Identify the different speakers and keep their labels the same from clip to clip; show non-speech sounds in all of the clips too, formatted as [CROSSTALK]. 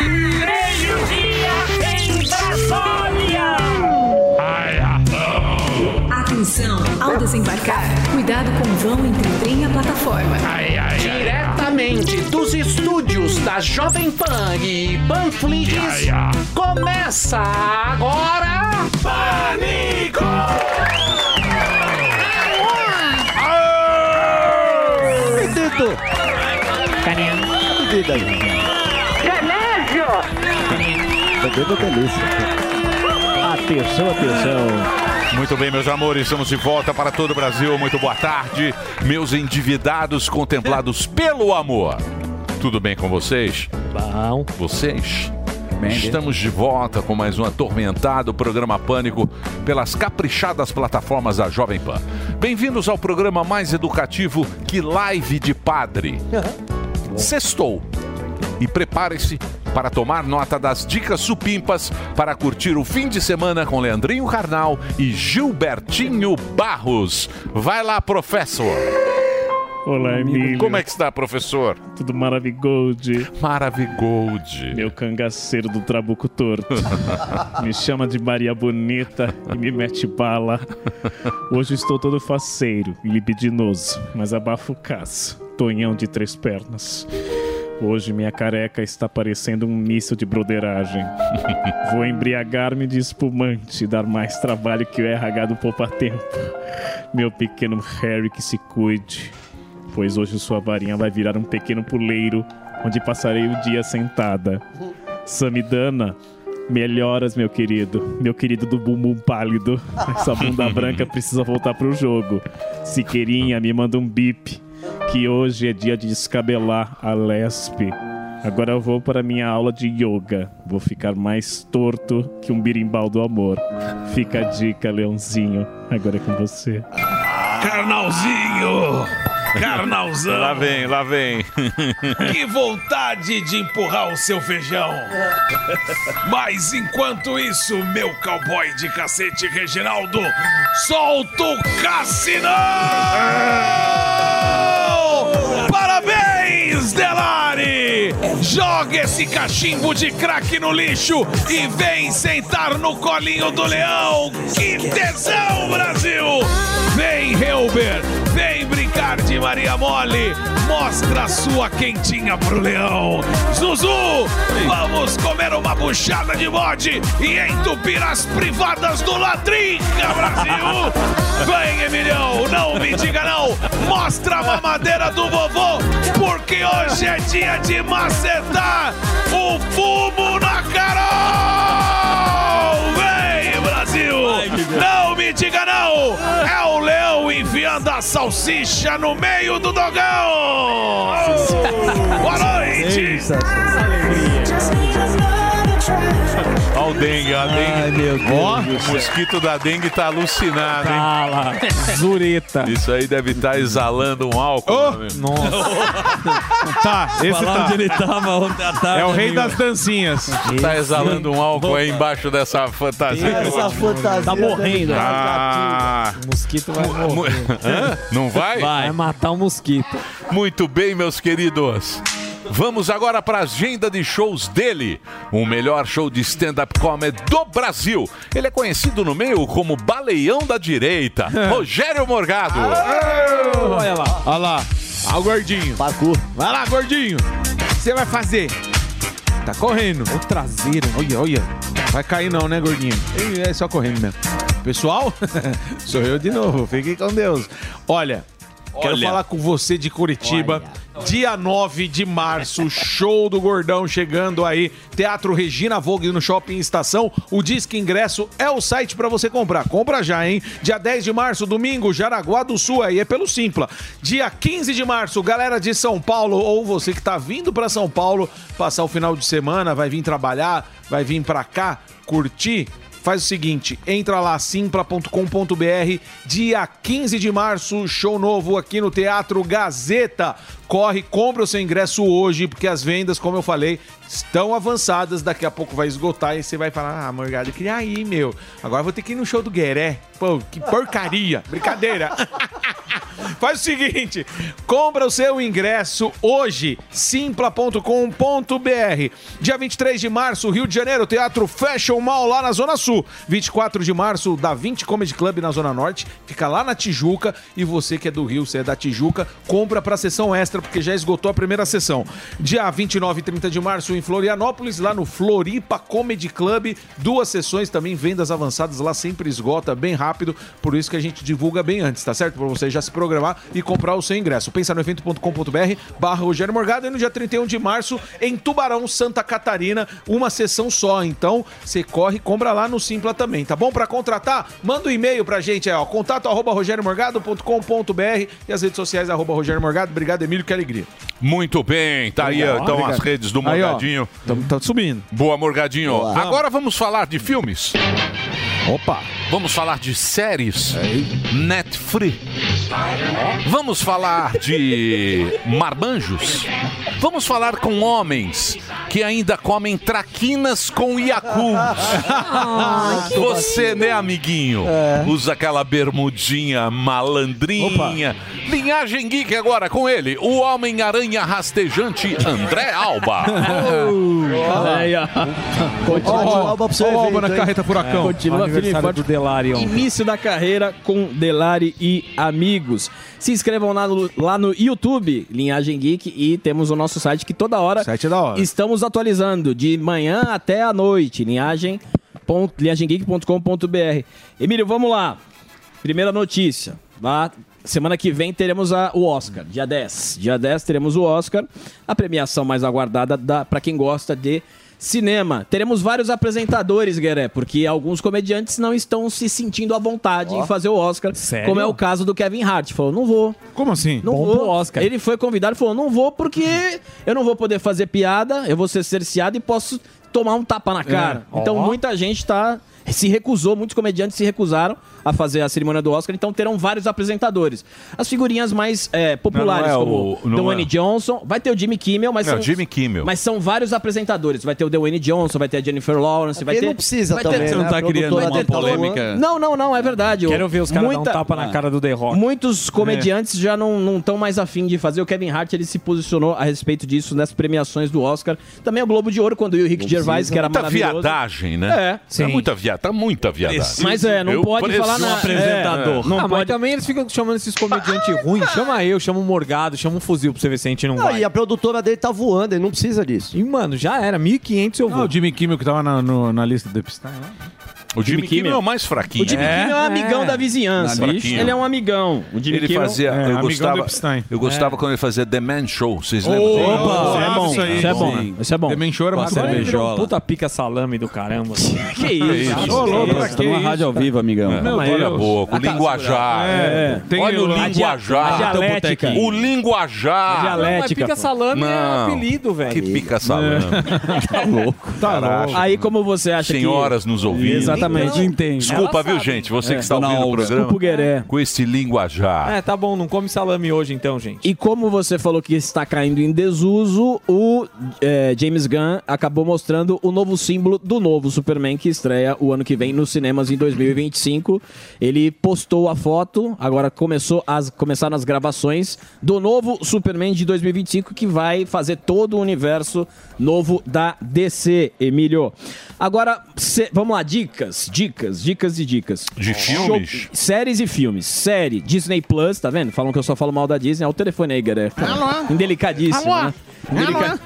Speaker 1: Meio-dia em Brasília!
Speaker 2: Atenção, ao desembarcar, cuidado com o vão entre o trem e a plataforma.
Speaker 3: Diretamente dos estúdios da Jovem Pan e Panflix, começa agora... Pânico!
Speaker 4: Dedo. Dedo aí. O dedo é delícia. Atenção, atenção.
Speaker 5: Muito bem, meus amores, estamos de volta para todo o Brasil. Muito boa tarde, meus endividados contemplados pelo amor. Tudo bem com vocês?
Speaker 4: Bom.
Speaker 5: Vocês? Estamos de volta com mais um atormentado programa Pânico pelas caprichadas plataformas da Jovem Pan. Bem-vindos ao programa mais educativo que Live de Padre.
Speaker 6: Uh-huh.
Speaker 5: Sextou. E prepare-se para tomar nota das dicas supimpas para curtir o fim de semana com Leandrinho Carnal e Gilbertinho Barros. Vai lá, professor.
Speaker 7: Olá, Emílio.
Speaker 5: Como é que está, professor?
Speaker 7: Tudo maravigold.
Speaker 5: Maravigold.
Speaker 7: Meu cangaceiro do
Speaker 5: [LAUGHS]
Speaker 7: Trabuco Torto. me chama de Maria Bonita e me mete bala. Hoje estou todo faceiro e libidinoso, mas abafo o caço. Tonhão de três pernas. Hoje minha careca está parecendo um míssil
Speaker 5: [LAUGHS]
Speaker 7: de broderagem. Vou embriagar-me de espumante e dar mais trabalho que o RH do poupa-tempo. Meu pequeno Harry que se cuide, pois hoje sua varinha vai virar um pequeno puleiro onde passarei o dia sentada. Samidana, melhoras, meu querido. Meu querido do bumbum pálido. Essa bunda branca precisa voltar pro jogo. Siqueirinha, me manda um bip que hoje é dia de descabelar a lespe. Agora eu vou para minha aula de yoga. Vou ficar mais torto que um birimbau do amor. Fica a dica, Leãozinho. Agora é com você.
Speaker 8: Carnalzinho! Carnalzão!
Speaker 5: Lá vem, lá vem.
Speaker 8: [LAUGHS] Que vontade de empurrar o seu feijão! Mas enquanto isso, meu cowboy de cacete Reginaldo, solta o cassinão! Parabéns, Delari! Joga esse cachimbo de crack no lixo e vem sentar no colinho do leão! Que tesão, Brasil! Vem, Helber! Vem brincar de Maria Mole! Mostra a sua quentinha pro leão! Zuzu! Vamos comer uma buchada de bode e entupir as privadas do Ladrinha, Brasil! Vem, Emilhão! Não me diga não! Mostra a mamadeira do vovô, porque hoje é dia de macetar o fumo na Carol! Vem, Brasil! Não me diga não! É o leão enfiando a salsicha no meio do dogão! Boa noite!
Speaker 5: Ó o dengue, ó a dengue.
Speaker 4: Ai, meu Deus
Speaker 5: Ó,
Speaker 4: do
Speaker 5: o
Speaker 4: céu.
Speaker 5: mosquito da dengue tá alucinado, hein?
Speaker 4: Fala. Zureta.
Speaker 5: Isso aí deve estar exalando um álcool. meu amigo.
Speaker 4: Nossa.
Speaker 9: Tá, esse
Speaker 10: Falar
Speaker 9: tá.
Speaker 10: onde ele tava ontem à tarde.
Speaker 9: É o rei
Speaker 10: amigo.
Speaker 9: das dancinhas.
Speaker 5: Tá exalando um álcool aí embaixo dessa fantasia.
Speaker 4: Essa fantasia. Tá morrendo.
Speaker 7: né?
Speaker 5: Ah,
Speaker 4: O mosquito vai
Speaker 5: mu-
Speaker 4: morrer.
Speaker 5: Hã? não vai?
Speaker 4: Vai matar o mosquito.
Speaker 5: Muito bem, meus queridos. Vamos agora para a agenda de shows dele, o melhor show de stand-up comedy do Brasil. Ele é conhecido no meio como Baleão
Speaker 9: [LAUGHS]
Speaker 5: da Direita, Rogério Morgado.
Speaker 4: Olha lá.
Speaker 9: Olha lá. Olha o gordinho.
Speaker 10: Pacu.
Speaker 9: Vai lá, gordinho. O que você vai fazer? Tá correndo.
Speaker 4: O traseiro.
Speaker 9: Olha, olha. Vai cair não, né, gordinho? Ih, É só correndo mesmo. Pessoal, [LAUGHS] sou eu de novo. Fique com Deus. Olha, quero falar com você de Curitiba Dia 9 de março, show do Gordão chegando aí. Teatro Regina Vogue no Shopping Estação. O Disque Ingresso é o site para você comprar. Compra já, hein? Dia 10 de março, domingo, Jaraguá do Sul, aí é pelo Simpla. Dia 15 de março, galera de São Paulo ou você que tá vindo para São Paulo passar o final de semana, vai vir trabalhar, vai vir para cá curtir faz o seguinte, entra lá simpla.com.br, dia 15 de março, show novo aqui no Teatro Gazeta. Corre, compra o seu ingresso hoje, porque as vendas, como eu falei, estão avançadas, daqui a pouco vai esgotar e você vai falar: "Ah, Morgado, eu queria ir, meu. Agora eu vou ter que ir no show do Gueré". Pô, que porcaria. Brincadeira. [LAUGHS] Faz o seguinte, compra o seu ingresso hoje, simpla.com.br. Dia 23 de março, Rio de Janeiro, Teatro Fashion Mall lá na Zona Sul. 24 de março, da 20 Comedy Club na Zona Norte, fica lá na Tijuca. E você que é do Rio, você é da Tijuca, compra pra sessão extra, porque já esgotou a primeira sessão. Dia 29 e 30 de março, em Florianópolis, lá no Floripa Comedy Club, duas sessões também, vendas avançadas lá sempre esgota bem rápido, por isso que a gente divulga bem antes, tá certo? Pra você já se programar e comprar o seu ingresso. Pensa no evento.com.br barra Rogério Morgado e no dia 31 de março em Tubarão, Santa Catarina, uma sessão só. Então, você corre e compra lá no Simpla também, tá bom? Pra contratar, manda um e-mail pra gente, é ó, contato arroba rogeriomorgado.com.br e as redes sociais arroba Rogério Morgado. Obrigado, Emílio, que alegria.
Speaker 5: Muito bem, tá aí
Speaker 9: Ó,
Speaker 5: então as
Speaker 9: obrigado.
Speaker 5: redes do
Speaker 9: Aí, ó,
Speaker 5: Morgadinho.
Speaker 9: Tá, tá subindo.
Speaker 5: Boa, Morgadinho. Agora vamos falar de filmes.
Speaker 9: Opa!
Speaker 5: Vamos falar de séries. Netflix. Vamos falar de marmanjos. Vamos falar com homens que ainda comem traquinas
Speaker 9: Um
Speaker 5: com Yakult. Você, né, amiguinho?
Speaker 4: É.
Speaker 5: Usa aquela bermudinha malandrinha. Linhagem Geek agora com ele, o Homem-Aranha Rastejante André [LAUGHS] Alba.
Speaker 4: [LAUGHS] Aí, ó.
Speaker 9: Ó,
Speaker 10: Alba pro seu
Speaker 9: ó,
Speaker 10: evento,
Speaker 9: na
Speaker 10: hein?
Speaker 9: carreta furacão.
Speaker 4: É, Continua firme e
Speaker 7: aniversário
Speaker 4: forte.
Speaker 7: do Delarion.
Speaker 4: Início da carreira com Delari e amigos. Se inscrevam lá no, lá no YouTube, Linhagem Geek, e temos o nosso site que toda hora
Speaker 9: Site é da hora.
Speaker 4: estamos atualizando, de manhã até a noite, linhagem pon- linhagemgeek.com.br. Emílio, vamos lá. Primeira notícia. Lá, semana que vem teremos a- o Oscar, dia 10. Dia 10 teremos o Oscar, a premiação mais aguardada para quem gosta de cinema. Teremos vários apresentadores, Gueré, porque alguns comediantes não estão se sentindo à vontade em fazer o Oscar,
Speaker 7: Sério?
Speaker 4: como é o caso do Kevin Hart. Falou, não vou.
Speaker 9: Como assim?
Speaker 4: Não
Speaker 7: Bom
Speaker 4: vou.
Speaker 7: pro Oscar.
Speaker 4: Ele foi convidado e falou: não vou porque eu não vou poder fazer piada, eu vou ser cerceado e posso tomar um tapa na cara.
Speaker 7: É.
Speaker 4: Então
Speaker 7: Ó.
Speaker 4: muita gente tá. Se recusou, muitos comediantes se recusaram a fazer a cerimônia do Oscar, então terão vários apresentadores. As figurinhas mais é, populares,
Speaker 5: Não, não é
Speaker 4: como
Speaker 5: o- não
Speaker 4: Dwayne
Speaker 5: é.
Speaker 4: Johnson, vai ter o Jimmy Kimmel, mas
Speaker 5: Não,
Speaker 4: são.
Speaker 5: Jimmy Kimmel.
Speaker 4: Mas são vários apresentadores. Vai ter o Dwayne Johnson, vai ter a Jennifer Lawrence, vai
Speaker 10: Porque
Speaker 4: ter.
Speaker 10: É não precisa
Speaker 4: vai ter-
Speaker 10: também, né?
Speaker 9: Você não tá
Speaker 10: A
Speaker 9: criando
Speaker 10: produtora
Speaker 9: uma
Speaker 10: dele tá
Speaker 9: polêmica?
Speaker 10: zoando.
Speaker 4: Não, não, não, é verdade.
Speaker 7: Quero ver os caras
Speaker 4: Muita- Ah.
Speaker 7: dar um tapa na cara do The Rock. É.
Speaker 4: Muitos comediantes já não estão mais afim de fazer. O Kevin Hart ele se posicionou a respeito disso nas premiações do Oscar. Também o Globo de Ouro, quando o Rick Gervais, que era
Speaker 5: Muita
Speaker 4: maravilhoso.
Speaker 5: viadagem, né?
Speaker 4: É.
Speaker 5: Tá muita viadagem, tá muita viadagem.
Speaker 4: Mas é, não
Speaker 5: Eu
Speaker 4: pode falar
Speaker 5: preciso
Speaker 4: na...
Speaker 5: um apresentador.
Speaker 4: É, não
Speaker 7: Ah, mas
Speaker 4: pode...
Speaker 7: também eles ficam chamando esses comediantes ruins. Chama eu, chama um Morgado, chama um fuzil pra você ver se a gente não,
Speaker 10: Não,
Speaker 7: vai.
Speaker 10: e a produtora dele tá voando, ele não precisa disso.
Speaker 7: E, mano, já era. 1.500 eu
Speaker 9: Ah,
Speaker 7: vou.
Speaker 9: o Jimmy Kimmel que tava na, no- na lista do Epstein. né?
Speaker 5: O
Speaker 4: Jimmy
Speaker 5: Jimmy, Kimmel é
Speaker 4: Kimmel
Speaker 5: o mais fraquinho.
Speaker 4: O Jimmy Kimmel é um amigão
Speaker 7: é.
Speaker 4: da vizinhança.
Speaker 5: Na lista.
Speaker 4: Ele é um amigão. O Jimmy
Speaker 5: Ele
Speaker 4: Kimmel...
Speaker 5: fazia,
Speaker 9: É,
Speaker 5: eu
Speaker 9: amigão do
Speaker 5: gostava,
Speaker 9: Epstein.
Speaker 5: eu gostava quando ele fazia The Man Show, vocês lembram? dele?
Speaker 9: Opa,
Speaker 4: É. Isso é bom, isso é bom, né? isso é bom.
Speaker 9: Também chora
Speaker 7: Agora
Speaker 9: uma
Speaker 7: ele virou um
Speaker 9: cervejola.
Speaker 7: puta pica salame
Speaker 4: [LAUGHS]
Speaker 7: do caramba.
Speaker 4: Que isso?
Speaker 9: Ô, louco, pra
Speaker 4: Isso.
Speaker 9: que isso?
Speaker 10: ao vivo, amigão.
Speaker 9: Meu
Speaker 5: Olha a
Speaker 9: Deus.
Speaker 5: boca, o linguajar.
Speaker 9: É, tem
Speaker 5: Olha o
Speaker 9: o- a
Speaker 4: A
Speaker 5: linguajar.
Speaker 4: dialética.
Speaker 5: O linguajar.
Speaker 7: Não, mas
Speaker 4: Dialética.
Speaker 7: pica
Speaker 4: pô.
Speaker 7: salame é
Speaker 5: Não.
Speaker 7: apelido, velho.
Speaker 5: Que pica
Speaker 4: É. Tá
Speaker 5: salame.
Speaker 9: Tarado.
Speaker 4: Aí como você acha que...
Speaker 5: Senhoras nos ouvindo.
Speaker 4: Exatamente. É.
Speaker 7: entende.
Speaker 5: Desculpa,
Speaker 7: Ela
Speaker 5: viu,
Speaker 7: sabe.
Speaker 5: gente? Você que está ouvindo o programa.
Speaker 4: Desculpa o Gueré.
Speaker 5: Com esse linguajar.
Speaker 2: Ah,
Speaker 7: É, tá bom, não come salame hoje então, gente.
Speaker 4: E como você falou que está caindo em desuso, o eh, James Gunn acabou mostrando o novo símbolo do novo Superman que estreia o ano que vem nos cinemas em 2025. Ele postou a foto, agora começou as, começaram as gravações do novo Superman de 2025 que vai fazer todo o universo novo da DC, Emílio. Agora, cê- vamos lá, dicas, dicas, dicas e dicas.
Speaker 5: De filmes?
Speaker 4: Séries e filmes. Série, Disney Plus, tá vendo? Falam que eu só falo mal da Disney. Olha o telefone aí, galera. [LAUGHS] Indelicadíssimo, né? Indelica-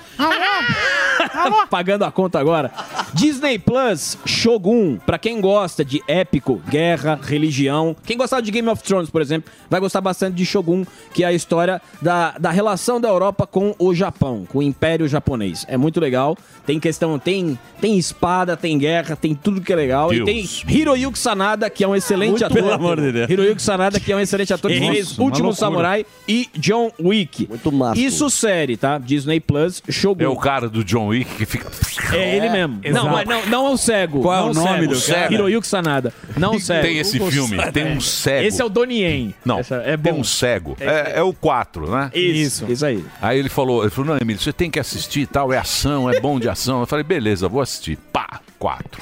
Speaker 4: Pagando a conta agora. Disney Plus, Shogun. Pra quem gosta de épico, guerra, religião. Quem gostava de Game of Thrones, por exemplo, vai gostar bastante de Shogun, que é a história da, da relação da Europa com o Japão, com o Império Japonês. É muito legal. Tem questão, tem, tem espada, tem guerra, tem tudo que é legal. E tem
Speaker 9: Deus.
Speaker 4: Hiroyuki Sanada, que é um excelente
Speaker 9: Muito
Speaker 4: ator.
Speaker 9: pelo amor de Deus.
Speaker 4: Hiroyuki Sanada, que é um excelente ator. Ele
Speaker 9: Nossa,
Speaker 4: fez
Speaker 9: uma
Speaker 4: Último
Speaker 9: loucura.
Speaker 4: Samurai e John Wick. Muito massa. Isso série, tá? Disney Plus, Shogun.
Speaker 5: É o cara do John Wick que fica.
Speaker 4: É ele mesmo. Não, mas não, não é o cego.
Speaker 5: Qual é
Speaker 4: não
Speaker 5: o nome
Speaker 4: cego.
Speaker 5: do cara?
Speaker 4: Hiroyuki Sanada. Não o cego.
Speaker 5: Tem esse filme, tem
Speaker 4: [LAUGHS]
Speaker 5: um cego.
Speaker 4: Esse é o Donnie Yen.
Speaker 5: Não,
Speaker 4: é
Speaker 5: tem um cego. É, é o 4, né?
Speaker 4: Isso, isso aí.
Speaker 5: Aí ele falou, ele falou, não, Emílio, você tem que assistir e tal, é ação, é bom de ação. Eu falei, beleza, vou assistir. Pá, 4.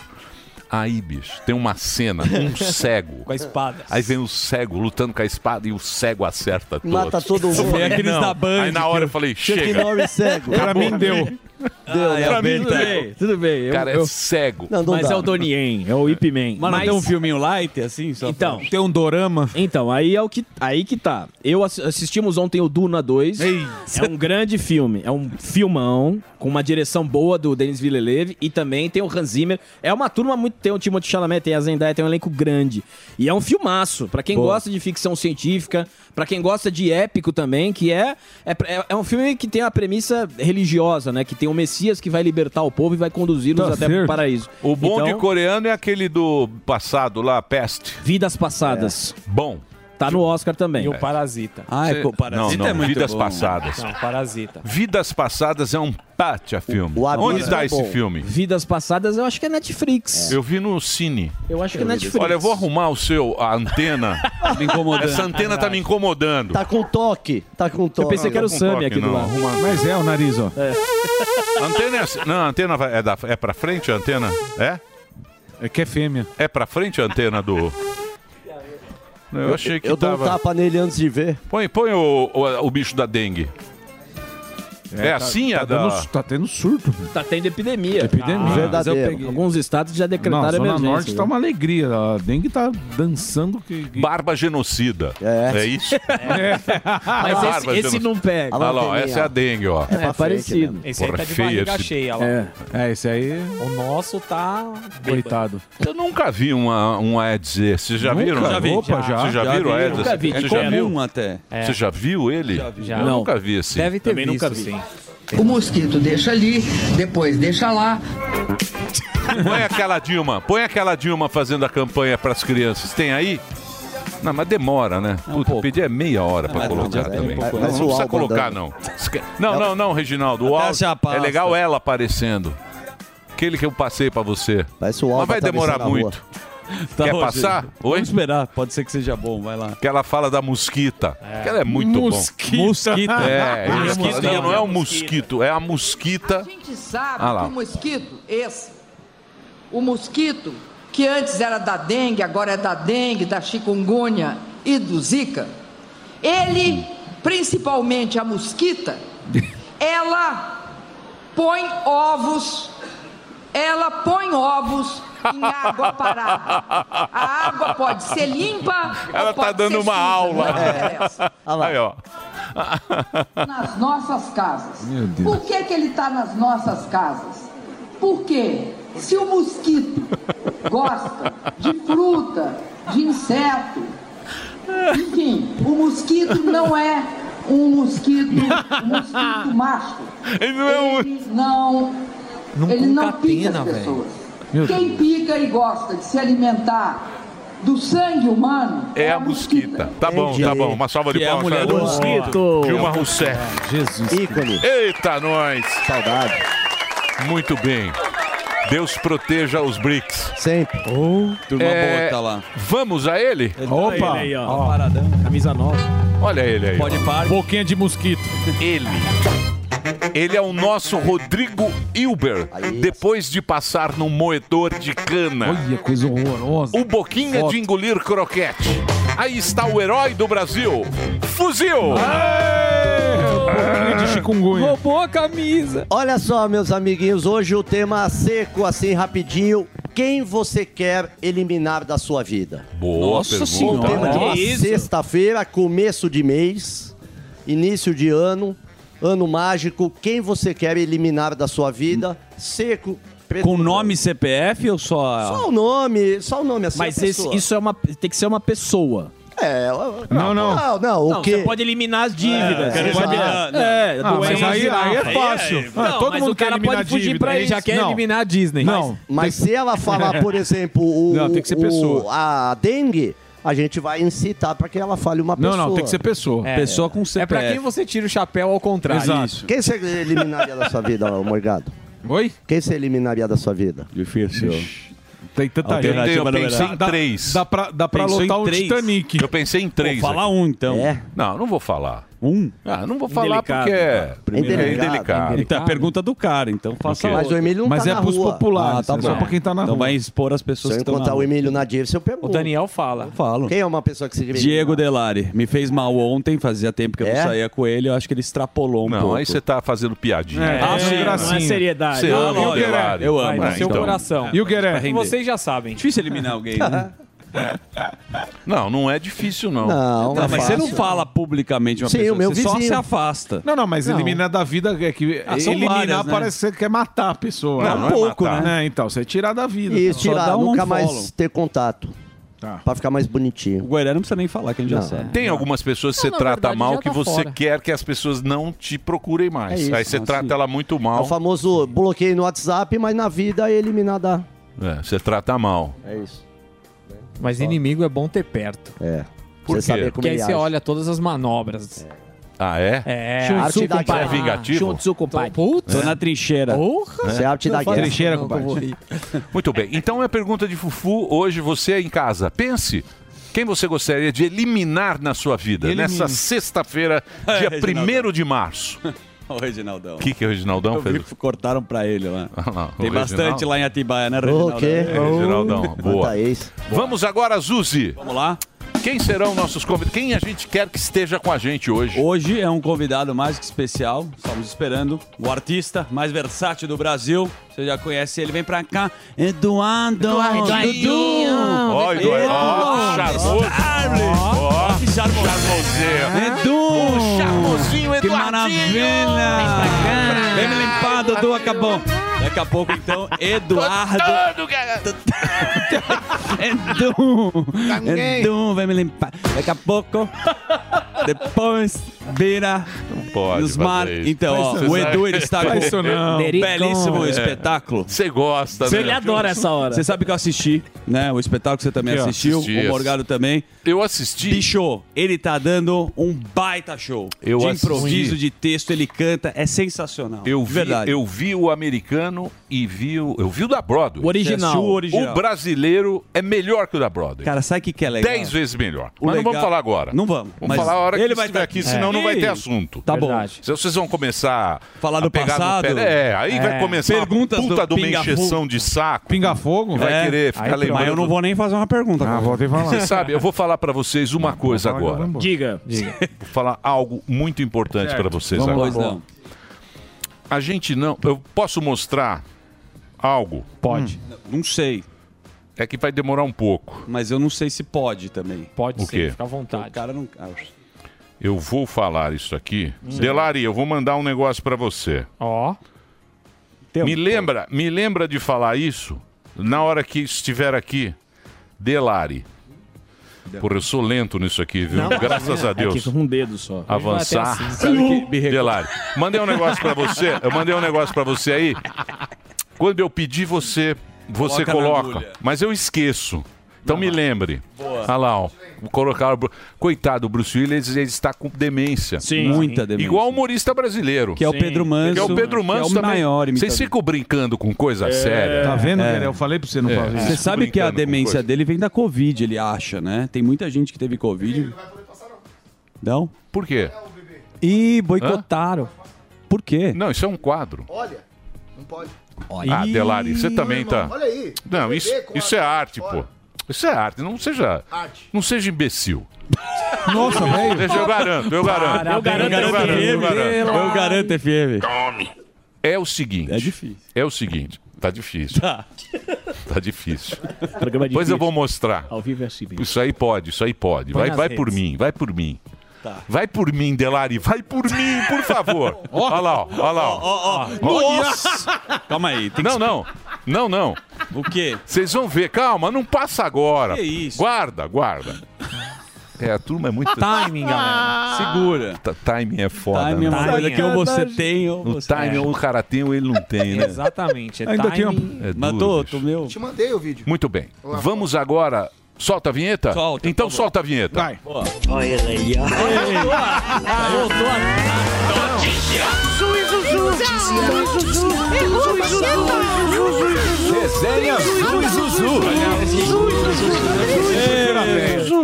Speaker 5: Aí, bicho, tem uma cena, um cego.
Speaker 9: Com a espada.
Speaker 5: Aí vem o cego lutando com a espada e o cego acerta todos.
Speaker 9: Mata todo mundo.
Speaker 5: Eu falei,
Speaker 9: Tem aqueles
Speaker 5: não.
Speaker 9: da Band
Speaker 5: Aí na hora eu falei,
Speaker 9: Chuck
Speaker 5: chega.
Speaker 9: Norris cego.
Speaker 5: Acabou.
Speaker 9: Pra mim deu.
Speaker 5: Deu,
Speaker 9: Ah, é
Speaker 5: né?
Speaker 4: pra mim,
Speaker 5: Alberto?
Speaker 4: tudo bem. Tudo bem. Eu-
Speaker 5: Cara, é
Speaker 4: eu-
Speaker 5: cego.
Speaker 4: mas é o Donnie Yen, é o Ip Man.
Speaker 9: Mas não
Speaker 4: Mas-
Speaker 9: tem um filminho light, assim? Só
Speaker 4: Então.
Speaker 9: pra-
Speaker 4: Tem um dorama. Então, aí é o que, aí que tá. Eu ass- assistimos ontem o Duna 2. É um grande filme. É um filmão, com uma direção boa do Denis Villeneuve e também tem o Hans Zimmer. É uma turma muito... Tem o Timothée Chalamet, tem a Zendaya, tem um elenco grande. E é um filmaço. Pra quem
Speaker 9: Boa.
Speaker 4: gosta de ficção científica, pra quem gosta de épico também, que é, é... é- É um filme que tem a premissa religiosa, né? Que tem um Messias que vai libertar o povo e vai conduzir-nos
Speaker 5: Tá
Speaker 4: até
Speaker 5: certo.
Speaker 4: pro paraíso.
Speaker 5: O bom
Speaker 4: Então-
Speaker 5: de coreano é aquele do passado lá, Peste. É.
Speaker 4: Vidas Passadas.
Speaker 5: Bom.
Speaker 4: Tá no Oscar também.
Speaker 9: E o Parasita.
Speaker 5: Ah, é
Speaker 9: Você-
Speaker 5: co- Parasita
Speaker 9: não, não,
Speaker 5: é muito
Speaker 9: Vidas
Speaker 5: bom.
Speaker 9: Passadas.
Speaker 5: Não,
Speaker 9: Parasita.
Speaker 5: Vidas Passadas é um pátia filme. Onde
Speaker 10: é
Speaker 5: está
Speaker 4: é
Speaker 5: esse filme?
Speaker 4: Vidas Passadas, eu acho que é Netflix.
Speaker 5: Eu vi no Cine.
Speaker 4: Eu acho que é Tá Netflix.
Speaker 5: Olha, eu vou arrumar o seu, a
Speaker 4: [LAUGHS]
Speaker 5: antena.
Speaker 9: me incomodando.
Speaker 5: Essa antena tá me incomodando.
Speaker 10: Tá com toque. Tá com toque.
Speaker 5: pensei que era o Tá com Sammy toque, aqui do não. lado. Arruma-
Speaker 2: Mas é o nariz, ó.
Speaker 5: Antena é assim. Não, a antena vai- é, da, é pra frente a antena? É?
Speaker 2: É que é fêmea.
Speaker 5: É pra frente a antena do. Eu achei que
Speaker 10: Eu dou
Speaker 5: tava.
Speaker 10: um tapa nele antes de ver.
Speaker 5: Põe, põe o, o, o bicho da dengue. É, assim
Speaker 2: tá,
Speaker 5: a
Speaker 2: tá
Speaker 5: da.
Speaker 2: dando- tá tendo surto. velho.
Speaker 4: Tá tendo epidemia. Ah,
Speaker 2: Epidemia.
Speaker 4: mas eu
Speaker 2: Verdadeiro.
Speaker 4: peguei. Alguns estados já
Speaker 2: Não,
Speaker 4: decretaram
Speaker 2: Zona
Speaker 4: emergência.
Speaker 2: Norte tá uma alegria. A dengue tá dançando que...
Speaker 5: Barba genocida. É, isso?
Speaker 10: [LAUGHS]
Speaker 4: Mas esse-
Speaker 5: Barba
Speaker 4: esse não pega.
Speaker 5: Olha lá, ó,
Speaker 4: Olha lá,
Speaker 5: essa é a dengue, ó.
Speaker 4: É É pra frente parecido. mesmo.
Speaker 9: Esse aí
Speaker 5: Porra,
Speaker 9: tá de
Speaker 5: feia
Speaker 9: barriga
Speaker 5: esse-
Speaker 9: cheia lá.
Speaker 2: É, esse aí...
Speaker 9: O nosso tá...
Speaker 2: Coitado.
Speaker 5: Eu nunca vi uma, um Aedes. Vocês já
Speaker 2: Nunca?
Speaker 5: viram?
Speaker 2: Já vi, Opa, já. já.
Speaker 5: Vocês já,
Speaker 2: Já
Speaker 5: viram o
Speaker 2: vi.
Speaker 5: Aedes?
Speaker 2: Nunca vi,
Speaker 5: Você
Speaker 2: de
Speaker 5: já
Speaker 2: comum
Speaker 5: viu?
Speaker 9: até.
Speaker 5: Você já viu ele? Já
Speaker 9: Já.
Speaker 5: Eu
Speaker 9: Não.
Speaker 5: nunca vi assim. esse.
Speaker 9: Deve ter
Speaker 5: Também
Speaker 9: visto,
Speaker 5: nunca vi.
Speaker 9: sim.
Speaker 1: O mosquito deixa ali, depois deixa lá.
Speaker 5: Põe aquela Dilma, põe aquela Dilma fazendo a campanha pras crianças. Tem aí? Não, mas demora, né? Puta, pedir é meia hora pra
Speaker 9: mas
Speaker 5: colocar
Speaker 9: podia-
Speaker 5: também.
Speaker 9: um é um pouco, né?
Speaker 5: não não
Speaker 9: Mas o
Speaker 5: precisa
Speaker 9: álbum
Speaker 5: colocar,
Speaker 9: dela.
Speaker 5: não. Esque- É Não, não, não, Reginaldo. O
Speaker 9: Até já
Speaker 5: álbum,
Speaker 9: passa.
Speaker 5: é legal ela aparecendo. Aquele que eu passei pra você. mas vai demorar muito.
Speaker 9: Tá,
Speaker 5: Quer
Speaker 9: Rogério,
Speaker 5: passar? Oi?
Speaker 9: Vamos esperar, pode ser que seja bom, vai lá.
Speaker 5: Que ela fala da mosquita. Que ela é muito
Speaker 9: Mosquita.
Speaker 5: bom.
Speaker 9: Mosquita. [LAUGHS]
Speaker 5: É,
Speaker 9: Ah,
Speaker 5: eles
Speaker 9: mosquita.
Speaker 5: falam, não é o mosquito, é a mosquita.
Speaker 1: A gente sabe
Speaker 5: Ah lá.
Speaker 1: que o mosquito, esse, o mosquito que antes era da dengue, agora é da dengue, da chikungunya e do zika, ele, principalmente a
Speaker 5: [LAUGHS]
Speaker 1: mosquita, ela põe ovos, ela põe ovos em água parada. A
Speaker 5: Ah,
Speaker 11: [LAUGHS]
Speaker 1: água pode ser limpa
Speaker 5: [LAUGHS] Ela
Speaker 1: ou
Speaker 5: tá
Speaker 1: pode
Speaker 5: dando
Speaker 1: ser
Speaker 5: uma
Speaker 1: suja, É,
Speaker 5: aula.
Speaker 1: não interessa.
Speaker 5: Aí,
Speaker 10: [LAUGHS]
Speaker 5: ó.
Speaker 1: nas nossas casas.
Speaker 5: Meu Deus.
Speaker 1: Por que, que ele está nas nossas casas? Porque se o mosquito gosta de fruta, de inseto, enfim, o mosquito não é um mosquito, um mosquito macho.
Speaker 5: Ele não é um.
Speaker 1: Ele não, ele não pica as pessoas.
Speaker 5: Meu
Speaker 1: Quem pica e gosta de se alimentar do sangue humano
Speaker 5: É a mosquita. Tá bom, tá bom. Uma salva de
Speaker 9: Que é a
Speaker 5: palmas.
Speaker 9: mulher
Speaker 5: pra
Speaker 9: do
Speaker 5: ela.
Speaker 9: mosquito.
Speaker 5: Dilma Rousseff.
Speaker 2: Jesus.
Speaker 10: Ícone.
Speaker 5: Eita, nós. Saudade. Muito bem. Deus proteja os BRICS. É,
Speaker 10: Sempre.
Speaker 9: Turma boa tá lá.
Speaker 5: Vamos a ele?
Speaker 9: Opa! Oh. Ele tá aí, ó. Paradão.
Speaker 4: Camisa nova.
Speaker 5: Olha ele aí.
Speaker 9: Pode
Speaker 5: ó.
Speaker 9: par.
Speaker 2: Boquinha de mosquito.
Speaker 5: Ele. Ele é o nosso Rodrigo Hilber, depois de passar no moedor de cana.
Speaker 2: Olha, coisa horrorosa.
Speaker 5: O boquinha de engolir croquete. Aí está o herói do Brasil. Fuzil!
Speaker 8: Ah,
Speaker 5: Ah.
Speaker 2: de chikungunya.
Speaker 10: Roubou a camisa. Olha só, meus amiguinhos, hoje o tema seco, assim, rapidinho. Quem você quer eliminar da sua vida?
Speaker 5: Boa pergunta.
Speaker 10: O tema de uma sexta-feira, começo de mês, início de ano, ano mágico. Quem você quer eliminar da sua vida? Seco,
Speaker 12: Com nome e CPF ou só.
Speaker 10: Só o nome, só o nome assim.
Speaker 4: Mas
Speaker 10: a
Speaker 4: esse-
Speaker 10: pessoa.
Speaker 4: isso é uma, tem que ser uma pessoa.
Speaker 10: É, não, não. Não, não, o
Speaker 4: Não,
Speaker 10: quê?
Speaker 4: você pode eliminar as dívidas.
Speaker 10: É,
Speaker 4: Você
Speaker 10: exato.
Speaker 4: pode-
Speaker 10: Não.
Speaker 4: É,
Speaker 10: Ah, mas
Speaker 4: doenças
Speaker 10: aí-
Speaker 4: e-
Speaker 10: aí é
Speaker 4: Ah,
Speaker 10: fácil. Ah,
Speaker 4: não,
Speaker 10: todo
Speaker 4: mas
Speaker 10: mundo
Speaker 4: o cara
Speaker 10: quer eliminar
Speaker 4: pode fugir
Speaker 10: dívida. é
Speaker 4: pra
Speaker 10: Ele
Speaker 4: isso.
Speaker 10: já quer
Speaker 4: Não.
Speaker 10: eliminar a
Speaker 12: Disney.
Speaker 10: Mas, mas se ela
Speaker 12: [LAUGHS]
Speaker 10: falar, por exemplo, o,
Speaker 8: Não, tem que ser
Speaker 10: o-
Speaker 8: pessoa.
Speaker 10: a dengue, a gente vai incitar para que ela fale uma
Speaker 8: Não,
Speaker 10: pessoa.
Speaker 8: não, tem que ser pessoa.
Speaker 10: É.
Speaker 12: Pessoa com
Speaker 10: É pra
Speaker 12: CPF.
Speaker 10: quem
Speaker 12: você tira o chapéu ao contrário.
Speaker 10: Exato. Quem você eliminaria da sua vida, ô Morgado?
Speaker 8: Oi?
Speaker 10: Quem você eliminaria da sua vida?
Speaker 12: Difícil.
Speaker 8: Tem tanta
Speaker 10: gente.
Speaker 5: Eu,
Speaker 10: Alternativa
Speaker 5: pensei
Speaker 10: numerada.
Speaker 5: em
Speaker 10: Dá-
Speaker 5: três.
Speaker 8: dá pra- dá pra
Speaker 5: Pensou em
Speaker 8: lotar um
Speaker 5: três.
Speaker 8: Titanic.
Speaker 5: Eu pensei em três.
Speaker 8: Vou falar
Speaker 5: aqui.
Speaker 12: um, então. É.
Speaker 5: Não, não vou falar.
Speaker 12: Um?
Speaker 5: Ah, não vou falar porque é... é indelicado.
Speaker 12: Então, a pergunta do cara, então faça
Speaker 5: quê? Mas
Speaker 12: outra.
Speaker 5: o Emílio não Mas tá é na pros rua. populares,
Speaker 12: Ah, tá
Speaker 5: é só
Speaker 12: bom.
Speaker 5: pra quem tá na
Speaker 12: então
Speaker 5: rua.
Speaker 12: vai expor as pessoas
Speaker 10: Se
Speaker 12: que
Speaker 10: eu
Speaker 12: estão na
Speaker 10: encontrar o
Speaker 12: rua.
Speaker 10: Emílio na dívida, se eu pergunto.
Speaker 12: O Daniel fala. Eu falo.
Speaker 10: Quem é uma pessoa que se
Speaker 12: Diego Delari. Me fez mal ontem, fazia tempo que eu
Speaker 10: É?
Speaker 12: não saía com ele, eu acho que ele extrapolou um
Speaker 5: Não,
Speaker 12: pouco.
Speaker 5: aí você tá fazendo piadinha.
Speaker 12: É,
Speaker 5: Ah,
Speaker 12: é,
Speaker 5: sim.
Speaker 12: não é gracinha. seriedade.
Speaker 5: Você
Speaker 12: Não,
Speaker 5: ama
Speaker 12: não,
Speaker 5: o
Speaker 12: eu-
Speaker 5: Guerrero.
Speaker 12: eu amo,
Speaker 2: né,
Speaker 5: Ah,
Speaker 12: é,
Speaker 2: então.
Speaker 12: seu coração.
Speaker 5: E o Guerreiro?
Speaker 12: Guerreiro? Vocês já sabem. Difícil eliminar alguém, né?
Speaker 5: Não, não é difícil, não.
Speaker 12: Não, Tá, é mas fácil. você não fala publicamente uma Sim, pessoa, o meu você só vizinho. se afasta.
Speaker 8: Não, não, mas
Speaker 12: Não.
Speaker 8: eliminar da vida é que
Speaker 12: Ah, são
Speaker 8: eliminar
Speaker 12: várias, né?
Speaker 8: parece que você quer matar a pessoa.
Speaker 9: um
Speaker 12: Não, não é
Speaker 9: né?
Speaker 12: matar.
Speaker 10: né?
Speaker 8: É, então, você tirar da vida.
Speaker 10: E tirar, nunca mais ter contato.
Speaker 8: Tá.
Speaker 10: Pra ficar mais bonitinho. O
Speaker 12: Goiânia não precisa nem falar, que ele
Speaker 5: Já sabe. Tem algumas pessoas que você
Speaker 10: é na
Speaker 5: trata
Speaker 10: verdade,
Speaker 5: mal
Speaker 10: já
Speaker 5: que
Speaker 10: tá
Speaker 5: você
Speaker 10: fora.
Speaker 5: quer que as pessoas não te procurem mais.
Speaker 10: É isso,
Speaker 5: Aí você
Speaker 10: assim.
Speaker 5: trata ela muito
Speaker 10: É o
Speaker 5: mal.
Speaker 10: famoso bloqueio no WhatsApp, mas na vida é eliminar da...
Speaker 5: É, você trata mal.
Speaker 10: É isso.
Speaker 13: Mas inimigo é bom ter perto.
Speaker 10: É.
Speaker 5: Por Você quê? saber como
Speaker 13: Porque aí
Speaker 5: ele
Speaker 13: você
Speaker 5: age.
Speaker 13: olha todas as manobras.
Speaker 5: Ah, é?
Speaker 13: É,
Speaker 5: Shun Tzu,
Speaker 13: arte da
Speaker 5: compadre.
Speaker 13: guerra.
Speaker 5: Você é vingativo?
Speaker 13: Shun Tzu, É. compadre.
Speaker 5: É.
Speaker 12: Tô né? na trincheira.
Speaker 13: Porra!
Speaker 5: Você é arte da
Speaker 13: Não fala
Speaker 5: guerra.
Speaker 13: isso,
Speaker 5: Trincheira,
Speaker 13: não,
Speaker 5: compadre.
Speaker 13: que eu vou rir.
Speaker 5: [LAUGHS] Muito bem. Então é a pergunta de Fufu. Hoje você é em casa. Pense. Quem você gostaria de eliminar na sua vida?
Speaker 12: Elimine.
Speaker 5: Nessa sexta-feira,
Speaker 12: [LAUGHS] É,
Speaker 5: dia
Speaker 12: Reginaldão.
Speaker 5: 1 de março.
Speaker 12: O Reginaldão.
Speaker 5: O que, que o Reginaldão
Speaker 12: Eu vi
Speaker 5: fez?
Speaker 12: que cortaram pra ele lá. Tem
Speaker 5: Ah, o
Speaker 12: bastante
Speaker 5: Reginaldo.
Speaker 12: lá em Atibaia, né,
Speaker 5: O quê?
Speaker 12: Reginaldão?
Speaker 5: É, Reginaldão, boa. Quanta
Speaker 10: ex.
Speaker 5: Vamos agora, Zuzi.
Speaker 12: Vamos lá.
Speaker 5: Quem serão nossos convidados? Quem a gente quer que esteja com a gente hoje?
Speaker 12: Hoje é um convidado mais que especial, estamos esperando. O artista mais versátil do Brasil, você já conhece ele, vem pra cá. Eduardo!
Speaker 1: Eduardo.
Speaker 12: Dudu.
Speaker 1: Ó, Eduardo. Ó, charmoso.
Speaker 12: Ó, que charmoso. Edu!
Speaker 1: charmosinho
Speaker 12: Que
Speaker 1: Eduardinho.
Speaker 12: maravilha! Vem me limpar, Dudu, acabou. Daqui a pouco, então, Eduardo.
Speaker 1: Todo cara.
Speaker 12: É Edu!
Speaker 5: Tá
Speaker 1: Ganhei.
Speaker 12: Edu, vem É me limpar. Daqui
Speaker 5: [LAUGHS]
Speaker 12: a pouco, depois, vira
Speaker 5: Pode
Speaker 12: nos
Speaker 5: fazer
Speaker 12: mar.
Speaker 5: isso.
Speaker 12: Então, ó,
Speaker 5: Faz isso
Speaker 12: o
Speaker 5: não.
Speaker 12: Edu ele está com
Speaker 5: Faz isso não.
Speaker 12: um belíssimo
Speaker 5: É.
Speaker 12: espetáculo.
Speaker 5: Você gosta, né?
Speaker 12: Você sabe que eu assisti, né? O espetáculo que você também
Speaker 5: Eu
Speaker 12: assistiu,
Speaker 5: assisti
Speaker 12: o
Speaker 5: esse.
Speaker 12: Morgado também.
Speaker 5: Eu assisti.
Speaker 12: Bicho, ele tá dando um baita show.
Speaker 5: Eu
Speaker 12: de
Speaker 5: assisti.
Speaker 12: improviso, de texto, ele canta, é sensacional.
Speaker 5: Eu
Speaker 12: De
Speaker 5: vi,
Speaker 12: verdade.
Speaker 5: eu vi o americano e vi o. Eu vi o da Broadway.
Speaker 12: O original. Você assistiu o original.
Speaker 5: O brasileiro é melhor que o da Broadway.
Speaker 12: Cara, sabe o que, que é legal?
Speaker 5: Dez vezes melhor.
Speaker 12: O
Speaker 5: mas não
Speaker 12: legal-
Speaker 5: vamos falar agora.
Speaker 12: Não vamos,
Speaker 5: Vamos
Speaker 12: mas
Speaker 5: falar a hora
Speaker 12: ele
Speaker 5: que
Speaker 12: vai
Speaker 5: estiver
Speaker 12: tá-
Speaker 5: aqui,
Speaker 12: É.
Speaker 5: senão não vai ter
Speaker 12: Ih,
Speaker 5: assunto.
Speaker 12: tá bom. Verdade.
Speaker 5: Se vocês vão começar
Speaker 12: Falar
Speaker 5: a
Speaker 12: do
Speaker 5: pegar no
Speaker 12: passado?
Speaker 5: pé- É, aí vai
Speaker 12: É.
Speaker 5: começar uma
Speaker 12: Perguntas
Speaker 5: puta
Speaker 12: do
Speaker 5: de uma
Speaker 12: pinga-fogo.
Speaker 5: encheção de saco. Pinga-fogo? um, Vai
Speaker 12: É.
Speaker 5: querer ficar
Speaker 12: Aí pronto.
Speaker 5: lembrando.
Speaker 12: Mas eu não vou nem fazer uma pergunta. Ah,
Speaker 5: voltei Você sabe, eu vou falar pra vocês uma coisa
Speaker 12: falar que eu
Speaker 5: agora.
Speaker 12: vou embora.
Speaker 4: Diga.
Speaker 5: Vou falar algo muito importante
Speaker 12: Certo.
Speaker 5: pra vocês
Speaker 12: Vamos lá.
Speaker 5: agora.
Speaker 12: Pois não.
Speaker 5: A gente não. Eu posso mostrar algo? Hum.
Speaker 12: Pode. Não sei.
Speaker 5: É que vai demorar um pouco.
Speaker 12: Mas eu não sei se pode também.
Speaker 13: Pode
Speaker 5: O sim, quê? fica
Speaker 13: fica à vontade.
Speaker 12: O cara não. ah,
Speaker 5: Eu vou falar isso aqui. Delari, eu vou mandar um negócio pra você.
Speaker 13: Ó.
Speaker 5: Me lembra, me lembra de falar isso na hora que estiver aqui. Delari. Porra, eu sou lento nisso aqui, viu? Graças a
Speaker 4: É
Speaker 5: Deus.
Speaker 4: que com um dedo só. assim,
Speaker 5: Avançar. [LAUGHS] Delari. Mandei um negócio pra você. Eu mandei um negócio pra você aí. Quando eu pedir você, você
Speaker 12: Coloca na
Speaker 5: coloca.
Speaker 12: agulha.
Speaker 5: mas eu esqueço. Então me lembre. Boa. Olha lá, ó. Colocaram. o Bru- Coitado, o Bruce Willis ele está com demência.
Speaker 12: Sim. Muita demência.
Speaker 5: Igual o humorista brasileiro.
Speaker 12: Que é o Sim. Pedro Manso,
Speaker 5: Que é o Pedro
Speaker 12: que é o
Speaker 5: Manso também.
Speaker 12: maior imitador.
Speaker 5: Vocês ficam brincando com coisa séria.
Speaker 8: Tá vendo,
Speaker 12: É.
Speaker 8: Guerreiro? Eu falei pra você não
Speaker 5: É.
Speaker 8: fazer isso.
Speaker 12: Você sabe que a demência dele vem da Covid, ele acha, né? Tem muita gente que teve Covid. Não?
Speaker 5: Por quê?
Speaker 12: Ih, boicotaram. Por quê?
Speaker 5: Não, isso é um quadro.
Speaker 14: Olha, não pode.
Speaker 5: Ah, Delari, você também tá.
Speaker 14: Olha aí.
Speaker 5: Não, isso, isso é arte, pô. Isso é arte, não seja. Não seja imbecil.
Speaker 8: Nossa, velho.
Speaker 5: Deixa eu garanto, eu garanto.
Speaker 12: Parabéns. Eu garanto,
Speaker 5: eu
Speaker 12: FM.
Speaker 5: garanto.
Speaker 12: Eu garanto, FM.
Speaker 5: É o seguinte. É difícil. É o seguinte. Tá difícil. Tá. Tá difícil.
Speaker 4: Programa é
Speaker 5: Depois
Speaker 4: difícil.
Speaker 5: eu vou mostrar.
Speaker 4: Ao vivo é assim mesmo.
Speaker 5: Isso aí pode, isso aí pode.
Speaker 4: Põe
Speaker 5: Vai,
Speaker 4: nas
Speaker 5: vai por
Speaker 4: redes. Tá.
Speaker 5: mim, vai por mim. Vai por mim, Delari, vai por mim,
Speaker 4: [LAUGHS]
Speaker 5: por favor. Olha lá, ó, olha lá. ó.
Speaker 12: Ó, ó, ó.
Speaker 5: Ó.
Speaker 12: Nossa! Ah, [LAUGHS] Calma aí. Tem que
Speaker 5: Não, não. Não, não.
Speaker 12: O quê?
Speaker 5: Vocês vão ver. Calma, não passa agora.
Speaker 12: Que isso?
Speaker 5: Guarda, guarda. É, a turma é muito...
Speaker 12: Timing, galera. Segura.
Speaker 5: Ta- timing é foda.
Speaker 12: Timing é uma
Speaker 5: né?
Speaker 12: coisa que ou você tem ou
Speaker 5: O
Speaker 12: você-
Speaker 5: timing, ou o cara tem ou ele não tem, né?
Speaker 13: Exatamente.
Speaker 12: é Ainda timing. tem
Speaker 5: É duro,
Speaker 12: Matou,
Speaker 5: bicho.
Speaker 12: meu.
Speaker 14: Te mandei o vídeo.
Speaker 5: Muito bem.
Speaker 14: Olá.
Speaker 5: Vamos agora... Solta a vinheta?
Speaker 12: Solta,
Speaker 5: Então
Speaker 12: por favor.
Speaker 5: solta a vinheta.
Speaker 12: Vai. Boa.
Speaker 5: Olha aí,
Speaker 8: Resenha Zuzu.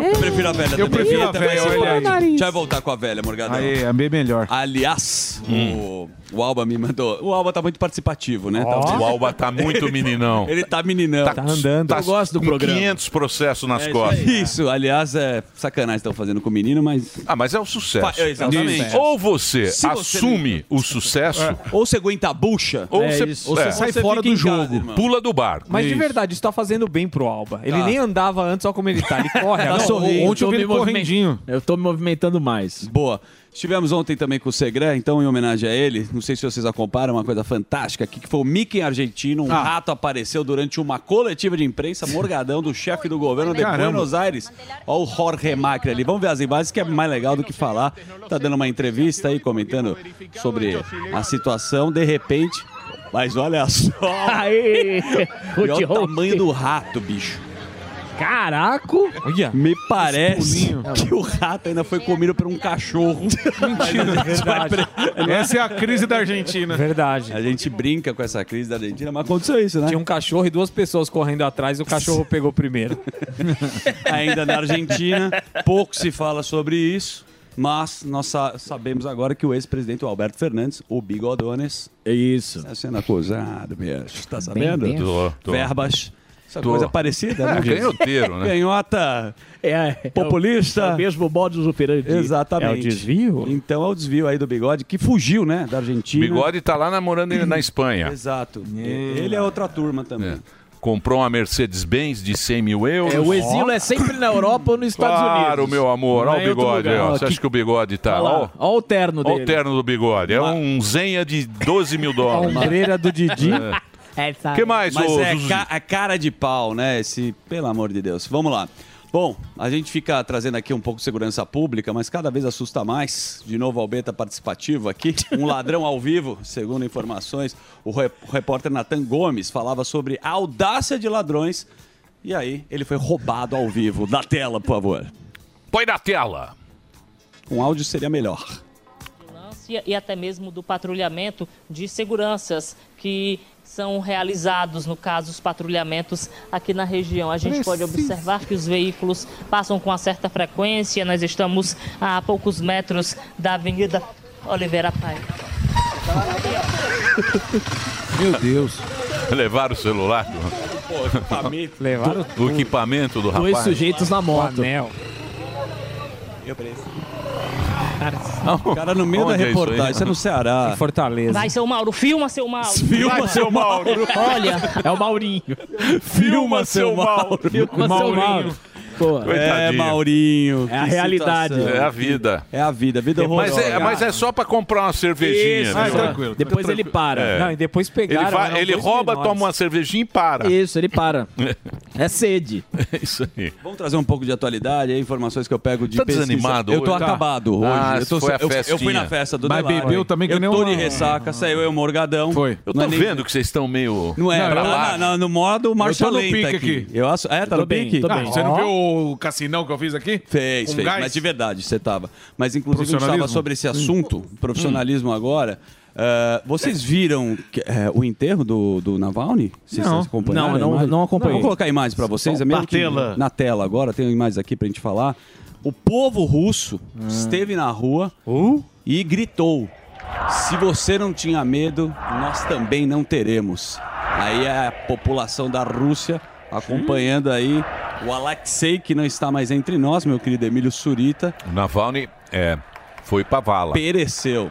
Speaker 12: Eu prefiro a velha
Speaker 8: Eu
Speaker 12: também.
Speaker 8: prefiro a velha,
Speaker 12: Mas
Speaker 8: olha aí.
Speaker 12: A gente vai voltar com a velha, Morgadão.
Speaker 8: Aí, é bem melhor. Hum.
Speaker 12: Aliás, o, o Alba me mandou. O Alba tá muito participativo, né?
Speaker 5: Ó.
Speaker 12: Talvez-
Speaker 5: O Alba tá
Speaker 12: [LAUGHS]
Speaker 5: muito meninão.
Speaker 12: Ele tá meninão.
Speaker 5: Tá andando.
Speaker 12: Eu gosto do
Speaker 5: com
Speaker 12: programa.
Speaker 5: 500 processos nas
Speaker 12: É isso
Speaker 5: costas.
Speaker 12: aí. Isso, aliás, é sacanagem estão fazendo com o menino, mas.
Speaker 5: Ah, mas é o sucesso.
Speaker 12: Fa- exatamente.
Speaker 5: Isso. Ou você
Speaker 12: Se você É.
Speaker 5: assume o sucesso,
Speaker 12: Ou você aguenta a bucha.
Speaker 5: ou você, é.
Speaker 13: fica em casa, irmão.
Speaker 5: pula do barco.
Speaker 13: Mas de
Speaker 5: Isso.
Speaker 13: verdade, isso tá fazendo bem pro Alba. Ele
Speaker 5: Tá.
Speaker 13: nem andava antes, olha como ele tá. Ele
Speaker 5: [LAUGHS]
Speaker 13: corre agora.
Speaker 4: Ontem eu vi ele correndinho.
Speaker 12: Eu tô me movimentando mais. Boa. Estivemos ontem também com o Segré, então em homenagem a ele, não sei se vocês acompanharam uma coisa fantástica aqui, que foi o Mickey argentino, um rato apareceu durante uma coletiva de imprensa, morgadão do chefe do governo de
Speaker 8: Caramba.
Speaker 12: Buenos Aires. Ó o Jorge Macri ali, vamos ver as imagens que é mais legal do que falar. Tá dando uma entrevista aí, comentando sobre a situação, de repente, mas olha só.
Speaker 13: Aê!
Speaker 12: [LAUGHS] E olha o tamanho do rato, bicho.
Speaker 13: Caraca!
Speaker 12: Me parece que o rato ainda foi comido por um cachorro. Mentira,
Speaker 13: Essa é a crise
Speaker 12: da Argentina.
Speaker 13: Verdade.
Speaker 12: A gente brinca com essa crise da Argentina, mas aconteceu isso, né?
Speaker 13: Tinha um cachorro e duas pessoas correndo atrás, o
Speaker 12: [LAUGHS]
Speaker 13: cachorro pegou primeiro.
Speaker 12: ainda na Argentina. Pouco se fala sobre isso, mas nós sa- sabemos agora que o ex-presidente Alberto Fernandes, o Bigodones,
Speaker 4: é isso. Está
Speaker 12: sendo acusado, mesmo. Está
Speaker 5: Bem
Speaker 12: Tá sabendo?
Speaker 5: dentro. Tô, tô.
Speaker 12: Verbas. Essa
Speaker 5: Tô.
Speaker 12: coisa parecida, né?
Speaker 5: É,
Speaker 12: gente?
Speaker 5: canhoteiro, né?
Speaker 12: Ganhota.
Speaker 4: É,
Speaker 12: populista.
Speaker 4: é o mesmo modus operandi.
Speaker 12: Exatamente.
Speaker 4: É o
Speaker 12: desvio? Então é o desvio aí do bigode, que fugiu, né? Da Argentina.
Speaker 5: Bigode tá lá namorando ele na Espanha.
Speaker 12: Exato. Ele é outra turma também.
Speaker 5: É. Comprou uma Mercedes-Benz de 100 mil euros.
Speaker 4: É, o exílio é sempre na Europa ou nos Estados Unidos.
Speaker 5: Claro, meu amor.
Speaker 4: Não
Speaker 5: Olha
Speaker 4: é
Speaker 5: o
Speaker 4: em outro
Speaker 5: bigode aí,
Speaker 4: lugar.
Speaker 5: ó.
Speaker 4: Ó,
Speaker 5: Você acha que o bigode tá?
Speaker 4: Olha
Speaker 5: Olha
Speaker 4: lá, olha o terno
Speaker 5: olha
Speaker 4: dele.
Speaker 5: o terno do bigode. É um zenha de 12 mil dólares. É.
Speaker 13: Essa...
Speaker 5: Que mais,
Speaker 12: Mas
Speaker 5: ô,
Speaker 12: é
Speaker 5: Zuzu?
Speaker 12: ca- a cara de pau, né? Esse, pelo amor de Deus. Vamos lá. Bom, a gente fica trazendo aqui um pouco de segurança pública, mas cada vez assusta mais. De novo, Albeta participativo aqui. Um ladrão ao vivo, segundo informações. O rep- o repórter Natan Gomes falava sobre a audácia de ladrões. E aí, ele foi roubado ao vivo. Da tela, por favor.
Speaker 5: Põe na tela.
Speaker 12: Com áudio seria melhor.
Speaker 11: vigilância e até mesmo do patrulhamento de seguranças que são realizados, no caso, os patrulhamentos aqui na região. A gente pode observar que os veículos passam com uma certa frequência. Nós estamos a poucos metros da Avenida Oliveira Paiva.
Speaker 5: Meu Deus. Levaram o celular. [LAUGHS]
Speaker 12: equipamento.
Speaker 5: Levaram o equipamento do rapaz.
Speaker 4: Dois sujeitos na moto.
Speaker 12: Eu preso. O cara no meio
Speaker 5: Onde
Speaker 12: da
Speaker 5: é isso aí?
Speaker 12: reportagem, isso, é no Ceará.
Speaker 13: Em Fortaleza.
Speaker 2: [LAUGHS]
Speaker 11: Vai, seu Mauro, filma, seu Mauro.
Speaker 12: Filma,
Speaker 11: Vai,
Speaker 12: seu Mauro.
Speaker 11: Olha,
Speaker 4: É o Maurinho.
Speaker 12: Filma, seu Mauro.
Speaker 4: Filma, seu Mauro. Pô.
Speaker 12: É, Maurinho.
Speaker 4: É a
Speaker 12: que
Speaker 4: realidade.
Speaker 12: situação.
Speaker 5: É a vida.
Speaker 12: É a vida, a vida
Speaker 5: Mas
Speaker 12: horrorosa.
Speaker 5: é, mas é só pra comprar uma cervejinha.
Speaker 12: Isso,
Speaker 5: né? É.
Speaker 12: ah, tranquilo. Depois ele para. Não, e né,
Speaker 13: depois pegaram,
Speaker 5: Ele, vai-
Speaker 13: eram
Speaker 5: ele
Speaker 13: dois
Speaker 5: rouba,
Speaker 13: menores.
Speaker 12: Tá
Speaker 5: toma uma cervejinha e para.
Speaker 4: Isso, ele
Speaker 5: [LAUGHS]
Speaker 4: para. É sede.
Speaker 5: Isso aí.
Speaker 12: Vamos trazer um pouco de atualidade, aí, informações que eu pego de
Speaker 5: Tá
Speaker 12: pesquisa.
Speaker 5: desanimado
Speaker 12: Eu tô
Speaker 5: hoje? Tá.
Speaker 12: acabado hoje.
Speaker 5: Ah,
Speaker 12: eu, tô-
Speaker 5: foi a
Speaker 12: eu- eu fui
Speaker 5: festinha.
Speaker 12: na festa do
Speaker 5: Mas
Speaker 12: Delari.
Speaker 5: bebeu também que
Speaker 12: eu
Speaker 5: nem
Speaker 12: tô
Speaker 5: um-
Speaker 12: de ressaca, saiu eu morgadão. Foi.
Speaker 5: Eu tô vendo que vocês estão meio.
Speaker 12: Não é,
Speaker 5: pra
Speaker 12: pra lá,
Speaker 5: baixo.
Speaker 12: não, no modo marcha
Speaker 5: no
Speaker 12: lenta
Speaker 5: pique
Speaker 12: aqui.
Speaker 5: aqui.
Speaker 12: Eu acho, é, tá
Speaker 5: Tô
Speaker 12: no
Speaker 5: bem,
Speaker 12: pique?
Speaker 5: tô
Speaker 12: Ah,
Speaker 5: bem.
Speaker 9: Você não
Speaker 12: Ó.
Speaker 9: viu o cassinão que eu fiz aqui?
Speaker 12: Fez,
Speaker 9: Com
Speaker 12: fez.
Speaker 9: gás?
Speaker 12: Mas de verdade, você tava. Mas inclusive a gente
Speaker 9: Profissionalismo?
Speaker 12: tava sobre esse assunto, profissionalismo agora. Ah, vocês viram que- eh, o enterro do, do Navalny? Vocês
Speaker 4: Não.
Speaker 12: acompanharam
Speaker 4: Não,
Speaker 12: a
Speaker 4: não-
Speaker 12: imagem?
Speaker 4: não acompanhei.
Speaker 12: Vou colocar imagens para vocês.
Speaker 4: Só
Speaker 12: é mesmo
Speaker 4: na
Speaker 12: que-
Speaker 4: tela.
Speaker 12: Na tela agora, tem imagens aqui pra gente falar. O povo russo
Speaker 5: Ah.
Speaker 12: esteve na rua
Speaker 5: Hum?
Speaker 12: e gritou. Se você não tinha medo, nós também não teremos. Aí é a população da Rússia acompanhando aí o Alexei, que não está mais entre nós, meu querido Emílio Surita.
Speaker 5: O Navalny é, foi pra vala.
Speaker 12: Pereceu.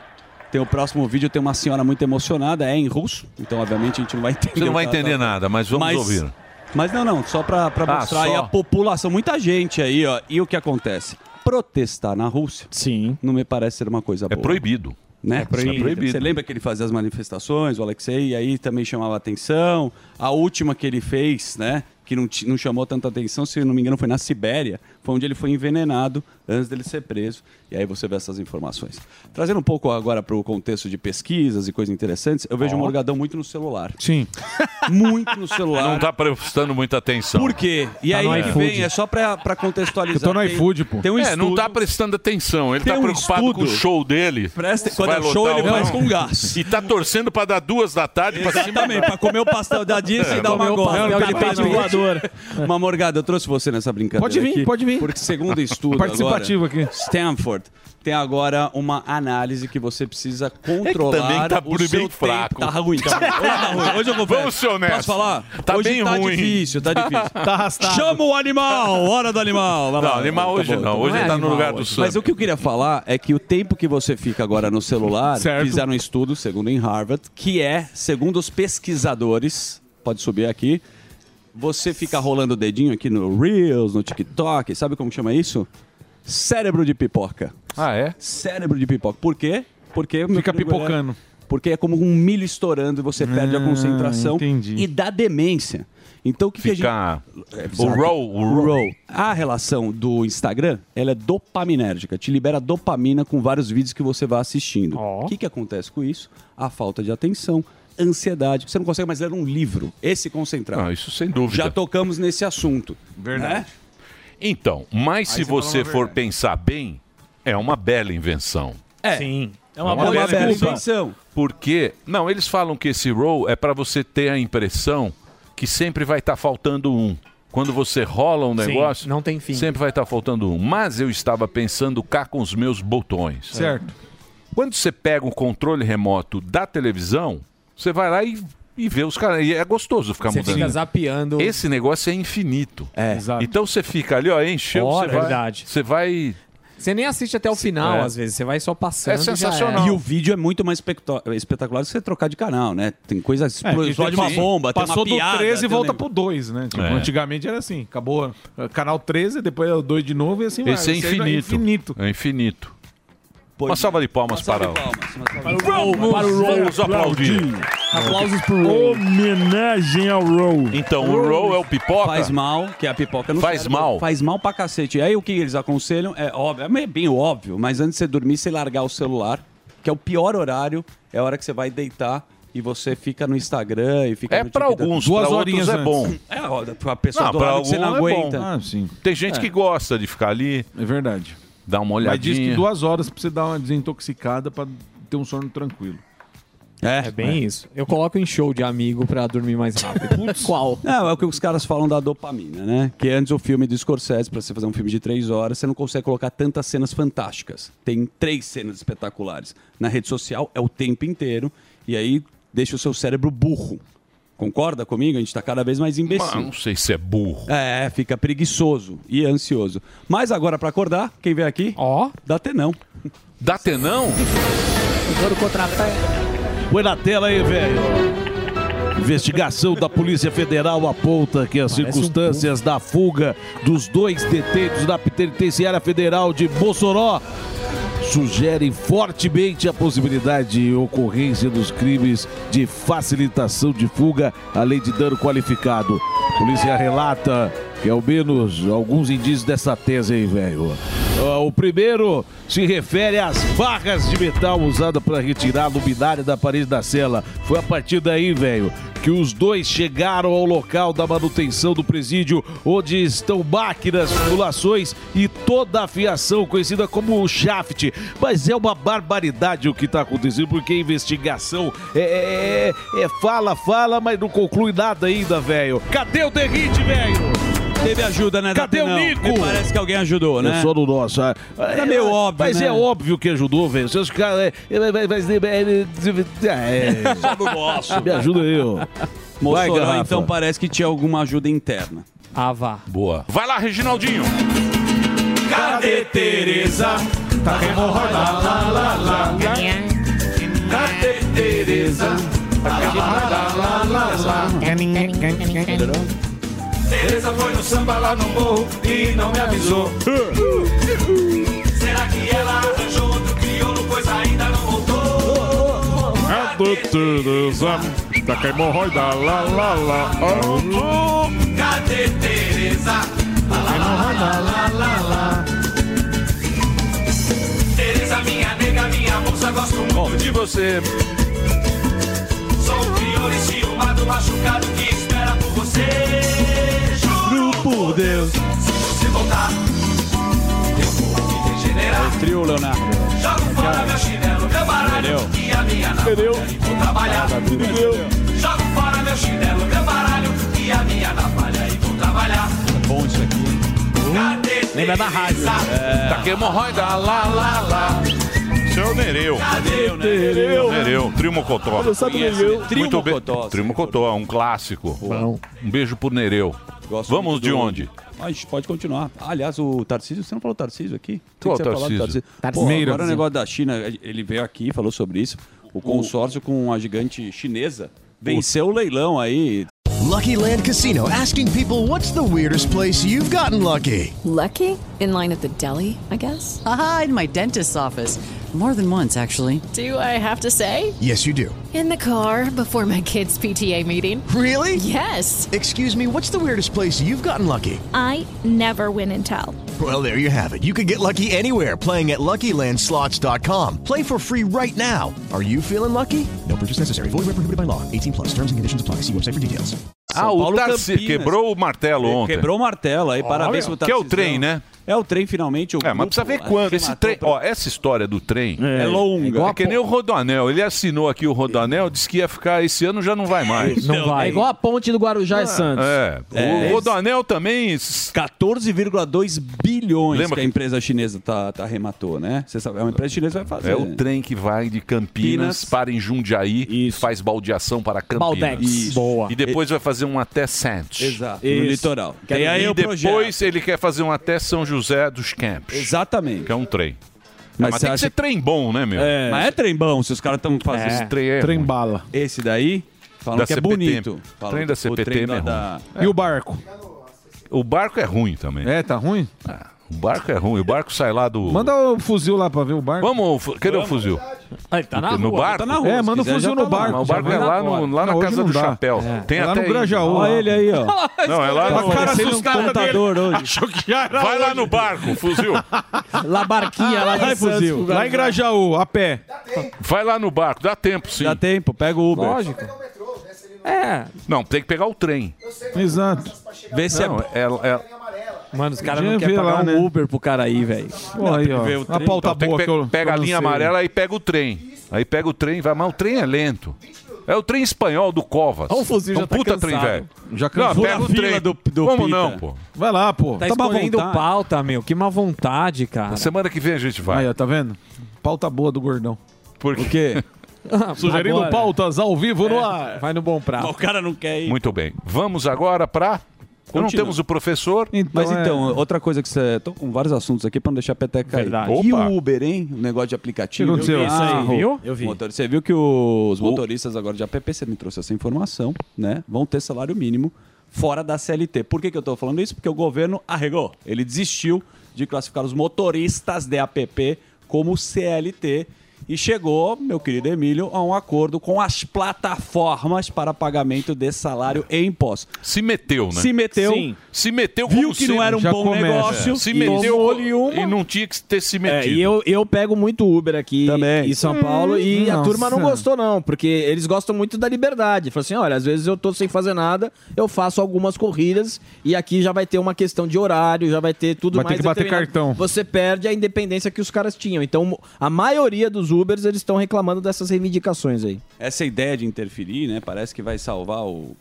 Speaker 12: Tem o próximo vídeo, tem uma senhora muito emocionada, é em russo, então obviamente a gente não vai entender.
Speaker 5: Você não
Speaker 12: o
Speaker 5: vai
Speaker 12: que ela
Speaker 5: entender
Speaker 12: tá-
Speaker 5: nada, mas vamos ouvir.
Speaker 12: Mas não, não, só pra, pra
Speaker 5: Ah,
Speaker 12: mostrar aí
Speaker 5: só.
Speaker 12: a população, muita gente aí, ó. E o que acontece? Protestar na Rússia.
Speaker 4: Sim.
Speaker 12: Não me parece ser uma coisa boa.
Speaker 5: proibido.
Speaker 12: Né?
Speaker 5: É proibido. É proibido.
Speaker 12: Você lembra que ele fazia as manifestações, o Alexei, e aí também chamava atenção. A última que ele fez, né? Que não, ti- não chamou tanta atenção, se eu não me engano, foi na Sibéria, foi onde ele foi envenenado antes dele ser preso. E aí você vê essas informações. Trazendo um pouco agora para o contexto de pesquisas e coisas interessantes, eu vejo
Speaker 5: Ó.
Speaker 12: o Morgadão muito no celular.
Speaker 5: Sim.
Speaker 12: [LAUGHS] Muito no celular.
Speaker 5: Não tá prestando muita atenção.
Speaker 12: Por quê? E aí ele vem, é só pra, pra contextualizar. Tem- Tem um
Speaker 5: é, não
Speaker 12: estudo-
Speaker 5: tá prestando atenção. Ele
Speaker 12: Tem
Speaker 5: tá
Speaker 12: um
Speaker 5: preocupado
Speaker 12: estudo.
Speaker 5: com o show dele.
Speaker 12: Presta-
Speaker 5: Se
Speaker 12: quando
Speaker 5: vai
Speaker 12: é show,
Speaker 5: lotar
Speaker 12: ele
Speaker 5: ou
Speaker 12: faz
Speaker 5: não.
Speaker 12: com gás.
Speaker 5: E tá torcendo pra dar duas da É, tarde pra cima. [LAUGHS]
Speaker 12: Exatamente, pra comer o pastel da Disney e dar uma gorra. Uma morgada, eu trouxe você nessa brincadeira.
Speaker 14: Pode vir,
Speaker 12: aqui,
Speaker 14: pode vir.
Speaker 12: Porque segundo estudo
Speaker 14: Participativo
Speaker 12: agora, aqui. Stanford tem agora uma análise que você precisa controlar.
Speaker 5: É também tá
Speaker 12: o
Speaker 5: bem
Speaker 12: seu
Speaker 5: fraco.
Speaker 12: Tempo. Tá ruim, tá ruim. Hoje tá ruim. Hoje eu vou
Speaker 5: Vamos ser honestos.
Speaker 12: Posso falar?
Speaker 5: Tá
Speaker 12: hoje
Speaker 5: bem
Speaker 12: tá
Speaker 5: ruim.
Speaker 12: difícil, tá
Speaker 14: [LAUGHS]
Speaker 12: difícil.
Speaker 5: Tá arrastado.
Speaker 12: Chama o animal, hora do animal. Vai lá.
Speaker 5: Não, animal hoje
Speaker 12: bom,
Speaker 5: não. Hoje
Speaker 12: bom.
Speaker 5: tá no lugar do Sam.
Speaker 12: Mas o que eu queria falar é que o tempo que você fica agora
Speaker 14: [LAUGHS]
Speaker 12: no celular,
Speaker 5: Certo.
Speaker 12: fizeram um estudo, segundo em Harvard, que é, segundo os pesquisadores, pode subir aqui, você fica rolando o dedinho aqui no Reels, no TikTok, sabe como chama isso? Cérebro de pipoca.
Speaker 5: Ah, é?
Speaker 12: Cérebro de pipoca. Por quê? Porque
Speaker 14: Fica
Speaker 12: meu-
Speaker 14: pipocando.
Speaker 12: Porque é como um milho estourando e você perde a
Speaker 14: Ah,
Speaker 12: concentração
Speaker 14: entendi.
Speaker 12: e dá demência. Então o que, que a gente. É,
Speaker 5: O
Speaker 12: exato.
Speaker 5: roll, o roll.
Speaker 12: Roll. A relação do Instagram, ela é dopaminérgica. Te libera dopamina com vários vídeos que você vai assistindo. O que, que acontece com isso? A falta de atenção, ansiedade. Você não consegue mais ler um livro e se concentrar.
Speaker 5: Não, isso sem dúvida.
Speaker 12: Já tocamos nesse assunto.
Speaker 5: Verdade.
Speaker 12: né?
Speaker 5: Então, mas
Speaker 12: Aí
Speaker 5: se
Speaker 12: você falou
Speaker 5: você
Speaker 12: uma
Speaker 5: for pensar bem, é uma bela invenção.
Speaker 12: É.
Speaker 15: Sim.
Speaker 12: É uma boa invenção.
Speaker 5: Porque, não, eles falam que esse roll é para você ter a impressão que sempre vai estar faltando um. Quando você rola um
Speaker 2: Sim,
Speaker 5: negócio,
Speaker 2: não tem fim.
Speaker 5: sempre vai estar faltando um. Mas eu estava pensando cá com os meus botões.
Speaker 2: É.
Speaker 14: Certo.
Speaker 5: Quando você pega um controle remoto da televisão, você vai lá e, e vê os caras. E é gostoso ficar
Speaker 2: Você
Speaker 5: mudando.
Speaker 2: fica zapeando.
Speaker 5: Esse negócio é infinito.
Speaker 12: É.
Speaker 5: Então você fica ali, ó, encheu,
Speaker 2: Ora,
Speaker 5: você vai.
Speaker 2: verdade.
Speaker 5: Você vai.
Speaker 2: Você nem assiste até o final,
Speaker 5: É.
Speaker 2: às vezes. Você vai só passando.
Speaker 5: É sensacional.
Speaker 2: E já
Speaker 12: E
Speaker 2: era.
Speaker 12: o vídeo é muito mais espectó- espetacular se você trocar de canal, né? Tem coisa, explode uma bomba, tem
Speaker 14: É, Passou
Speaker 12: uma piada,
Speaker 14: do 13 e
Speaker 12: tem um
Speaker 14: volta pro 2, né? Tipo,
Speaker 12: É.
Speaker 14: Antigamente era assim, acabou eh, canal 13, depois é o 2 de novo e assim
Speaker 5: Esse é
Speaker 14: Isso aí
Speaker 5: infinito. É infinito. uma salva de palmas para o.
Speaker 16: Vamos,
Speaker 5: Para o Roll. Vamos aplaudir.
Speaker 16: Aplausos pro Roll. Homenagem ao Roll.
Speaker 5: Então, o roll é o pipoca?
Speaker 12: Faz mal, que é a pipoca no
Speaker 5: Faz
Speaker 12: cérebro.
Speaker 5: mal?
Speaker 12: Faz mal pra cacete. E aí o que eles aconselham é óbvio, é bem óbvio, mas antes de você dormir, você largar o celular, que é o pior horário, é a hora que você vai deitar e você fica no Instagram e fica
Speaker 5: É
Speaker 12: no
Speaker 5: pra
Speaker 12: TikTok.
Speaker 5: alguns, Duas pra outros horinhas é antes. bom.
Speaker 12: É, ó, a pessoa
Speaker 5: Não,
Speaker 12: do
Speaker 5: pra
Speaker 12: lado que você não
Speaker 5: algum é bom.
Speaker 12: aguenta.
Speaker 5: Ah, Tem gente
Speaker 12: É.
Speaker 5: que gosta de ficar ali.
Speaker 14: É verdade.
Speaker 5: Dá uma olhadinha.
Speaker 14: Mas diz que duas horas pra você dar uma desintoxicada pra ter um sono tranquilo.
Speaker 12: É,
Speaker 2: bem
Speaker 14: é.
Speaker 2: isso. Eu coloco em show de amigo pra dormir mais
Speaker 12: [LAUGHS]
Speaker 2: rápido. Qual?
Speaker 12: Não, é o que os caras falam da dopamina, né? Que antes o filme do Scorsese, pra você fazer um filme de três horas, você não consegue colocar tantas cenas fantásticas. Tem três cenas espetaculares. Na rede social é o tempo inteiro. E aí deixa o seu cérebro burro. Concorda comigo? A gente tá cada vez mais
Speaker 5: Ah,
Speaker 12: imbecil.
Speaker 5: não sei se é burro.
Speaker 12: É, fica preguiçoso e ansioso. Mas agora, pra acordar, quem vem aqui?
Speaker 2: Ó.
Speaker 12: Dá tenão.
Speaker 5: Dá tenão?
Speaker 12: Agora o contrapé.
Speaker 9: Põe na tela aí, velho. Investigação da Polícia Federal aponta que as circunstâncias da fuga dos dois detentos da Penitenciária Federal de Mossoró sugerem fortemente a possibilidade de ocorrência dos crimes de facilitação de fuga, além de dano qualificado. A polícia relata que ao menos alguns indícios dessa tese aí, velho. Ah, O primeiro se refere às barras de metal usadas para retirar a luminária da parede da cela. Foi a partir daí, velho, que os dois chegaram ao local da manutenção do presídio, onde estão máquinas, tubulações e toda a fiação conhecida como o shaft. Mas é uma barbaridade o que está acontecendo, porque a investigação é, é- é fala, fala, mas não conclui nada ainda, velho. Cadê o Derrite, velho?
Speaker 12: Teve ajuda, né?
Speaker 9: Cadê o
Speaker 12: Não,
Speaker 9: Nico?
Speaker 12: me parece que alguém ajudou, né?
Speaker 9: É só no nosso. ah.
Speaker 12: Era meio óbvio,
Speaker 9: Mas
Speaker 12: né?
Speaker 9: é óbvio que ajudou, velho. Seus caras. é, é, é, mas- é, é,
Speaker 12: [LAUGHS]
Speaker 9: é, é.
Speaker 12: Só no nosso.
Speaker 9: Me ajuda aí, ó. Vai,
Speaker 12: Mossoró,
Speaker 9: Garrafa.
Speaker 12: então parece que tinha alguma ajuda interna.
Speaker 2: Ah, vá.
Speaker 5: Boa. Vai lá, Reginaldinho.
Speaker 1: Cadê Tereza? Tá hemorroida, lá, lá, lá. Cadê Tereza? Tá hemorroida, lá, lá, lá. Tereza foi no samba lá no morro e não me avisou. Será que ela arranjou outro crioulo, pois ainda não voltou?
Speaker 14: do tudo, zap, da que hemorroida, lá, lá, lá, ó.
Speaker 1: Cadê Tereza? Lá, lá, lá, lá, lá, lá. Tereza, minha nega, minha moça, gosto muito de você. Sou um prior enciumado, machucado que espera por você. Juro por Deus. Se você voltar, eu vou me regenerar.
Speaker 12: Trio, Leonardo.
Speaker 1: Jogo fora meu chinelo, meu baralho
Speaker 12: Entendeu?
Speaker 1: e a minha namorada. E vou trabalhar. Jogo fora meu chinelo, meu baralho e a minha navalha. E vou trabalhar.
Speaker 12: É bom isso aqui.
Speaker 1: Cadê
Speaker 12: Lembra da rádio.
Speaker 8: né?
Speaker 12: É.
Speaker 5: Tá que hemorroida, lá, lá, lá. Seu Nereu.
Speaker 1: Nereu, né?
Speaker 5: Nereu. Nereu. Trimocotó.
Speaker 1: Quando sabe Nereu.
Speaker 5: Muito bem. Trimocotó, um clássico. Um beijo pro Nereu. Vamos
Speaker 12: muito
Speaker 5: de
Speaker 12: do-
Speaker 5: onde?
Speaker 12: Mas Ah, pode continuar. Aliás, o Tarcísio, você não falou Tarcísio aqui?
Speaker 5: Qual
Speaker 12: Tem que ser falado
Speaker 5: Tarcísio?
Speaker 12: Pô,
Speaker 5: Tarcísio.
Speaker 12: agora o negócio da China, ele veio aqui e falou sobre isso. O consórcio com a gigante chinesa venceu o leilão aí.
Speaker 6: Lucky Land Casino asking people what's the weirdest place you've gotten lucky?
Speaker 17: Lucky? In line at the deli, I guess? Aha, in my dentist's office. More than once, actually.
Speaker 18: Do I have to say?
Speaker 6: Yes, you do.
Speaker 18: In the car before my kids' PTA meeting.
Speaker 6: Really?
Speaker 18: Yes.
Speaker 6: Excuse me, what's the weirdest place you've gotten lucky?
Speaker 19: I never win and tell.
Speaker 6: Well, there you have it. You can get lucky anywhere playing at LuckyLandSlots.com. Play for free right now. Are you feeling lucky? No purchase necessary. Void where prohibited by law. 18 plus. Terms and conditions apply. See website for details.
Speaker 5: Ah, o Tarcísio quebrou o martelo
Speaker 12: Ele
Speaker 5: ontem.
Speaker 12: Quebrou o martelo aí,
Speaker 5: Olha.
Speaker 12: parabéns pro
Speaker 5: Que é o
Speaker 12: Tarcísio.
Speaker 5: trem, né?
Speaker 12: É o trem, finalmente. O
Speaker 5: É, mas precisa ver quando. Esse trem, ó, essa história do trem
Speaker 12: É longa.
Speaker 5: É, que nem o Rodoanel. Ele assinou aqui o Rodoanel, disse que ia ficar esse ano, já não vai mais.
Speaker 4: É igual a ponte do Guarujá e Santos.
Speaker 5: É.
Speaker 12: É.
Speaker 5: O Rodoanel também.
Speaker 12: 14,2 bilhões
Speaker 5: Lembra
Speaker 12: que a empresa chinesa tá, tá arrematou, né? Você sabe, é uma empresa chinesa que vai fazer.
Speaker 5: É o trem que vai de Campinas,
Speaker 12: Pinas.
Speaker 5: para em Jundiaí, faz baldeação para Campinas.
Speaker 12: Baldex. Isso.
Speaker 5: Boa. E depois vai fazer um até Santos.
Speaker 12: Exato. No litoral.
Speaker 5: E,
Speaker 12: Tem aí o
Speaker 5: depois
Speaker 12: projeto.
Speaker 5: ele quer fazer um até São José dos Campos.
Speaker 12: Exatamente.
Speaker 5: Que é um trem.
Speaker 12: Mas
Speaker 5: Mas,
Speaker 12: você
Speaker 5: tem que
Speaker 12: acha
Speaker 5: ser trem bom, né, meu?
Speaker 12: É. Mas é trem bom, se os caras estão fazendo
Speaker 5: É. Trem
Speaker 12: ruim.
Speaker 5: bala.
Speaker 12: Esse daí, falam
Speaker 5: Da
Speaker 12: que
Speaker 5: CPT.
Speaker 12: é bonito. Falam
Speaker 5: Trem da
Speaker 12: que o
Speaker 5: CPT
Speaker 12: trem
Speaker 5: é ruim.
Speaker 12: É.
Speaker 5: E o barco? O barco é ruim também. É, tá ruim? o barco é ruim. O barco sai lá do...
Speaker 9: Manda o fuzil lá pra ver o barco.
Speaker 5: Vamos, fu- cadê o
Speaker 9: Vamos.
Speaker 5: fuzil?
Speaker 9: tá na
Speaker 5: no
Speaker 9: rua,
Speaker 5: barco?
Speaker 9: tá na rua. É, manda o
Speaker 5: Se quiser,
Speaker 9: fuzil
Speaker 5: já
Speaker 9: no
Speaker 5: lá.
Speaker 9: barco,
Speaker 5: Mas O
Speaker 9: já
Speaker 5: barco
Speaker 9: vai
Speaker 5: é
Speaker 9: lá
Speaker 5: lá,
Speaker 9: fora.
Speaker 5: no, lá na
Speaker 9: Não, hoje
Speaker 5: casa
Speaker 9: não
Speaker 5: do
Speaker 9: dá.
Speaker 5: chapéu.
Speaker 9: É.
Speaker 5: Tem
Speaker 9: É lá
Speaker 5: até
Speaker 9: no Grajaú, lá.
Speaker 5: Olha
Speaker 9: Ele aí, ó.
Speaker 5: Não, é lá
Speaker 9: Tá
Speaker 5: no
Speaker 9: parecendo um contador
Speaker 5: dele.
Speaker 9: hoje.
Speaker 5: Achou que já era Vai lá no barco, fuzil.
Speaker 4: Lá barquinha, lá
Speaker 9: Vai,
Speaker 4: de Santos.
Speaker 9: fuzil. Lá em Grajaú, a pé.
Speaker 5: Vai lá no barco, dá tempo sim. Dá
Speaker 12: tempo, pega o Uber.
Speaker 5: Lógico. É. Não, tem que pegar o trem.
Speaker 9: Exato.
Speaker 12: Vê se é
Speaker 5: Não,
Speaker 12: bom.
Speaker 5: é, é...
Speaker 13: Mano, os caras
Speaker 5: Podia
Speaker 13: não querem
Speaker 5: ver
Speaker 13: pagar
Speaker 5: lá,
Speaker 13: um
Speaker 5: né?
Speaker 13: Uber pro cara aí, velho.
Speaker 5: Pô, aí, ó. A pauta boa Então, que eu- Pega a linha amarela e pega o trem. Aí pega o trem, vai, mas o trem é lento. É o trem espanhol do Covas.
Speaker 9: Ó, o fuzil
Speaker 5: É um
Speaker 9: já tá
Speaker 5: puta
Speaker 9: cansado.
Speaker 5: trem, velho.
Speaker 9: Já cansou.
Speaker 5: Não, pega
Speaker 9: Na
Speaker 5: o
Speaker 9: fila
Speaker 5: trem.
Speaker 9: do- do
Speaker 5: Vamos
Speaker 9: Pita.
Speaker 5: não,
Speaker 2: [LAUGHS]
Speaker 5: pô.
Speaker 9: Vai lá, pô.
Speaker 13: Tá
Speaker 9: má
Speaker 13: escolhendo
Speaker 9: vontade.
Speaker 13: pauta, meu. Que má vontade, cara.
Speaker 5: Semana que vem a gente vai.
Speaker 9: Aí, ó, tá vendo? Pauta boa do gordão.
Speaker 5: Por
Speaker 9: quê? Sugerindo
Speaker 5: Agora.
Speaker 9: pautas ao vivo no
Speaker 5: É,
Speaker 9: ar.
Speaker 13: Vai no bom prato.
Speaker 12: O cara não quer ir.
Speaker 5: Muito bem. Vamos agora pra... Não
Speaker 12: Continua.
Speaker 5: temos o professor.
Speaker 12: Mas então, outra coisa que você. Tô com vários assuntos aqui pra não deixar a peteca cair.
Speaker 5: Verdade.
Speaker 12: E
Speaker 5: Opa.
Speaker 12: o Uber, hein? O negócio de aplicativo.
Speaker 5: O que aconteceu?
Speaker 12: Eu vi isso aí,
Speaker 5: Ah,
Speaker 12: viu?
Speaker 5: eu vi.
Speaker 12: Motor- Você viu que os motoristas agora de app, você me trouxe essa informação, né? Vão ter salário mínimo fora da CLT. Por que, que eu tô falando isso? Porque o governo arregou. Ele desistiu de classificar os motoristas de app como CLT. E chegou, meu querido Emílio, a um acordo com as plataformas para pagamento de salário e impostos.
Speaker 5: Se meteu, né?
Speaker 12: Se meteu.
Speaker 5: Sim. Se meteu
Speaker 12: Viu
Speaker 5: como
Speaker 12: que não
Speaker 5: sempre.
Speaker 12: era um
Speaker 5: Já
Speaker 12: bom
Speaker 5: começa.
Speaker 12: negócio.
Speaker 5: É. Se
Speaker 12: e
Speaker 5: meteu
Speaker 12: tomou-
Speaker 5: e não tinha que ter se
Speaker 4: É,
Speaker 5: metido.
Speaker 4: e eu, eu pego muito Uber aqui em São Paulo e a
Speaker 5: nossa.
Speaker 4: turma não gostou, não, porque eles gostam muito da liberdade. Fala assim: olha, às vezes eu tô sem fazer nada, eu faço algumas corridas e aqui já vai ter uma questão de horário, já vai ter tudo
Speaker 9: Vai ter
Speaker 4: mais.
Speaker 9: que bater
Speaker 4: determinado.
Speaker 9: cartão.
Speaker 4: Você perde a independência que os caras tinham. Então, a maioria dos Ubers eles estão reclamando dessas reivindicações aí.
Speaker 12: Essa ideia de interferir, né? Parece que vai salvar o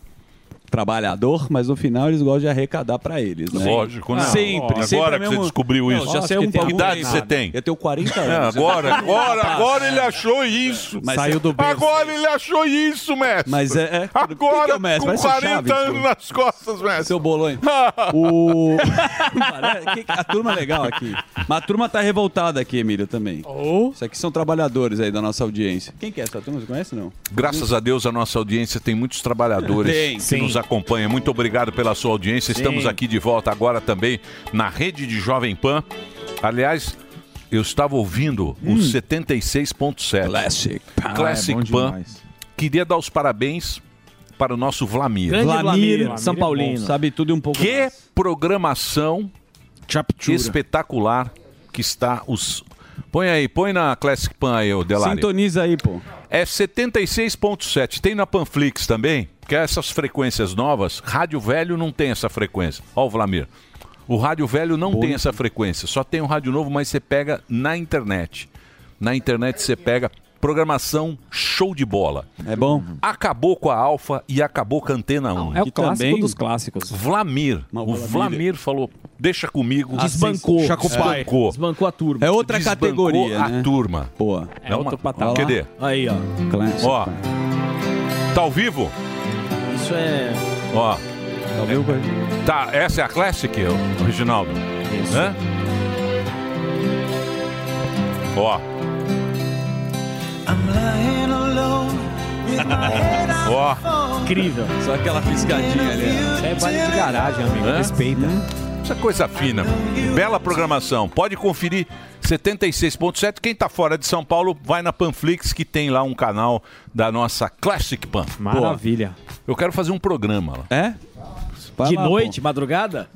Speaker 12: trabalhador, mas no final eles gostam de arrecadar pra eles, né?
Speaker 5: Lógico, né?
Speaker 12: Sempre.
Speaker 5: Agora
Speaker 12: sempre
Speaker 5: que
Speaker 12: mesmo-
Speaker 5: você descobriu
Speaker 12: Não,
Speaker 5: isso.
Speaker 12: Já sei um
Speaker 5: Que
Speaker 12: pouco
Speaker 5: idade
Speaker 12: errado.
Speaker 5: você tem?
Speaker 12: Eu tenho 40
Speaker 5: É,
Speaker 12: anos. Tá,
Speaker 5: agora, agora, agora ele
Speaker 12: É.
Speaker 5: achou isso.
Speaker 12: Mas Saiu do berço.
Speaker 5: Agora ele achou isso, mestre.
Speaker 12: Mas é- é- Quem que é
Speaker 5: Agora,
Speaker 12: o mestre?
Speaker 5: com
Speaker 12: Parece o
Speaker 5: 40
Speaker 12: Chaves,
Speaker 5: anos
Speaker 12: pô.
Speaker 5: nas costas, mestre.
Speaker 12: Seu bolonho.
Speaker 5: [LAUGHS]
Speaker 12: o... [LAUGHS] Parece- que- a turma é legal aqui. Mas a turma tá revoltada aqui, Emílio, também. Isso aqui são trabalhadores aí da nossa audiência. Quem que é essa turma? Você conhece, não?
Speaker 5: Graças a Deus, a nossa audiência tem muitos trabalhadores
Speaker 12: Tem,
Speaker 5: que
Speaker 12: sim.
Speaker 5: nos acompanham. Muito obrigado pela sua audiência. Estamos
Speaker 12: Sim.
Speaker 5: aqui de volta agora também na rede de Jovem Pan. Aliás, eu estava ouvindo o 76.7. Classic Pan. Classic
Speaker 1: Ah, é bom
Speaker 5: Pan.
Speaker 1: demais.
Speaker 5: Queria dar os parabéns para o nosso Vlamir.
Speaker 4: Grande Vlamir, Vlamir São é bom, Paulino.
Speaker 5: sabe tudo um pouco Que programação espetacular que está os... Põe aí, põe na Classic Pan aí, ô Delari.
Speaker 12: Sintoniza aí, pô.
Speaker 5: É 76.7. Tem na Panflix também, que é essas frequências novas. Rádio Velho não tem essa frequência. Ó, o Vlamir. O Rádio Velho não tem essa frequência. Só tem o Rádio Novo, mas você pega na internet. Na internet você pega programação show de bola. É bom. Acabou com a Alfa e acabou com a Antena 1.
Speaker 13: é o Que clássico também- dos
Speaker 5: clássicos. Vlamir. o
Speaker 13: Vlamir.
Speaker 5: Vlamir falou, deixa comigo.
Speaker 4: Desbancou.
Speaker 5: Chacopai. Ah, Desbancou.
Speaker 4: Desbancou a turma.
Speaker 5: É outra categoria, a
Speaker 4: né?
Speaker 5: turma. Boa.
Speaker 4: É outro patamar.
Speaker 5: Cadê?
Speaker 4: Aí, ó.
Speaker 5: Ó. Tá ao vivo?
Speaker 4: Isso é.
Speaker 5: Ó. Tá ao vivo, Tá, essa é a Classic, ô, Reginaldo? Isso. Ó. Ó.
Speaker 4: Incrível.
Speaker 12: Só aquela piscadinha ali. né?
Speaker 13: É baile de garagem, amigo.
Speaker 5: Hã?
Speaker 13: Respeita.
Speaker 5: Isso é coisa fina. Bela programação. Pode conferir 76.7. Quem tá fora de São Paulo, vai na Panflix, que tem lá um canal da nossa Classic Pan.
Speaker 13: Maravilha.
Speaker 5: Pô, eu quero fazer um programa lá. É?
Speaker 4: De noite, madrugada?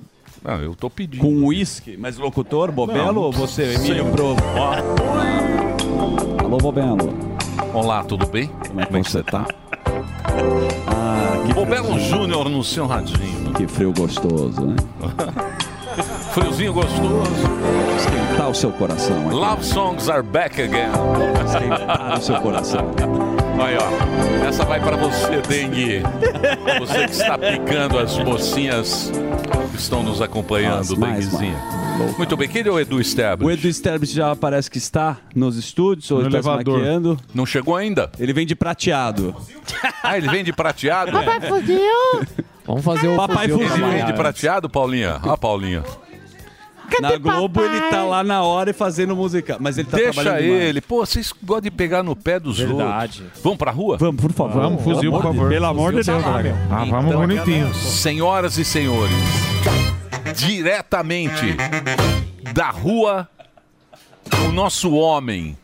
Speaker 5: Não, eu tô pedindo.
Speaker 12: Com uísque, mas locutor, Bobelo
Speaker 5: Não.
Speaker 12: ou você, Emílio
Speaker 5: Sim.
Speaker 12: Provo? Alô, Bobelo.
Speaker 5: Olá, tudo bem? Como é que você tá?
Speaker 12: Ah,
Speaker 5: O Belo Júnior no seu radinho.
Speaker 12: Que frio gostoso, né?
Speaker 5: Friozinho gostoso.
Speaker 12: Esquentar Tá o seu coração. hein?
Speaker 5: Love songs are back again.
Speaker 12: Esquentar o seu coração.
Speaker 5: Aí, ó. Essa vai pra você, Dengue. Você que está picando as mocinhas que estão nos acompanhando,
Speaker 12: Mas, mas,
Speaker 5: Denguezinha. Muito bem. Quem é o Edu Sterblich?
Speaker 12: O Edu Sterbich já parece que está nos estúdios, ou
Speaker 5: No
Speaker 12: está se
Speaker 5: elevador.
Speaker 12: maquiando.
Speaker 5: Não chegou ainda?
Speaker 12: Ele vem de prateado.
Speaker 5: Ah, ele vem de prateado?
Speaker 13: Vamos fazer o
Speaker 12: Papai
Speaker 13: fuzil
Speaker 5: Ele vem de
Speaker 13: trabalhar.
Speaker 5: prateado, Paulinha? Ó, Paulinha.
Speaker 12: Na Globo ele tá lá na hora e fazendo música. Mas ele tá
Speaker 5: Deixa
Speaker 12: trabalhando demais.
Speaker 5: ele. Pô, vocês gostam de pegar no pé dos
Speaker 12: Verdade.
Speaker 5: outros. Vamos pra rua?
Speaker 12: Vamos, por favor.
Speaker 5: Vamos,
Speaker 20: fuzil, por favor. Pelo amor de Deus, Braga. Ah, vamos bonitinho.
Speaker 5: Senhoras e senhores, diretamente da rua, o nosso homem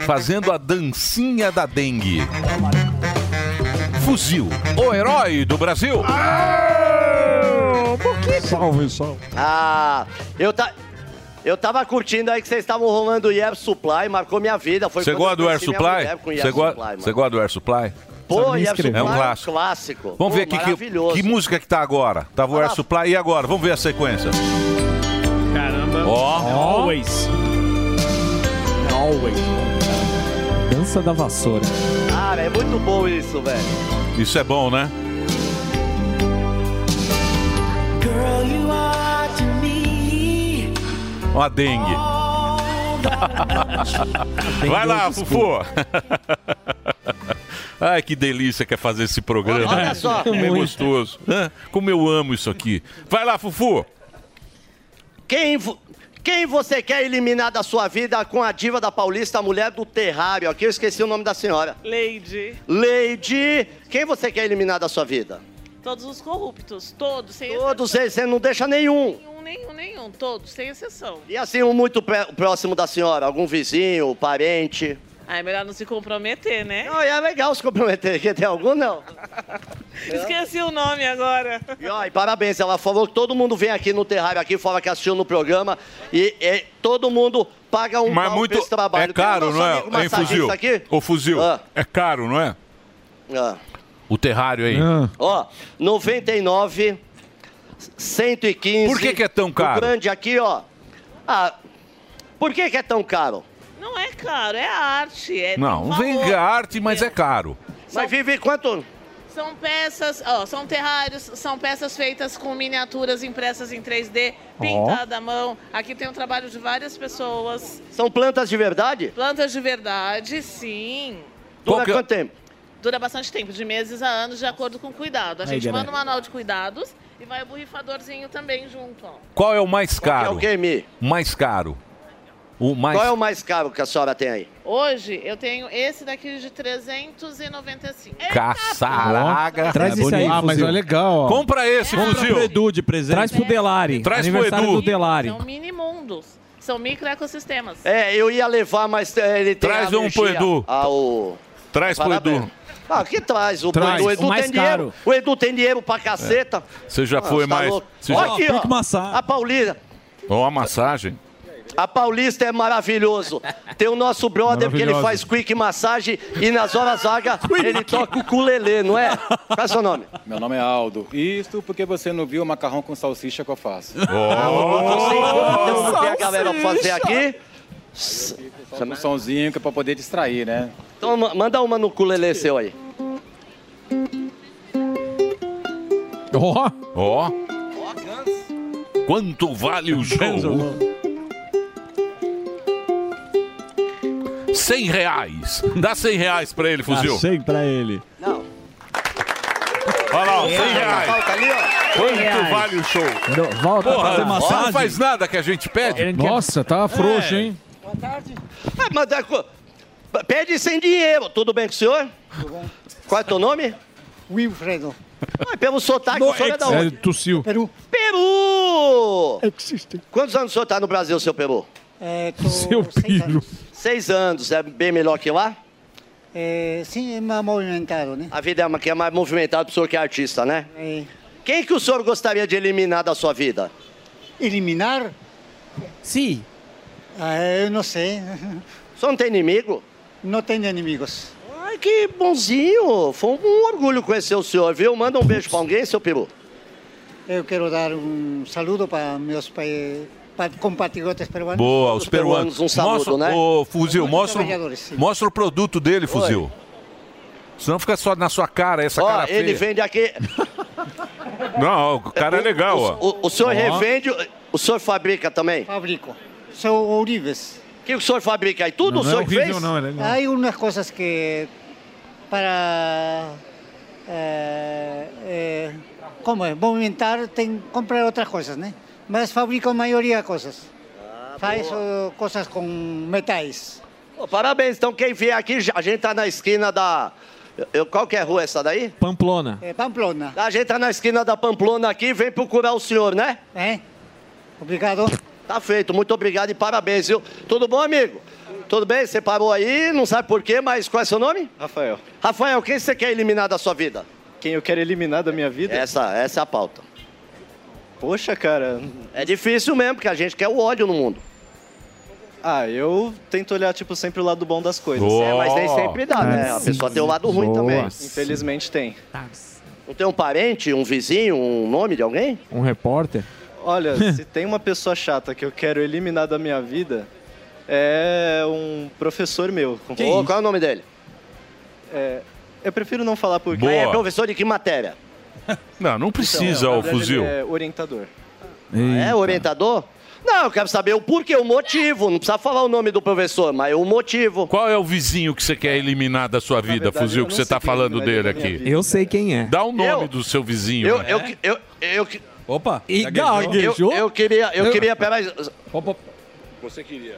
Speaker 5: fazendo a dancinha da dengue. Fuzil, o herói do Brasil.
Speaker 10: Salve, salve. Ah, eu tá. Eu tava curtindo aí que vocês estavam rolando o Air Supply, marcou minha vida. Foi
Speaker 5: Você
Speaker 10: quando
Speaker 5: gosta
Speaker 10: eu
Speaker 5: do Air
Speaker 10: conheci minha mulher
Speaker 5: Supply?
Speaker 10: com Air
Speaker 5: Você
Speaker 10: Supply,
Speaker 5: gosta-
Speaker 10: mano.
Speaker 5: você gosta do Air Supply?
Speaker 10: Pô, Air Supply
Speaker 5: É um clássico.
Speaker 10: clássico.
Speaker 5: Vamos
Speaker 10: Pô,
Speaker 5: ver aqui que,
Speaker 10: maravilhoso.
Speaker 5: que música que tá agora. Tava o Air Supply e agora? Vamos ver a sequência.
Speaker 7: Caramba.
Speaker 5: Ó.
Speaker 7: Always.
Speaker 4: Always.
Speaker 13: Dança da vassoura.
Speaker 10: Cara, é muito bom isso, velho.
Speaker 5: Isso é bom, né?
Speaker 1: Girl, you are to me.
Speaker 5: Ó a
Speaker 13: [LAUGHS]
Speaker 5: dengue. Vai
Speaker 13: é
Speaker 5: lá, Fufu. Ai, que delícia que é fazer esse programa.
Speaker 1: Olha só.
Speaker 5: Como é
Speaker 1: Muito.
Speaker 5: gostoso. Hã? Como eu amo isso aqui. Vai lá, Fufu.
Speaker 10: Quem, vo- quem você quer eliminar da sua vida com a diva da Paulista, a mulher do terrário? Aqui eu esqueci o nome da senhora.
Speaker 21: Lady.
Speaker 10: Lady, quem você quer eliminar da sua vida?
Speaker 21: Todos os corruptos, todos, sem
Speaker 10: Todos eles, você não deixa nenhum.
Speaker 21: exceção. Nenhum, nenhum, todos, sem exceção.
Speaker 10: E assim, um muito pré- próximo da senhora, algum vizinho, parente.
Speaker 21: Ah, é melhor não se comprometer, né?
Speaker 10: Não, e é legal se comprometer, que tem algum não.
Speaker 21: Esqueci o nome agora.
Speaker 10: E, ó, e parabéns, ela falou que todo mundo vem aqui no terrário, aqui fora que assistiu no programa, e, e todo mundo paga um
Speaker 5: Mas
Speaker 10: pau
Speaker 5: muito.
Speaker 10: pra esse trabalho.
Speaker 5: É
Speaker 10: Tem o
Speaker 5: caro,
Speaker 10: nosso
Speaker 5: não é?
Speaker 10: amigo
Speaker 5: Hein,
Speaker 10: massagista
Speaker 5: fuzil?
Speaker 10: Aqui?
Speaker 5: O fuzil. É caro, não é?
Speaker 10: Ah.
Speaker 5: O terrário aí.
Speaker 13: Ah.
Speaker 10: Ó, 99, 115.
Speaker 5: Por que que é tão caro?
Speaker 10: O grande aqui, ó. Ah, por que que é tão caro?
Speaker 21: Não é caro, é arte. É,
Speaker 5: Não,
Speaker 21: tem
Speaker 5: não vem
Speaker 21: valor.
Speaker 5: arte, mas é caro.
Speaker 10: Mas vive quanto?
Speaker 21: São peças, ó, são terrários, são peças feitas com miniaturas impressas em 3D,
Speaker 10: Ó.
Speaker 21: pintada à mão. Aqui tem o trabalho de várias pessoas.
Speaker 10: São plantas de verdade?
Speaker 21: Plantas de verdade, sim.
Speaker 5: é
Speaker 10: Dura quanto tempo?
Speaker 21: Dura bastante tempo, de meses a anos, de acordo com o cuidado. A
Speaker 5: Aí,
Speaker 21: gente
Speaker 5: galera.
Speaker 21: manda um manual de cuidados e vai o borrifadorzinho também junto, ó.
Speaker 5: Qual é o mais caro?
Speaker 10: o que, Mi?
Speaker 5: Mais caro. O mais.
Speaker 10: Qual é o mais caro que a senhora tem aí?
Speaker 21: Hoje eu tenho esse daqui de 395.
Speaker 10: Ah,
Speaker 5: Caçaraga.
Speaker 13: Traz isso aí,
Speaker 5: Ah, mas
Speaker 13: fuzil.
Speaker 5: olha
Speaker 20: legal, ó.
Speaker 5: Compra esse,
Speaker 13: Compra
Speaker 5: fuzil.
Speaker 13: pro
Speaker 5: Edu de
Speaker 13: Traz pro Delari.
Speaker 5: Traz pro
Speaker 13: aniversário
Speaker 5: Edu.
Speaker 13: do Delari.
Speaker 21: São É mini mundos. São microecossistemas.
Speaker 10: É, eu ia levar, mas eh, ele tem
Speaker 5: Traz
Speaker 10: a
Speaker 5: um
Speaker 10: alergia
Speaker 5: pro Edu.
Speaker 10: Ao...
Speaker 5: Traz pro
Speaker 10: Parabéns.
Speaker 5: Edu.
Speaker 10: Ah, que traz? O,
Speaker 5: Traz,
Speaker 10: o Edu
Speaker 5: o mais
Speaker 10: tem dinheiro.
Speaker 5: caro.
Speaker 10: O Edu tem dinheiro pra caceta.
Speaker 5: Você já
Speaker 10: Ah,
Speaker 5: foi
Speaker 10: você tá
Speaker 5: mais-
Speaker 10: louco.
Speaker 5: você
Speaker 10: Olha
Speaker 5: já-
Speaker 10: aqui,
Speaker 5: Tem
Speaker 10: ó,
Speaker 5: que amassar.
Speaker 10: A Paulina.
Speaker 5: Ó, a massagem.
Speaker 10: A Paulista é maravilhoso. Tem o nosso brother que ele
Speaker 5: Maravilhosa.
Speaker 10: faz quick massagem e nas
Speaker 20: [LAUGHS]
Speaker 10: horas vagas ele toca o culelê, não é? Qual é o seu nome?
Speaker 2: Meu nome é Aldo. Isto porque você não viu o macarrão com salsicha que eu faço.
Speaker 5: Oh!
Speaker 10: Então, o que a galera vai fazer aqui?
Speaker 2: Chama um somzinho que é pra poder distrair, né?
Speaker 10: Então ma- manda uma no culelê seu aí.
Speaker 5: Ó. Ó. Quanto vale o show? 100 reais. Dá 100 reais pra ele, fuzil.
Speaker 20: Achei pra ele.
Speaker 5: Olha lá, ó, 100 reais.
Speaker 10: Falta ali, ó.
Speaker 5: Quanto vale o show?
Speaker 20: volta a fazer massagem.
Speaker 5: não faz nada que a gente pede. É.
Speaker 20: Nossa, tá frouxo, hein?
Speaker 10: Ah, mas é co- pede sem dinheiro. Tudo bem com o senhor? Qual é o teu nome? Wilfredo. Ah, pelo sotaque, o senhor é da onde?
Speaker 20: tossiu.
Speaker 10: Peru. Peru! Quantos anos o senhor está no Brasil, seu Peru?
Speaker 22: É, tô
Speaker 10: Seis anos. É bem melhor que lá?
Speaker 22: É, sim, é mais movimentado, né?
Speaker 10: A vida é, uma, que é mais movimentada pro senhor que é artista, né?
Speaker 22: É,
Speaker 10: Quem que o senhor gostaria de eliminar da sua vida?
Speaker 22: eliminar? Sim. eu não sei.
Speaker 10: Só não tem inimigo?
Speaker 22: Não tenho inimigos.
Speaker 10: Ai, que bonzinho. Foi um orgulho conhecer o senhor, viu? Manda um beijo pra alguém, seu Peru.
Speaker 22: Eu quero dar um saludo para meus pai, pa- compatriotas peruanos.
Speaker 5: Boa, os peruanos.
Speaker 10: um
Speaker 5: mostra,
Speaker 10: né?
Speaker 5: Ô, Fuzil,
Speaker 22: Muitos
Speaker 5: mostra,
Speaker 22: trabalhadores, sim.
Speaker 5: o- mostra o produto dele, Fuzil. Senão fica só na sua cara, essa
Speaker 10: Ó,
Speaker 5: cara feia.
Speaker 10: ele vende aqui.
Speaker 5: Não, o cara é legal, ó.
Speaker 10: O, o senhor
Speaker 5: Ó.
Speaker 10: revende, o senhor fabrica também?
Speaker 22: Fabrico. São ourives.
Speaker 10: O que o senhor fabrica aí? Tudo
Speaker 5: é
Speaker 10: o senhor que fez?
Speaker 22: Há umas coisas que para eh, eh, como é movimentar tem que comprar outras coisas, né? Mas fabrico a maioria coisas. Faz eh, coisas com metais.
Speaker 10: Ô, parabéns, então quem vier aqui, já- a gente tá na esquina da... eu- Eu, qual que é a rua essa daí?
Speaker 13: Pamplona.
Speaker 22: É Pamplona.
Speaker 10: A gente tá na esquina da Pamplona aqui, vem procurar o senhor, né?
Speaker 22: É. Obrigado.
Speaker 10: Tá feito, muito obrigado e parabéns, viu? Tudo bom, amigo? Tudo bem? Você parou aí, não sabe por quê, mas qual é seu nome?
Speaker 2: Rafael,
Speaker 10: Rafael, quem você quer eliminar da sua vida?
Speaker 2: quem eu quero eliminar da minha vida?
Speaker 10: Essa, essa é a pauta.
Speaker 2: Poxa, cara.
Speaker 10: É difícil mesmo, porque a gente quer o ódio no mundo.
Speaker 2: Ah, eu tento olhar, tipo, sempre o lado bom das coisas.
Speaker 10: É, mas nem sempre dá, né? A pessoa tem o lado ruim também.
Speaker 2: Infelizmente tem.
Speaker 10: Não tem um parente, um vizinho, um nome de alguém?
Speaker 13: Um repórter?
Speaker 2: Olha, se tem uma pessoa chata que eu quero eliminar da minha vida, é um professor meu.
Speaker 10: Ô, qual é o nome dele?
Speaker 2: É, eu prefiro não falar porque...
Speaker 10: Mas é professor de que matéria?
Speaker 5: Não, não precisa,
Speaker 2: Então,
Speaker 5: ó,
Speaker 2: na
Speaker 5: o
Speaker 2: verdade,
Speaker 5: fuzil.
Speaker 2: ele É orientador.
Speaker 10: É orientador? Não, eu quero saber o porquê, o motivo. Não precisa falar o nome do professor, mas o motivo.
Speaker 5: Qual é o vizinho que você quer eliminar da sua vida,
Speaker 10: verdade,
Speaker 5: fuzil,
Speaker 10: eu
Speaker 5: que
Speaker 10: não
Speaker 5: você
Speaker 10: sei
Speaker 5: tá
Speaker 10: quem é,
Speaker 5: falando
Speaker 10: eliminar
Speaker 5: dele
Speaker 10: da minha
Speaker 5: aqui?
Speaker 13: Eu sei quem é.
Speaker 5: Dá o nome do seu vizinho.
Speaker 10: Eu,
Speaker 5: né?
Speaker 10: eu, eu, eu,
Speaker 13: Opa,
Speaker 10: eu, eu, eu queria, eu queria, peraí.
Speaker 5: Você queria.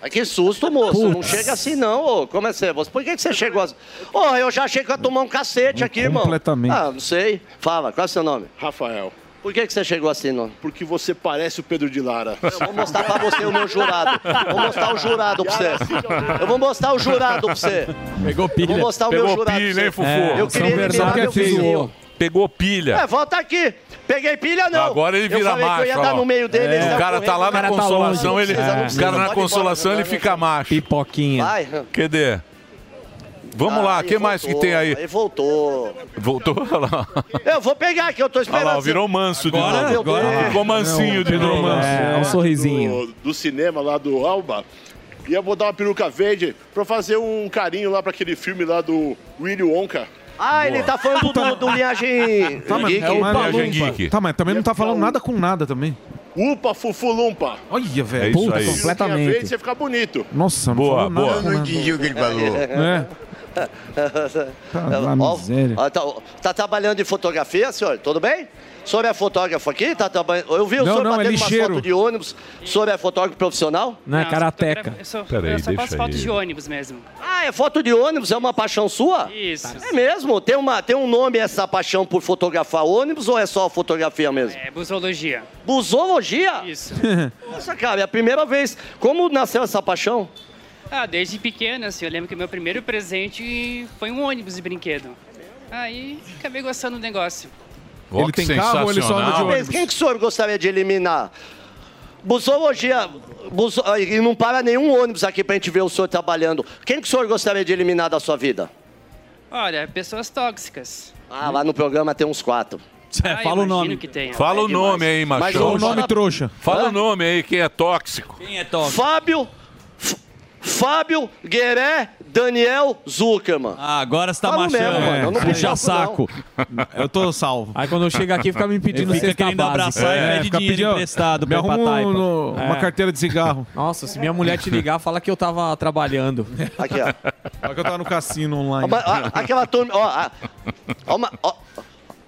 Speaker 10: Ah, Que susto, moço. Não
Speaker 5: Putz.
Speaker 10: chega assim, não, ô. Como é que você, moço? Por que, que você chegou assim? Ô, eu já achei que ia tomar um cacete aqui, irmão.
Speaker 23: Completamente.
Speaker 10: Ah, não sei. Fala, qual é o seu nome?
Speaker 23: Rafael.
Speaker 10: Por que, que você chegou assim, não?
Speaker 23: Porque você parece o Pedro de Lara.
Speaker 10: Eu vou mostrar pra você o meu jurado. Vou mostrar o jurado pra você.
Speaker 23: assim,
Speaker 10: Eu vou mostrar Ah, o jurado pra você.
Speaker 5: Pegou
Speaker 10: pilha. vou mostrar o meu jurado pra
Speaker 5: pilha,
Speaker 10: você.
Speaker 5: hein, Fufu?
Speaker 10: É, Eu São queria Bernardo eliminar que é meu feio. vizinho.
Speaker 5: Pegou pilha.
Speaker 10: É, volta aqui. Peguei pilha, não.
Speaker 5: Agora ele
Speaker 10: eu
Speaker 5: vira
Speaker 10: falei
Speaker 5: macho.
Speaker 10: que eu ia
Speaker 5: ó.
Speaker 10: dar no meio dele. ele
Speaker 5: É.
Speaker 10: saiu
Speaker 5: O cara tá
Speaker 10: correndo.
Speaker 5: lá na consolação, ele.
Speaker 10: Não precisa, não
Speaker 5: o
Speaker 10: precisa.
Speaker 5: cara na
Speaker 10: Pode ir embora,
Speaker 5: consolação ele
Speaker 10: não, não,
Speaker 5: fica macho.
Speaker 13: Pipoquinha.
Speaker 10: Vai. Ah,
Speaker 5: Cadê? Vamos lá, o que mais que tem aí?
Speaker 10: Ele voltou.
Speaker 5: Voltou? Olha lá. [LAUGHS]
Speaker 10: Eu vou pegar aqui, eu tô
Speaker 5: Olha
Speaker 10: esperando.
Speaker 5: lá,
Speaker 10: [LAUGHS]
Speaker 5: virou manso
Speaker 23: Agora-
Speaker 5: de novo.
Speaker 23: agora-
Speaker 5: Ficou mansinho de novo.
Speaker 13: É, um sorrisinho.
Speaker 23: Do, do cinema lá do Alba. E eu vou dar uma peruca verde pra fazer um carinho lá pra aquele filme lá do Willy Wonka.
Speaker 10: Ah, ele tá falando do, do Linhagem
Speaker 23: Tá, mas
Speaker 10: Geek.
Speaker 23: é o
Speaker 10: Opa,
Speaker 23: Linhagem
Speaker 10: Lumpa.
Speaker 23: Geek.
Speaker 20: Tá, mas também não tá falando nada com nada também.
Speaker 23: Upa, fufulumpa.
Speaker 20: Olha, velho.
Speaker 23: Peruquinha
Speaker 20: completamente.
Speaker 23: verde, você fica bonito.
Speaker 20: Nossa, não
Speaker 23: Boa,
Speaker 20: falou nada
Speaker 23: boa.
Speaker 20: com
Speaker 23: Eu não
Speaker 20: nada.
Speaker 23: entendi o que ele falou.
Speaker 20: É.
Speaker 5: Tá.
Speaker 20: lá,
Speaker 10: Ela- ó,
Speaker 20: miséria.
Speaker 10: ó, tá, ó, tá trabalhando em fotografia, senhor? Tudo bem? O senhor é fotógrafo aqui? Tá traba- Eu vi o
Speaker 20: Não,
Speaker 10: senhor
Speaker 20: não, é
Speaker 10: batendo uma
Speaker 20: lixeiro.
Speaker 10: foto de ônibus. O senhor é fotógrafo profissional?
Speaker 4: Não, é Não,
Speaker 10: karateca.
Speaker 3: Eu só, eu só faço foto de ônibus mesmo.
Speaker 10: Ah, é foto de ônibus? É uma paixão sua?
Speaker 3: Isso.
Speaker 10: É mesmo? Tem, uma, tem um nome essa paixão por fotografar ônibus ou é só fotografia mesmo?
Speaker 3: É busologia. [LAUGHS]
Speaker 10: Busologia? Isso. Nossa, cara, é a primeira vez. Como nasceu essa paixão?
Speaker 3: Ah, desde pequena, assim, eu lembro que o meu primeiro presente foi um ônibus de brinquedo. Aí acabei gostando do negócio.
Speaker 5: Ó, que sensacional.
Speaker 10: Mas Quem que o senhor gostaria de eliminar? Busologia. buso- ah, E não para nenhum ônibus aqui pra gente ver o senhor trabalhando. Quem que o senhor gostaria de eliminar da sua vida?
Speaker 3: Olha, pessoas tóxicas.
Speaker 10: Ah, lá no programa tem uns quatro.
Speaker 3: Ah, fala o imagino nome. que tenha.
Speaker 5: Fala o nome aí, macho.
Speaker 10: Mas o nome
Speaker 5: trouxa. Fala o nome aí, quem é tóxico.
Speaker 10: Quem é top? Fábio. F- Fábio Gueré Daniel Zuckerman.
Speaker 12: Ah, agora você tá
Speaker 10: Falo
Speaker 12: machando.
Speaker 10: mesmo, mano, eu não puxava,
Speaker 12: puxa
Speaker 10: não.
Speaker 12: saco.
Speaker 24: Eu tô salvo.
Speaker 13: Aí quando eu chego aqui, fica me pedindo
Speaker 12: Ele fica
Speaker 13: cesta
Speaker 12: querendo
Speaker 13: básica. É,
Speaker 12: abraçar e
Speaker 20: É,
Speaker 12: pede
Speaker 13: fica
Speaker 12: dinheiro
Speaker 13: pedindo-
Speaker 12: emprestado
Speaker 13: Me
Speaker 12: pra ir pra
Speaker 13: arruma
Speaker 12: taipa.
Speaker 13: um-
Speaker 12: É.
Speaker 13: uma carteira de cigarro. Nossa, se minha mulher te ligar, fala que eu tava trabalhando.
Speaker 10: Aqui, ó.
Speaker 13: Fala que eu tava no cassino online.
Speaker 10: Ó, mas, ó, aquela turma. Ó, a- [LAUGHS] ó, uma- ó,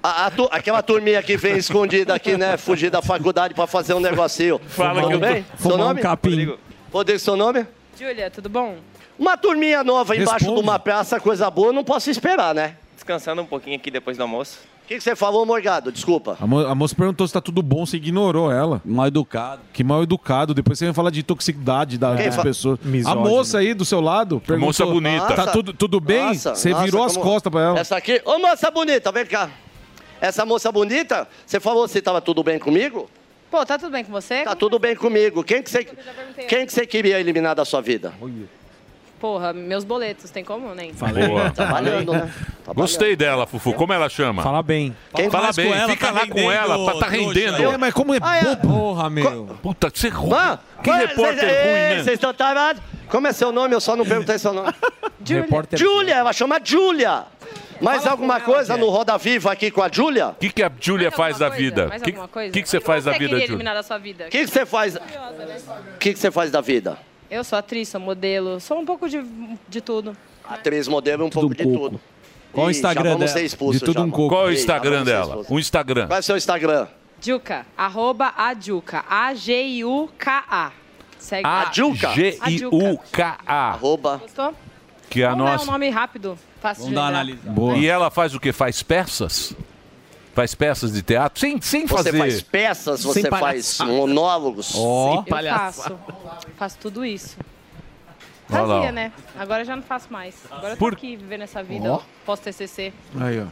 Speaker 10: a- a tu- aquela turminha que vem escondida aqui, né? Fugir da faculdade pra fazer um negocinho.
Speaker 1: Fala que eu tô-
Speaker 10: Seu
Speaker 1: fumar um
Speaker 10: nome?
Speaker 1: capim.
Speaker 10: Rodrigo. Rodrigo, seu nome?
Speaker 25: Júlia, tudo bom?
Speaker 10: Uma turminha nova embaixo de
Speaker 25: Responde.
Speaker 10: uma praça, coisa boa, não posso esperar, né?
Speaker 25: Descansando um pouquinho aqui depois do almoço.
Speaker 10: O que, que você falou, Morgado? Desculpa.
Speaker 20: A, mo- a moça perguntou se tá tudo bom, você ignorou ela.
Speaker 12: Mal educado.
Speaker 20: Que mal educado. Depois você vai falar de toxicidade da-
Speaker 10: Quem
Speaker 20: das
Speaker 10: fa-
Speaker 20: pessoas.
Speaker 10: Misógino.
Speaker 20: A moça aí do seu lado perguntou. Tá
Speaker 10: Nossa.
Speaker 20: tudo, tudo bem?
Speaker 10: Nossa,
Speaker 20: você
Speaker 10: nossa,
Speaker 20: virou as
Speaker 10: como-
Speaker 20: costas pra ela.
Speaker 10: Essa aqui. Ô, moça bonita, vem cá. Essa moça bonita, você falou se tava tudo bem comigo?
Speaker 25: Pô, tá tudo bem com você?
Speaker 10: Tá tudo bem comigo. Quem que você, quem que você queria eliminar da sua vida?
Speaker 25: Porra, meus boletos, tem como, né? nem?
Speaker 5: Boa.
Speaker 10: Trabalhando, né?
Speaker 5: Gostei dela, Fufu. Como ela chama? Fala
Speaker 13: bem.
Speaker 5: Fala
Speaker 10: mais
Speaker 5: bem.
Speaker 10: com ela,
Speaker 5: Fica
Speaker 10: tá
Speaker 5: lá com
Speaker 10: rendendo,
Speaker 5: ela, pra tá
Speaker 10: trouxa.
Speaker 5: rendendo.
Speaker 10: É, mas como é Ah, é?
Speaker 13: Porra, meu.
Speaker 5: Puta, você é ruim.
Speaker 10: Mano,
Speaker 5: que repórter ruim, né?
Speaker 10: Vocês estão tarados. Como é seu nome? Eu só não perguntei
Speaker 5: [LAUGHS]
Speaker 10: seu nome. Júlia. Júlia, ela chama Júlia. Mais alguma coisa no Roda Viva aqui com a Júlia? O
Speaker 5: que, que a Júlia faz da vida?
Speaker 25: Mais
Speaker 5: O que,
Speaker 25: alguma coisa?
Speaker 5: que, que você faz da
Speaker 25: Você
Speaker 5: vida,
Speaker 25: queria
Speaker 5: Júlia?
Speaker 25: eliminar da sua vida? né?
Speaker 10: que, que você faz? O que, que você faz da vida?
Speaker 25: Eu sou atriz, sou modelo, sou um pouco de, de tudo.
Speaker 10: Atriz, modelo, um pouco de tudo.
Speaker 25: Qual o
Speaker 10: Ih,
Speaker 25: Instagram
Speaker 10: já vamos
Speaker 25: dela?
Speaker 10: Ser expulso,
Speaker 5: De tudo
Speaker 10: já.
Speaker 5: um coco. Qual o
Speaker 10: Ih, já
Speaker 5: Instagram
Speaker 10: vamos ser
Speaker 5: dela?
Speaker 10: expulso.
Speaker 5: Um Instagram.
Speaker 10: Qual é o seu Instagram?
Speaker 25: Juca, arroba a Juca. A-G-I-U-K-A. Segue lá. A Juca.
Speaker 5: G-I-U-K-A.
Speaker 10: Arroba.
Speaker 25: Gostou?
Speaker 5: Que é a
Speaker 25: Não é um
Speaker 5: nossa.
Speaker 25: nome rápido, fácil de lembrar.
Speaker 5: E ela faz o quê? Faz peças? Faz peças de teatro? Sem, sem
Speaker 10: Você
Speaker 5: fazer.
Speaker 10: faz peças, você faz monólogos.
Speaker 5: Ó.
Speaker 25: Eu faço. Faço tudo isso.
Speaker 5: Olha lá, ó.
Speaker 25: Fazia, né? Agora eu já não faço mais. Agora eu tô
Speaker 10: Por-
Speaker 25: aqui vivendo essa vida.
Speaker 10: Ó.
Speaker 25: ó. Pós-TCC.
Speaker 20: Aí, ó.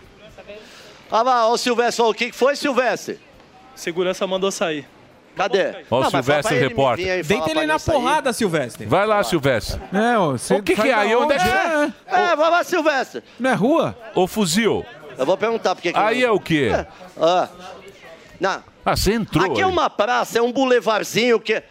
Speaker 10: Ah, lá, ó, o Silvestre, ó, o que que foi, Silvestre?
Speaker 11: Segurança mandou sair. Tá
Speaker 10: Cadê?
Speaker 5: Ó, o
Speaker 10: Não, mas
Speaker 5: Silvestre,
Speaker 10: fala pra ele me
Speaker 5: repórter.
Speaker 10: vir aí falar
Speaker 13: Deita
Speaker 10: pra
Speaker 13: ele na
Speaker 10: isso aí.
Speaker 13: porrada, Silvestre.
Speaker 5: Vai lá, Silvestre.
Speaker 20: É, ó,
Speaker 5: O que, que é aí? Onde é que
Speaker 10: É, é, vai lá, Silvestre.
Speaker 20: Não é rua?
Speaker 5: Ô, fuzil.
Speaker 10: Eu vou perguntar porque...
Speaker 5: Aí é o quê?
Speaker 10: Ah, não.
Speaker 5: Ah, você entrou.
Speaker 10: Aqui
Speaker 5: aí.
Speaker 10: é uma praça, é um bulevarzinho que...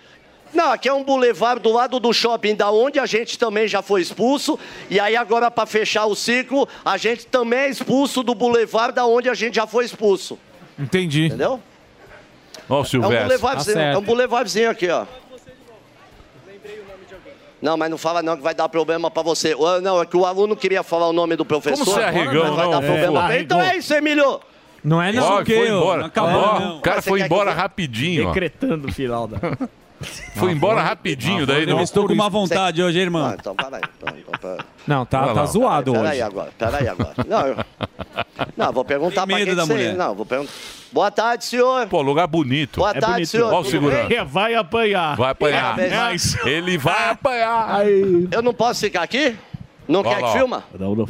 Speaker 10: Não, aqui é um bulevar do lado do shopping, da onde a gente também já foi expulso. E aí agora, para fechar o ciclo, a gente também é expulso do bulevar da onde a gente já foi expulso.
Speaker 20: Entendi.
Speaker 10: Entendeu?
Speaker 5: Ó, o
Speaker 10: É um
Speaker 5: Silvestre.
Speaker 10: bulevarzinho, é um bulevarzinho aqui, ó. Não, mas não fala não que vai dar problema pra você. Ô, Não, é que o aluno queria falar o nome do professor.
Speaker 5: você é arregão,
Speaker 10: mas vai
Speaker 5: não,
Speaker 10: dar
Speaker 5: Fofo?
Speaker 10: problema.
Speaker 5: Arregou.
Speaker 10: Então é isso, Emílio.
Speaker 13: Não é
Speaker 5: Ó, foi embora. Ó, O cara
Speaker 10: Mas você
Speaker 5: foi
Speaker 10: quer que
Speaker 5: embora
Speaker 10: eu-
Speaker 5: rapidinho. ó.
Speaker 13: Decretando o final da.
Speaker 5: [LAUGHS] Foi embora rapidinho, daí né? não.
Speaker 12: Estou com uma vontade hoje, hein, irmão.
Speaker 10: Então, peraí. Então, então, peraí.
Speaker 13: Não,
Speaker 5: Olha
Speaker 13: tá,
Speaker 5: lá.
Speaker 13: tá zoado
Speaker 10: Peraí
Speaker 13: hoje.
Speaker 10: agora, peraí agora. Não, eu- não vou perguntar
Speaker 5: Tem
Speaker 10: pra
Speaker 5: medo
Speaker 10: quem
Speaker 5: da
Speaker 10: que você-
Speaker 5: mulher.
Speaker 10: Não, vou perguntar. Boa tarde, senhor.
Speaker 5: Pô, lugar bonito.
Speaker 10: Boa tarde, senhor.
Speaker 5: Ó, o
Speaker 10: Tudo
Speaker 5: segurança.
Speaker 10: bem?
Speaker 7: Vai apanhar.
Speaker 5: Vai apanhar.
Speaker 10: É, é
Speaker 5: Ele vai apanhar.
Speaker 10: Eu não posso ficar aqui? Não
Speaker 5: Ó
Speaker 10: quer
Speaker 5: lá, ó.
Speaker 10: que filma?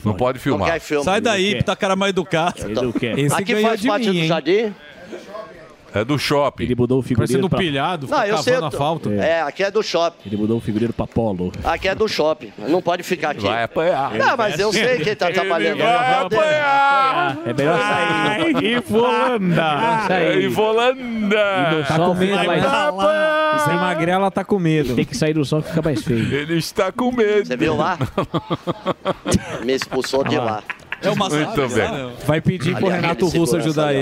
Speaker 5: Não pode filmar.
Speaker 10: Não quer filma.
Speaker 12: Sai daí, tá cara mais educado.
Speaker 10: É Aqui faz parte do jardim.
Speaker 5: É do shopping. Ele
Speaker 26: mudou o
Speaker 10: Parecendo pilhado, Não, eu sei, eu tô- É, aqui é do shopping.
Speaker 26: Ele mudou o figureiro pra polo.
Speaker 10: Aqui é do shopping. Não pode ficar aqui. Vai
Speaker 5: apanhar.
Speaker 10: Não, mas eu sei quem tá trabalhando.
Speaker 26: É melhor sair.
Speaker 7: E volanda.
Speaker 26: E
Speaker 5: volanda.
Speaker 26: Tá com medo, mas...
Speaker 13: Sem magrela tá com medo.
Speaker 26: Tem que sair do sol que fica mais feio.
Speaker 5: Ele está com medo. Você
Speaker 10: viu [LAUGHS] lá? Me expulsou de lá.
Speaker 12: É uma
Speaker 5: Muito
Speaker 10: né?
Speaker 5: bem.
Speaker 13: Vai pedir pro
Speaker 5: Aliás,
Speaker 13: Renato
Speaker 5: ele
Speaker 13: Russo
Speaker 5: segurança
Speaker 13: ajudar
Speaker 5: ali, ó,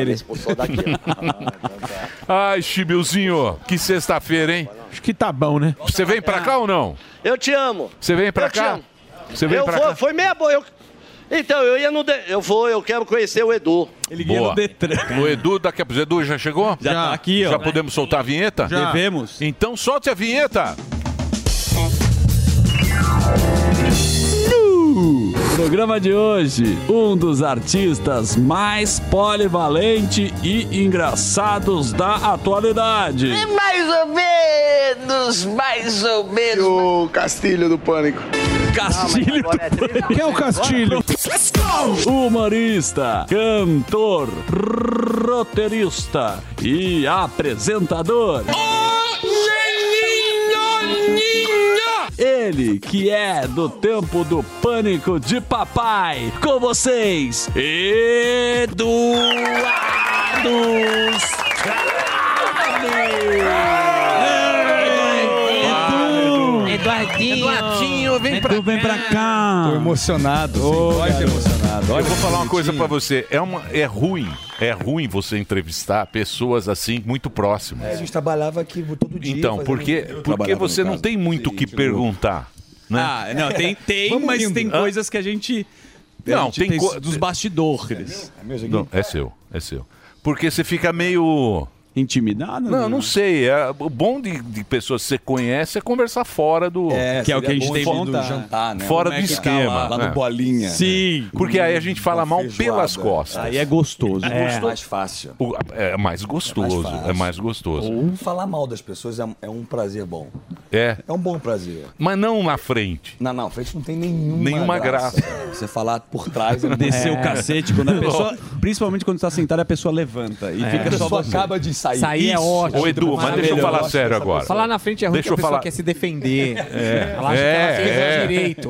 Speaker 13: ele.
Speaker 5: me [LAUGHS] Ai, Chibilzinho, que sexta-feira, hein? Acho
Speaker 20: que tá bom, né?
Speaker 5: Você vem pra cá ou não?
Speaker 10: Eu te amo.
Speaker 5: Você vem pra
Speaker 10: Eu te
Speaker 5: cá?
Speaker 10: amo.
Speaker 5: Você vem
Speaker 10: eu
Speaker 5: pra
Speaker 10: vou-
Speaker 5: cá?
Speaker 10: Foi meia boa. Eu, Então, eu ia no. de- Eu vou, eu quero conhecer o Edu. Ele
Speaker 5: Boa. O Edu, daqui a pouco. Edu já chegou? Já,
Speaker 10: tá aqui, ó.
Speaker 5: Já podemos soltar a vinheta?
Speaker 10: Já.
Speaker 5: Devemos. Então solte a vinheta.
Speaker 8: No programa de hoje, um dos artistas mais polivalente e engraçados da atualidade.
Speaker 1: E É mais ou menos, mais ou menos. o Castilho do Pânico.
Speaker 8: Castilho
Speaker 1: Quem é o
Speaker 8: Castilho? Humorista, cantor, roteirista e apresentador. Ele que é do tempo do pânico de papai. Com vocês, Eduardo
Speaker 1: Edu! Eduardinho! Eduardinho, vem pra vem cá! Pra cá.
Speaker 14: Tô emocionado, sem voz de emocionado.
Speaker 5: Eu
Speaker 14: Olha
Speaker 5: vou
Speaker 14: que
Speaker 5: falar uma coisa pra
Speaker 14: bonitinho.
Speaker 5: você. É, uma, é ruim. É ruim você entrevistar pessoas assim muito próximas.
Speaker 14: A gente trabalhava aqui todo dia.
Speaker 5: Então,
Speaker 14: fazendo-
Speaker 5: porque,
Speaker 14: Eu
Speaker 5: porque
Speaker 14: trabalhava,
Speaker 5: você
Speaker 14: um- no
Speaker 5: não
Speaker 14: caso.
Speaker 5: tem muito o que perguntar. Né?
Speaker 12: Ah, não, tem, tem mas tem coisas que a gente. a
Speaker 5: Não,
Speaker 12: gente
Speaker 5: tem co-
Speaker 12: dos bastidores.
Speaker 5: É Não, é seu, é seu. Porque você fica meio.
Speaker 12: Intimidado? né?
Speaker 5: Não, não sei. É, o bom de, de pessoas que você conhece é conversar fora do.
Speaker 12: É, Que é o que a seria gente bom tem de
Speaker 5: fora
Speaker 12: do jantar, né?
Speaker 5: Fora
Speaker 12: Como
Speaker 5: do
Speaker 12: é que tá lá,
Speaker 5: esquema.
Speaker 12: lá no
Speaker 5: né?
Speaker 12: Bolinha,
Speaker 5: Sim.
Speaker 12: né?
Speaker 5: Porque aí a gente fala mal pelas
Speaker 14: feijoada.
Speaker 5: costas.
Speaker 14: Aí é gostoso.
Speaker 5: É.
Speaker 14: É mais fácil.
Speaker 5: O- é mais gostoso. É mais gostoso.
Speaker 14: Ou um falar mal das pessoas é, é um prazer bom.
Speaker 5: É.
Speaker 14: É um bom prazer.
Speaker 5: Mas não na frente.
Speaker 14: Na, na frente não tem nenhuma,
Speaker 5: Nenhuma graça.
Speaker 14: Você falar por trás...
Speaker 5: [LAUGHS]
Speaker 14: é muito-
Speaker 12: Descer
Speaker 14: É.
Speaker 12: o cacete quando [LAUGHS] a pessoa. principalmente quando está sentada, a pessoa levanta. E
Speaker 14: É.
Speaker 12: fica
Speaker 14: A pessoa
Speaker 12: só você.
Speaker 14: acaba de sair.
Speaker 12: Sair é
Speaker 14: Isso.
Speaker 12: ótimo.
Speaker 5: Ô, Edu, mas deixa eu falar
Speaker 12: Maravilhoso.
Speaker 5: sério agora.
Speaker 13: Falar na frente é ruim,
Speaker 5: Deixa
Speaker 13: que a
Speaker 5: eu
Speaker 13: pessoa
Speaker 5: falar.
Speaker 13: quer se defender.
Speaker 5: É.
Speaker 13: Ela acha que ela
Speaker 5: É,
Speaker 13: fez
Speaker 5: é.
Speaker 13: direito.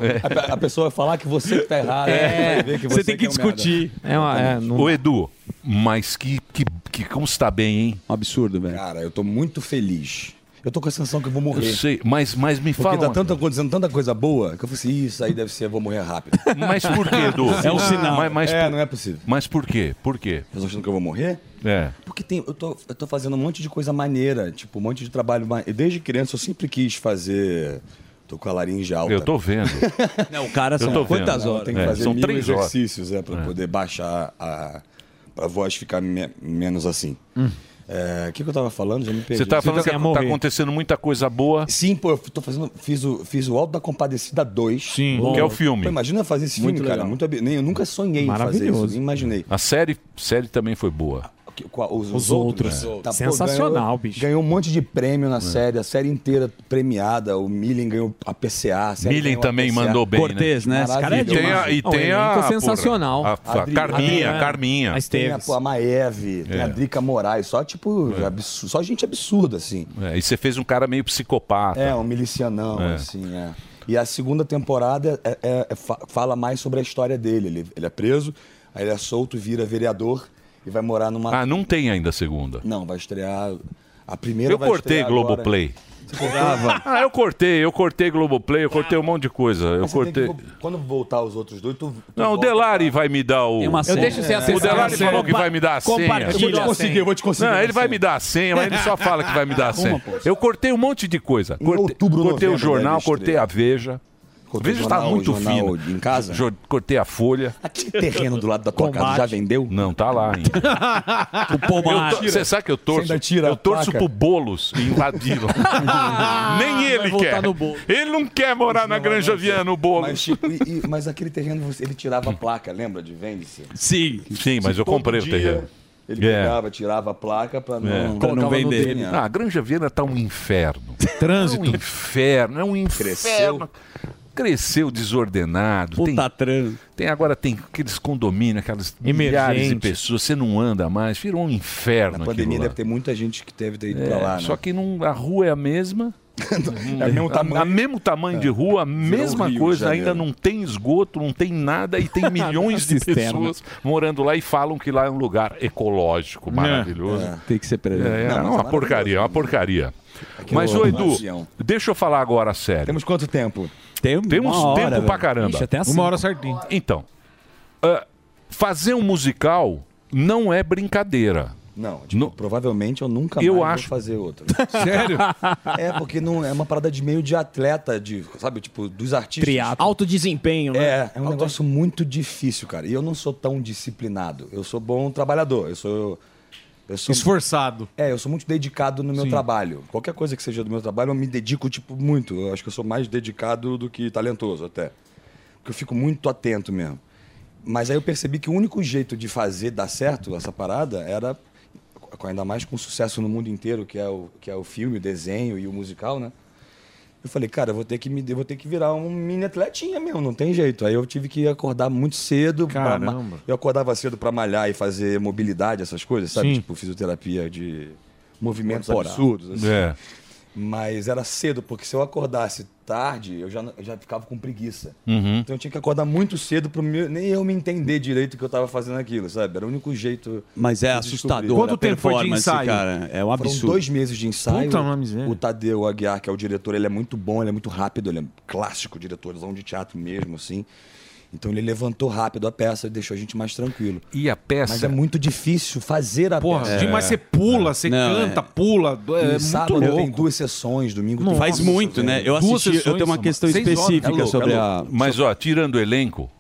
Speaker 14: A, a pessoa vai falar que você que tá
Speaker 2: Ah,
Speaker 14: errado.
Speaker 5: né?
Speaker 13: É.
Speaker 14: vai ver
Speaker 13: Você tem que
Speaker 14: é um
Speaker 13: discutir.
Speaker 14: merda.
Speaker 13: É uma- é, não-
Speaker 5: Ô, Edu, mas que, que, que como está bem, hein?
Speaker 12: Um absurdo, velho.
Speaker 14: Cara, eu tô muito feliz. Eu tô com a sensação que eu vou
Speaker 5: Eu
Speaker 14: morrer.
Speaker 5: sei, mas, mas me
Speaker 14: Porque
Speaker 5: fala.
Speaker 14: tá
Speaker 5: uma-
Speaker 14: tanta, acontecendo tanta coisa boa que eu falei assim, isso aí deve ser, eu vou morrer rápido.
Speaker 5: Mas por quê, Edu? Mas, mas
Speaker 14: é,
Speaker 5: por-
Speaker 14: não é possível.
Speaker 5: Mas por quê? Por quê?
Speaker 14: Vocês achando que eu vou morrer?
Speaker 5: É.
Speaker 14: Porque tem, eu, tô, eu tô fazendo um monte de coisa maneira, tipo, um monte de trabalho. ma- Eu, desde criança eu sempre quis fazer. Tô com a laringe alta.
Speaker 5: Eu tô vendo.
Speaker 12: [LAUGHS] Não, o cara
Speaker 14: Eu
Speaker 12: são
Speaker 14: tô
Speaker 12: quantas
Speaker 14: vendo.
Speaker 12: horas?
Speaker 14: Tem que
Speaker 12: É,
Speaker 14: fazer
Speaker 12: são
Speaker 14: mil
Speaker 12: três horas.
Speaker 14: exercícios, é, pra poder baixar a. pra voz ficar me- menos assim.
Speaker 12: Hum.
Speaker 14: É, O que, que eu tava falando? Já me perdi.
Speaker 5: Você tá falando que tá
Speaker 14: morrer.
Speaker 5: acontecendo muita coisa boa.
Speaker 14: Sim, pô, eu tô fazendo. Fiz o, fiz o Alto da Compadecida 2. Sim,
Speaker 5: que é o filme.
Speaker 14: Pô, imagina fazer esse
Speaker 5: Muito
Speaker 14: filme, cara.
Speaker 5: legal.
Speaker 14: Muito, ab- nem, eu nunca sonhei em fazer isso. Nem imaginei.
Speaker 5: A série, série também foi boa.
Speaker 14: Que- qual- os,
Speaker 5: Os
Speaker 14: os outros.
Speaker 5: outros. Os outros. né? É.
Speaker 14: Tá, pô,
Speaker 5: Sensacional,
Speaker 14: ganhou,
Speaker 5: bicho.
Speaker 14: Ganhou um monte de prêmio na série, a série inteira premiada. O Millen ganhou a PCA. a série
Speaker 5: Millen
Speaker 14: ganhou a
Speaker 5: também
Speaker 14: PCA.
Speaker 5: mandou bem, né? Cortez, né? Esse cara é
Speaker 14: Maravilhoso.
Speaker 5: demais. E tem a- e tem Não, o elenco a- sensacional. porra, a- a Carminha,
Speaker 14: né?
Speaker 5: Carminha. A
Speaker 14: Tem a,
Speaker 5: Esteves.
Speaker 14: pô, a Maeve, tem a
Speaker 5: É.
Speaker 14: Drica Moraes. Só, tipo, absu- só gente absurda, assim.
Speaker 5: É, e você fez um cara meio psicopata.
Speaker 14: É, um milicianão,
Speaker 5: Ah, tá. É.
Speaker 14: assim, é. E a segunda temporada é- é- é fa- fala mais sobre a história dele. Ele, ele é preso, aí ele é solto, vira vereador e vai morar numa.
Speaker 5: Ah, não tem ainda a segunda.
Speaker 14: Não, vai estrear. A primeira
Speaker 5: eu
Speaker 14: vai
Speaker 5: cortei
Speaker 14: estrear agora.
Speaker 5: Globoplay.
Speaker 14: Você cortava?
Speaker 5: [LAUGHS] Ah, eu cortei, eu cortei Globoplay, eu cortei um monte de coisa. Eu
Speaker 14: Mas você tem que
Speaker 5: cortei.
Speaker 14: vo- quando voltar os outros dois, tu. tu
Speaker 5: Não, o
Speaker 14: volta.
Speaker 5: Delari vai me dar o.
Speaker 14: Tem uma Eu senha. deixo você
Speaker 5: O
Speaker 14: acessar
Speaker 5: Delari
Speaker 14: a senha.
Speaker 5: falou que vai me dar a senha.
Speaker 14: Compartilha Eu vou te a conseguir, senha. eu vou te conseguir
Speaker 5: Não,
Speaker 14: a
Speaker 5: ele vai
Speaker 14: senha.
Speaker 5: me dar a senha, mas ele só fala que vai me dar a senha.
Speaker 14: Arruma,
Speaker 5: Eu cortei um monte de coisa. Cortei,
Speaker 14: outubro,
Speaker 5: cortei o
Speaker 14: novembro,
Speaker 5: jornal,
Speaker 14: deve
Speaker 5: cortei a Veja. A
Speaker 14: né, Cortei o
Speaker 5: Veja está
Speaker 14: jornal-
Speaker 5: muito
Speaker 14: o jornal
Speaker 5: fina.
Speaker 14: em casa?
Speaker 5: Jo- Cortei a Folha.
Speaker 14: Aquele terreno do lado da tua casa já vendeu?
Speaker 5: Não, tá lá ainda.
Speaker 14: [LAUGHS] O pomar.
Speaker 5: Eu to- Você sabe que eu torço?
Speaker 14: Você ainda tira
Speaker 5: eu
Speaker 14: a
Speaker 5: torço
Speaker 14: placa?
Speaker 5: pro Boulos
Speaker 14: [LAUGHS]
Speaker 5: invadi-lo.
Speaker 14: Ah,
Speaker 5: Ah, Nem ele quer. Ele não quer morar na Granja Viana, o Boulos.
Speaker 14: Mas, tipo, e- e- mas aquele terreno, você- ele tirava a placa, lembra de vende-se?
Speaker 12: Sim.
Speaker 5: Sim, mas
Speaker 14: Se
Speaker 5: eu
Speaker 14: todo
Speaker 5: comprei o
Speaker 14: dia
Speaker 5: terreno.
Speaker 14: Ele
Speaker 5: É.
Speaker 14: pegava, tirava a placa pra não,
Speaker 5: É.
Speaker 14: pra não vender.
Speaker 5: Ah, a Granja Viana tá um inferno. Trânsito. É um inferno, é um inferno. Cresceu. Cresceu desordenado. Puta tem,
Speaker 12: trânsito.
Speaker 5: Tem, agora tem aqueles condomínios, aquelas milhares de
Speaker 14: Emergente.
Speaker 5: pessoas, você não anda mais, virou um inferno.
Speaker 14: Na
Speaker 5: aquilo
Speaker 14: pandemia
Speaker 5: lá.
Speaker 14: deve ter muita gente que deve ter ido
Speaker 5: É,
Speaker 14: pra lá, né?
Speaker 5: Só que não, a rua é a mesma.
Speaker 14: É o mesmo tamanho.
Speaker 5: A, a mesmo tamanho de rua, a mesma
Speaker 14: Rio de
Speaker 5: coisa,
Speaker 14: Janeiro.
Speaker 5: ainda não tem esgoto, não tem nada e tem milhões de
Speaker 12: Cisterna.
Speaker 5: pessoas morando lá e falam que lá é um lugar ecológico, maravilhoso.
Speaker 12: É. Tem que ser preso.
Speaker 5: É, é
Speaker 12: Não, mas
Speaker 5: uma
Speaker 12: é
Speaker 5: porcaria, é uma porcaria.
Speaker 12: Aquilo
Speaker 5: Mas,
Speaker 12: é
Speaker 5: ô
Speaker 12: uma
Speaker 5: Edu,
Speaker 12: paixão.
Speaker 5: deixa eu falar agora a sério.
Speaker 14: Temos quanto tempo?
Speaker 12: Tem,
Speaker 5: Temos
Speaker 12: uma hora,
Speaker 5: tempo
Speaker 12: velho.
Speaker 5: pra caramba.
Speaker 12: Ixi, até às Uma cinco. hora
Speaker 5: certinho. Então, ah, fazer um musical não é brincadeira.
Speaker 14: Não, tipo, provavelmente eu nunca
Speaker 5: Eu
Speaker 14: mais
Speaker 5: acho-
Speaker 14: vou fazer outra.
Speaker 20: [LAUGHS]
Speaker 5: Sério?
Speaker 14: né? É, porque não, é uma parada de meio de atleta, de, sabe, tipo, dos artistas.
Speaker 4: Alto desempenho, né?
Speaker 14: É, é um negócio muito difícil, cara. E eu não sou tão disciplinado. Eu sou bom trabalhador. Eu sou. Eu sou
Speaker 20: Esforçado.
Speaker 14: É, eu sou muito dedicado no meu
Speaker 20: Sim.
Speaker 14: trabalho. Qualquer coisa que seja do meu trabalho, eu me dedico, tipo, muito. Eu acho que eu sou mais dedicado do que talentoso, até. Porque eu fico muito atento mesmo. Mas aí eu percebi que o único jeito de fazer dar certo essa parada era, com- ainda mais com sucesso no mundo inteiro, que é o, que é o filme, o desenho e o musical, né? Eu falei, cara, eu vou ter que me eu vou ter que virar um mini atletinha mesmo, não tem jeito. Aí eu tive que acordar muito cedo. pra ma-
Speaker 20: Caramba.
Speaker 14: eu acordava cedo pra malhar e fazer mobilidade, essas coisas, sabe?
Speaker 20: Sim.
Speaker 14: Tipo, fisioterapia de movimentos
Speaker 20: Corporal.
Speaker 14: absurdos. Assim.
Speaker 5: É.
Speaker 14: Mas era cedo, porque se eu acordasse tarde, eu já, eu já ficava com preguiça.
Speaker 5: Uhum.
Speaker 14: Então eu tinha que acordar muito cedo para nem eu me entender direito que eu tava fazendo aquilo, sabe? Era o único jeito.
Speaker 12: Mas é
Speaker 14: de descobrir.
Speaker 12: assustador Quanto a tempo foi de performance, ensaio? cara. É um
Speaker 14: Foram
Speaker 12: absurdo.
Speaker 14: dois meses de ensaio.
Speaker 12: Puta, uma
Speaker 14: o Tadeu Aguiar, que é o diretor, ele é muito bom, ele é muito rápido, ele é um clássico diretorzão de teatro mesmo, assim. Então ele levantou rápido a peça e deixou a gente mais tranquilo.
Speaker 5: E a peça?
Speaker 14: Mas é muito difícil fazer a
Speaker 20: Porra,
Speaker 12: É.
Speaker 14: peça.
Speaker 20: demais você pula, você canta, pula.
Speaker 14: E
Speaker 20: É muito
Speaker 14: sábado tem
Speaker 20: louco.
Speaker 14: duas sessões, domingo tem
Speaker 12: Faz
Speaker 14: duas
Speaker 12: muito,
Speaker 14: sessões.
Speaker 12: né? Eu
Speaker 14: Duas
Speaker 12: assisti, eu
Speaker 14: sessões,
Speaker 12: tenho uma
Speaker 14: mano.
Speaker 12: questão
Speaker 14: Seis horas.
Speaker 12: específica
Speaker 14: É louco,
Speaker 12: sobre
Speaker 14: é
Speaker 12: a.
Speaker 14: louco.
Speaker 5: Mas, ó, tirando o elenco,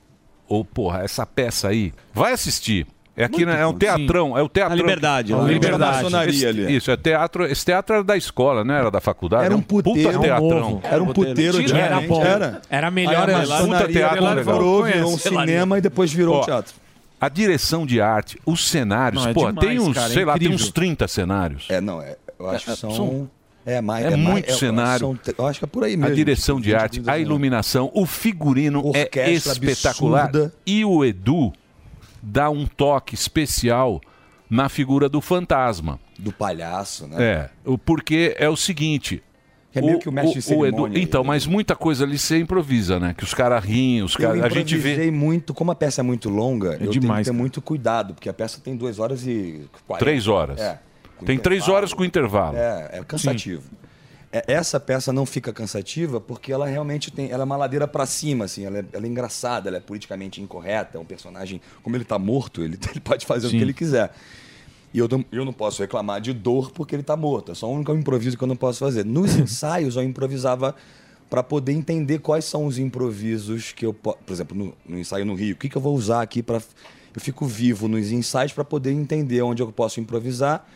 Speaker 5: ô, porra, essa peça aí, vai assistir. É aqui, né? é um teatrão, é o teatrão.
Speaker 12: A Liberdade, lá. A Liberdade.
Speaker 5: Esse-
Speaker 12: ali.
Speaker 5: Isso, é teatro, esse teatro era da escola, não era da faculdade? É
Speaker 14: Era um puteiro.
Speaker 5: Puta
Speaker 14: Era um
Speaker 5: teatrão.
Speaker 14: novo. Era um puteiro
Speaker 5: Tinha,
Speaker 14: antigamente,
Speaker 5: bom.
Speaker 14: era. Era melhor,
Speaker 5: Aí a
Speaker 14: era
Speaker 5: maçonaria
Speaker 14: puta teatro
Speaker 5: dela
Speaker 14: legal.
Speaker 5: Virou,
Speaker 14: Conhece,
Speaker 5: virou um
Speaker 14: Celaria.
Speaker 5: cinema
Speaker 14: e depois virou
Speaker 5: Ó,
Speaker 14: um teatro.
Speaker 5: A direção de arte, os cenários,
Speaker 14: Não, é
Speaker 5: pô,
Speaker 14: demais,
Speaker 5: tem uns,
Speaker 14: cara, é
Speaker 5: sei lá, tem
Speaker 14: incrível.
Speaker 5: uns 30 cenários.
Speaker 14: É, não, é, eu acho que são...
Speaker 5: são-
Speaker 14: É, mais,
Speaker 5: É
Speaker 14: mais-
Speaker 5: muito
Speaker 14: eu-
Speaker 5: cenário.
Speaker 14: são tre- eu acho que é por aí mesmo.
Speaker 5: a direção de
Speaker 14: tipo,
Speaker 5: arte,
Speaker 14: 20,
Speaker 5: a
Speaker 14: 20,
Speaker 5: iluminação, o figurino é
Speaker 14: Orquestra
Speaker 5: espetacular.
Speaker 14: absurda.
Speaker 5: E o Edu dá um toque especial na figura do fantasma.
Speaker 14: Do palhaço, né?
Speaker 5: É, o- porque é o seguinte.
Speaker 14: É meio que o mestre de cerimônia, né?
Speaker 5: Então, mas muita coisa ali você improvisa, né? Que os caras riem, os caras.
Speaker 14: Eu
Speaker 5: A gente vê.
Speaker 14: improvisei muito, como a peça é muito longa, eu tenho que
Speaker 5: demais,
Speaker 14: ter muito cuidado, porque a peça tem duas horas e... 40.
Speaker 5: Três horas.
Speaker 14: É,
Speaker 5: Ah,
Speaker 14: com
Speaker 5: Tem três
Speaker 14: intervalo.
Speaker 5: horas com intervalo.
Speaker 14: É, é cansativo. É, essa peça não fica cansativa porque ela realmente tem. Ela é uma ladeira pra cima, assim. Ela é, ela é engraçada, ela é politicamente incorreta. É um personagem. Como ele tá morto, ele, [LAUGHS] ele pode fazer o
Speaker 20: Sim.
Speaker 14: que ele quiser. E eu não, eu não posso reclamar de dor porque ele tá morto. É só o único improviso que eu não posso fazer.
Speaker 12: [LAUGHS]
Speaker 14: Nos ensaios, eu improvisava pra poder entender quais são os improvisos que eu posso. Por exemplo, no, no ensaio no Rio, o que, que eu vou usar aqui pra. Eu fico vivo nos ensaios pra poder entender onde eu posso improvisar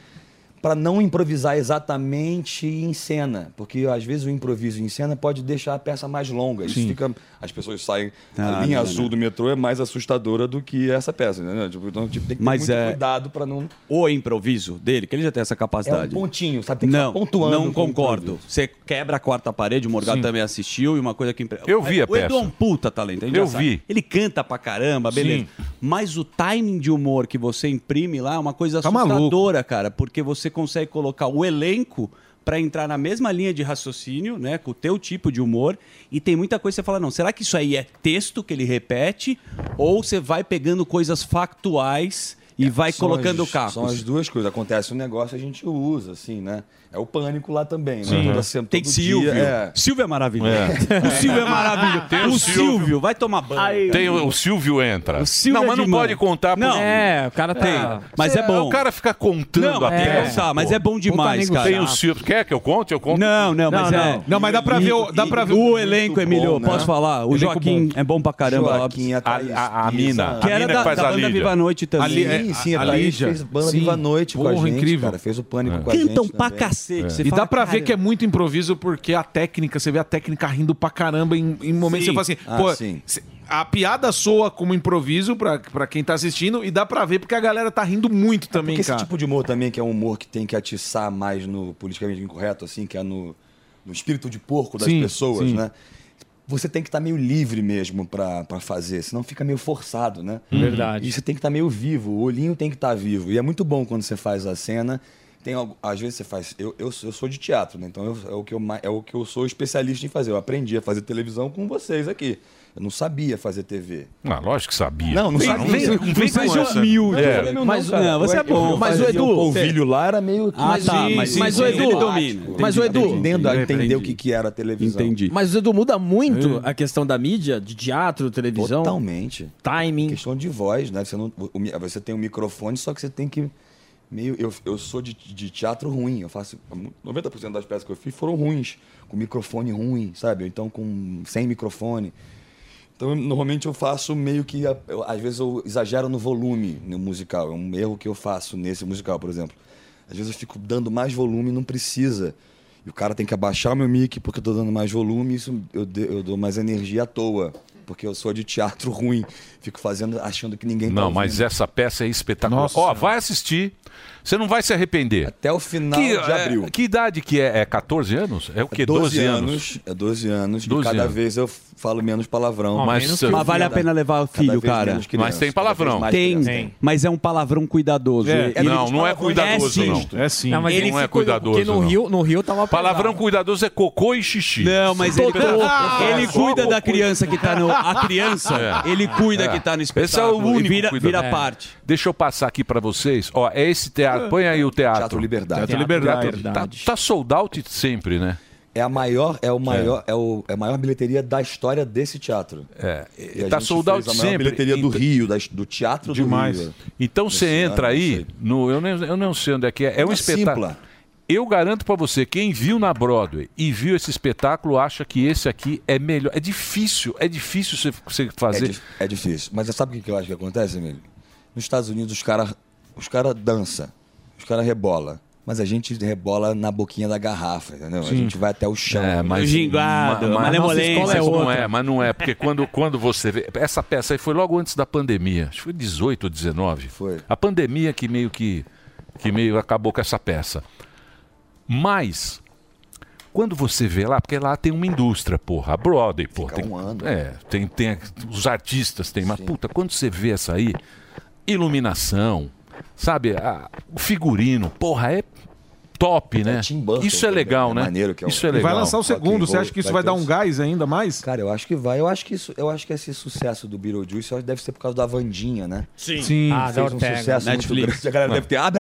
Speaker 14: para não improvisar exatamente em cena, porque às vezes o improviso em cena pode deixar a peça mais longa. Isso
Speaker 20: Sim.
Speaker 14: fica, as pessoas saem,
Speaker 12: Ah,
Speaker 14: a linha
Speaker 12: não,
Speaker 14: azul
Speaker 12: não.
Speaker 14: do metrô é mais assustadora do que essa peça, entendeu? Tipo, Então tipo, tem que ter
Speaker 12: Mas
Speaker 14: muito
Speaker 12: é-
Speaker 14: cuidado para não
Speaker 12: O improviso dele, que ele já tem essa
Speaker 14: é um
Speaker 12: capacidade.
Speaker 14: pontinho, sabe? Tem que
Speaker 12: Não,
Speaker 14: ficar pontuando.
Speaker 12: não
Speaker 14: com o
Speaker 12: concordo. Você quebra a quarta parede, o Morgado
Speaker 14: Sim.
Speaker 12: também assistiu, e uma coisa que... impre-
Speaker 5: Eu vi a
Speaker 12: O Edu é um
Speaker 5: peça.
Speaker 12: puta talento, a gente
Speaker 5: Eu
Speaker 12: já sabe.
Speaker 5: vi.
Speaker 12: Ele canta pra caramba, beleza. Mas o timing de humor que você imprime lá é uma coisa
Speaker 14: Tá
Speaker 12: assustadora, cara, porque você consegue colocar o elenco pra entrar na mesma linha de raciocínio, né, com o teu tipo de humor, e tem muita coisa que você fala, não, será que isso aí é texto que ele repete ou você vai pegando coisas factuais e vai
Speaker 14: São
Speaker 12: colocando
Speaker 14: É, as-
Speaker 12: carros?
Speaker 14: São as duas coisas. Acontece um negócio, a gente usa, assim, né? É o pânico lá também,
Speaker 12: Sim.
Speaker 14: né? Toda sem-
Speaker 12: Tem
Speaker 14: todo
Speaker 12: Silvio.
Speaker 14: dia, é.
Speaker 12: Silvio é maravilhoso.
Speaker 5: É.
Speaker 12: O Silvio é maravilhoso.
Speaker 5: Tem o
Speaker 12: o Silvio.
Speaker 5: Silvio,
Speaker 12: vai tomar banho. cara.
Speaker 5: Tem o, o Silvio entra.
Speaker 12: O Silvio
Speaker 5: não,
Speaker 12: é
Speaker 5: mas não
Speaker 12: demais.
Speaker 5: pode contar.
Speaker 12: Não. É, o cara tá- Mas é bom.
Speaker 5: O cara fica contando
Speaker 12: Não,
Speaker 5: a
Speaker 12: tem que
Speaker 5: peça,
Speaker 12: contar, mas
Speaker 5: pô.
Speaker 12: é bom demais, Puta cara.
Speaker 5: Tem o Silvio. Quer que eu conte? Eu conto.
Speaker 12: Não, não, mas é. E- O elenco, Emílio, posso falar? O Joaquim é bom pra caramba.
Speaker 14: Joaquim, a Thaís,
Speaker 12: a,
Speaker 14: Isa.
Speaker 12: Que era da, da banda Viva a Noite também.
Speaker 14: sim, sim, a, Thaís fez banda Viva a Noite com a gente, cara. Fez o pânico com a gente.
Speaker 12: Cantam pra
Speaker 14: também.
Speaker 12: cacete, você
Speaker 20: E
Speaker 12: fala,
Speaker 20: dá pra ver
Speaker 12: "Caramba."
Speaker 20: que é muito improviso porque a técnica, você vê a técnica rindo pra caramba em, em momentos
Speaker 12: Sim.
Speaker 20: que você fala
Speaker 12: Ah,
Speaker 20: assim, pô,
Speaker 12: sim.
Speaker 20: cê- a piada soa como improviso pra, pra quem tá assistindo e dá pra ver porque a galera tá rindo muito também,
Speaker 14: Porque esse
Speaker 20: cara.
Speaker 14: tipo de humor também, que é um humor que tem que atiçar mais no politicamente incorreto, assim, que é no, no espírito de porco das
Speaker 20: Sim,
Speaker 14: pessoas,
Speaker 20: sim.
Speaker 14: né? Você tem que estar meio livre mesmo pra pra fazer, senão fica meio forçado, né?
Speaker 20: Uhum.
Speaker 13: Verdade.
Speaker 14: E você tem que estar meio vivo, o olhinho tem que estar vivo. E é muito bom quando você faz a cena. Tem, algo- às vezes você faz. Eu, eu, sou- eu sou de teatro, né? Então eu- é, o que eu, mai- é o que eu sou especialista em fazer. Eu aprendi a fazer televisão com vocês aqui. Eu não sabia fazer TV.
Speaker 5: Ah, lógico que sabia.
Speaker 14: Não, não
Speaker 5: Vem-
Speaker 14: sabia.
Speaker 5: vem-
Speaker 14: Não
Speaker 5: vem
Speaker 14: precisa
Speaker 5: com
Speaker 14: ser
Speaker 5: essa.
Speaker 14: humilde.
Speaker 5: É.
Speaker 14: Não,
Speaker 4: Mas,
Speaker 14: cara.
Speaker 4: não, você é
Speaker 14: Eu-
Speaker 4: bom.
Speaker 14: eu
Speaker 4: Mas o
Speaker 14: fazia
Speaker 4: Edu-
Speaker 14: O polvilho lá era meio.
Speaker 4: Ah, Mas tá, sim, mas sim, mas sim, o Edu- ele domina. Mas o Edu-
Speaker 14: Entendendo,
Speaker 4: Entendi.
Speaker 14: entender o que, que era a televisão.
Speaker 12: Entendi.
Speaker 4: Mas Edu muda muito a questão da mídia, de teatro, televisão.
Speaker 14: Totalmente.
Speaker 4: Timing.
Speaker 14: é um Questão de voz, né? Você, não, o- o mi- você tem um microfone, só que você tem que meio. Eu, eu sou de, de teatro ruim. Eu faço. 90% das peças que eu fiz foram ruins, com microfone ruim, sabe? Ou Então, com sem microfone. Então, eu- normalmente eu faço meio que. a- eu- às vezes eu exagero no volume no musical. É um erro que eu faço nesse musical, por exemplo. Às vezes eu fico dando mais volume e não precisa. E o cara tem que abaixar o meu mic porque eu tô dando mais volume, isso eu, de- eu dou mais energia à toa. Porque eu sou de teatro [LAUGHS] ruim. Fico fazendo, achando que ninguém tá
Speaker 5: Não, mas
Speaker 14: ouvindo.
Speaker 5: essa peça é espetacular. Ó, vai assistir. Você não vai se arrepender.
Speaker 14: Até o final
Speaker 5: que,
Speaker 14: de
Speaker 5: é,
Speaker 14: abril.
Speaker 5: que idade que é? É 14 anos? É o quê? 12, anos.
Speaker 14: É 12 anos.
Speaker 5: 12
Speaker 14: e cada
Speaker 5: anos.
Speaker 14: vez eu falo Tá menos palavrão.
Speaker 5: Ó, Mas- menos que o Mas
Speaker 12: vale a pena levar o
Speaker 14: né? Cada
Speaker 12: filho,
Speaker 14: vez
Speaker 12: cara.
Speaker 14: menos criança,
Speaker 5: Mas tem
Speaker 14: cada vez
Speaker 5: palavrão.
Speaker 14: mais
Speaker 12: Tem,
Speaker 14: criança.
Speaker 12: mas é um palavrão cuidadoso.
Speaker 5: É,
Speaker 12: Ele-
Speaker 5: não,
Speaker 12: ele-
Speaker 5: não é cuidadoso,
Speaker 12: é sim.
Speaker 5: não.
Speaker 12: É sim.
Speaker 5: Não, mas ele
Speaker 12: Ele
Speaker 5: não é
Speaker 12: ficou-
Speaker 5: cuidadoso.
Speaker 12: porque no
Speaker 5: não.
Speaker 12: Rio-
Speaker 13: no Rio tava
Speaker 5: Palavrão cuidadoso é cocô e xixi.
Speaker 12: Não, mas ele, ele cuida da criança que tá no. A criança,
Speaker 5: [LAUGHS]
Speaker 12: ele cuida que tá no espetáculo.
Speaker 5: Esse é o único
Speaker 12: e vira,
Speaker 5: cuidado.
Speaker 12: vira
Speaker 5: É.
Speaker 12: parte.
Speaker 5: Deixa eu passar aqui pra vocês. Ó, é esse teatro. Põe aí o teatro.
Speaker 14: Teatro Liberdade.
Speaker 5: Teatro
Speaker 14: Teatro
Speaker 5: Liberdade.
Speaker 14: Liberdade.
Speaker 5: Tá, tá sold out sempre, né?
Speaker 14: É a maior, é o maior, é, o, é a maior bilheteria da história desse teatro.
Speaker 5: É.
Speaker 14: E a
Speaker 5: tá
Speaker 14: gente
Speaker 5: sold out
Speaker 14: fez a maior
Speaker 5: sempre.
Speaker 14: bilheteria do Rio, das- do teatro do Rio. né?
Speaker 5: Então você entra aí, no, eu, nem, eu não sei onde é que é, é um
Speaker 14: Na
Speaker 5: espetáculo.
Speaker 14: Simpla.
Speaker 5: Eu garanto pra você, quem viu na Broadway e viu esse espetáculo acha que esse aqui é melhor. É difícil, é difícil você- você fazer.
Speaker 14: É, dif- é difícil. Mas sabe o que que eu acho que acontece, amigo? Nos Estados Unidos, os caras os cara dança, os caras rebola. Mas a gente rebola na boquinha da garrafa, entendeu? A
Speaker 5: Sim.
Speaker 14: gente vai até o chão.
Speaker 5: É, mas, ma- ma- mas não é, mas não é, porque quando, quando você vê. Essa peça aí foi logo antes da pandemia. Acho que foi 18 ou 19. Foi. A pandemia que meio que. que meio acabou com essa peça. Mas. Quando você vê lá, porque lá tem uma indústria, porra, a Broadway, porra. tem, É, tem, tem os artistas, tem, mas puta, quando você vê essa aí, iluminação, sabe, a- o figurino, porra, é top, né? isso é legal, né?
Speaker 14: um
Speaker 5: isso é
Speaker 9: Ele
Speaker 5: legal.
Speaker 9: um vai lançar o segundo, você
Speaker 14: vou-
Speaker 9: acha que isso vai,
Speaker 14: vai
Speaker 9: dar
Speaker 14: ter
Speaker 9: um
Speaker 14: o-
Speaker 9: gás ainda mais?
Speaker 14: Cara, eu acho que vai. Eu acho que isso, eu acho que esse sucesso do Beetlejuice eu acho que deve ser por causa da Vandinha, né?
Speaker 6: Sim.
Speaker 9: Sim.
Speaker 6: Ah, da
Speaker 14: fez um
Speaker 6: Ortega.
Speaker 14: sucesso muito
Speaker 6: Netflix.
Speaker 14: grande. A galera deve ter. Ah,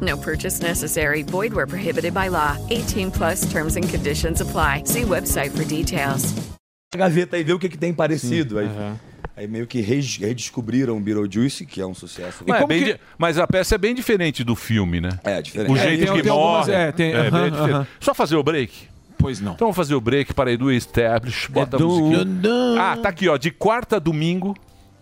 Speaker 17: No purchase necessary. Void where prohibited by law. 18 plus terms and conditions apply. See website for details.
Speaker 14: a gaveta aí, ver o que, que tem parecido. aí, aí meio que res- redescobriram o Beetlejuice, que é um sucesso.
Speaker 5: Mas, é bem di- mas a peça é bem diferente do filme, né?
Speaker 14: É, diferente.
Speaker 5: O
Speaker 14: É,
Speaker 5: jeito
Speaker 14: tem-
Speaker 5: que
Speaker 14: tem algumas-
Speaker 5: morre.
Speaker 14: é, tem-
Speaker 5: bem
Speaker 14: aham,
Speaker 5: diferente.
Speaker 14: aham.
Speaker 5: Só fazer o break? Pois não. Então vamos fazer o break para Edu Establish. Bota a
Speaker 1: dum,
Speaker 5: musiquinha.
Speaker 1: dum, dum.
Speaker 5: Ah, tá aqui, ó. De quarta a domingo.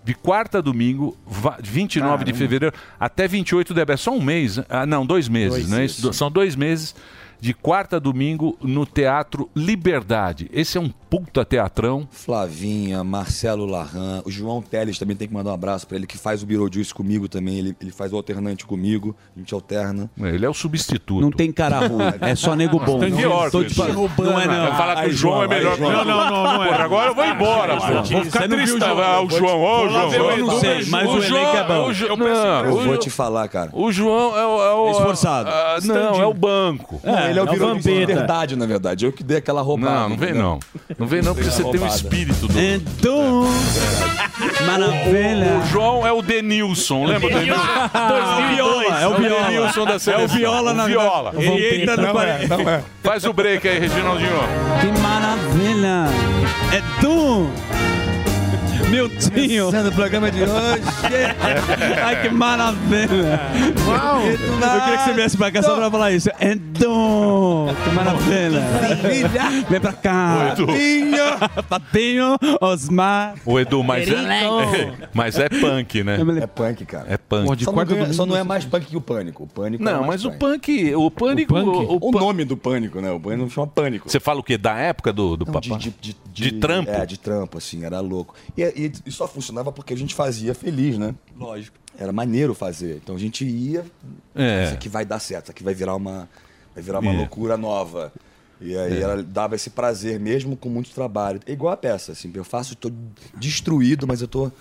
Speaker 5: De quarta a domingo, va- 29 de fevereiro, até 28 de abril. É Só um mês. né? Ah, não, dois meses,
Speaker 1: Dois,
Speaker 5: não é
Speaker 1: isso.
Speaker 5: isso? Do- São dois meses. De quarta a domingo no Teatro Liberdade. Esse é um puta teatrão.
Speaker 14: Flavinha, Marcelo Larran, o João Teles também tem que mandar um abraço pra ele, que faz o Beetlejuice comigo também. Ele, ele faz o alternante comigo, a gente alterna.
Speaker 5: Ele é o substituto.
Speaker 12: Não tem cara
Speaker 14: [LAUGHS]
Speaker 12: ruim, é só nego bom.
Speaker 5: Tem
Speaker 12: Não-
Speaker 5: pior,
Speaker 12: tô te
Speaker 5: Cleiton.
Speaker 12: falando, não é não.
Speaker 5: Vai Falar que
Speaker 12: Aí,
Speaker 5: o João é
Speaker 12: aí,
Speaker 5: melhor que o
Speaker 12: João. é.
Speaker 5: Porra, agora eu vou embora, pô. Vou ficar tristão. Ah, o João, ó, o João.
Speaker 14: Eu
Speaker 5: ó,
Speaker 14: não
Speaker 5: o
Speaker 14: sei,
Speaker 5: João,
Speaker 14: mas o elenco é bom.
Speaker 5: o João- não,
Speaker 14: eu
Speaker 5: o-
Speaker 14: vou te falar, cara.
Speaker 5: O João é o. é o-
Speaker 14: Esforçado.
Speaker 5: Ah, não, é o banco.
Speaker 14: Não, ele é o Beetlejuice de
Speaker 5: vampeta.
Speaker 14: verdade, na verdade. Eu que dei aquela roubada.
Speaker 5: Não, não vem
Speaker 14: entendeu?
Speaker 5: não. Não vem não, porque
Speaker 14: Dei
Speaker 5: você
Speaker 14: uma
Speaker 5: tem o
Speaker 14: roubada. É.
Speaker 5: espírito do.
Speaker 12: Então. Maravilha.
Speaker 5: O João é o Denilson, lembra do Denilson?
Speaker 12: Viola, [LAUGHS] é o Viola.
Speaker 5: Denilson
Speaker 12: É
Speaker 5: da
Speaker 12: o
Speaker 5: seleção.
Speaker 12: Viola na-
Speaker 5: o Viola.
Speaker 12: Ele Vampeta. entra no Não é, pare- não é.
Speaker 5: Faz o break aí, Reginaldinho.
Speaker 12: Que maravilha. É tu. Miltinho. Começando o programa de hoje. [LAUGHS] Ai, que maravilha.
Speaker 1: Uau.
Speaker 12: Eu queria que você viesse pra cá só pra falar isso. É tu. Que maravilha. Vem pra cá.
Speaker 5: Oi, Edu.
Speaker 12: Patinho. [LAUGHS] Patinho. Osmar.
Speaker 5: O Edu, mas [LAUGHS] é,
Speaker 12: Perico.
Speaker 5: mas é punk, né?
Speaker 14: É punk, cara.
Speaker 5: É punk.
Speaker 14: só, não ganha- só não é mais punk que o pânico. O pânico é
Speaker 5: Não,
Speaker 14: mais
Speaker 5: mas o
Speaker 14: punk.
Speaker 5: punk, o pânico,
Speaker 14: O punk?
Speaker 5: o,
Speaker 14: O nome do pânico, né? O pânico não chama pânico.
Speaker 5: Você fala o quê? Da época do, do papai? De, trampo?
Speaker 14: É, de trampo, assim, era louco. E, e- e só funcionava porque a gente fazia feliz, né? Lógico. Era maneiro fazer. Então a gente ia.
Speaker 5: É.
Speaker 14: Isso aqui vai dar certo, isso aqui vai virar uma, vai virar uma
Speaker 5: É.
Speaker 14: loucura nova. E aí
Speaker 5: É.
Speaker 14: ela dava esse prazer, mesmo com muito trabalho. É igual a peça, assim. Eu faço, tô destruído, mas eu tô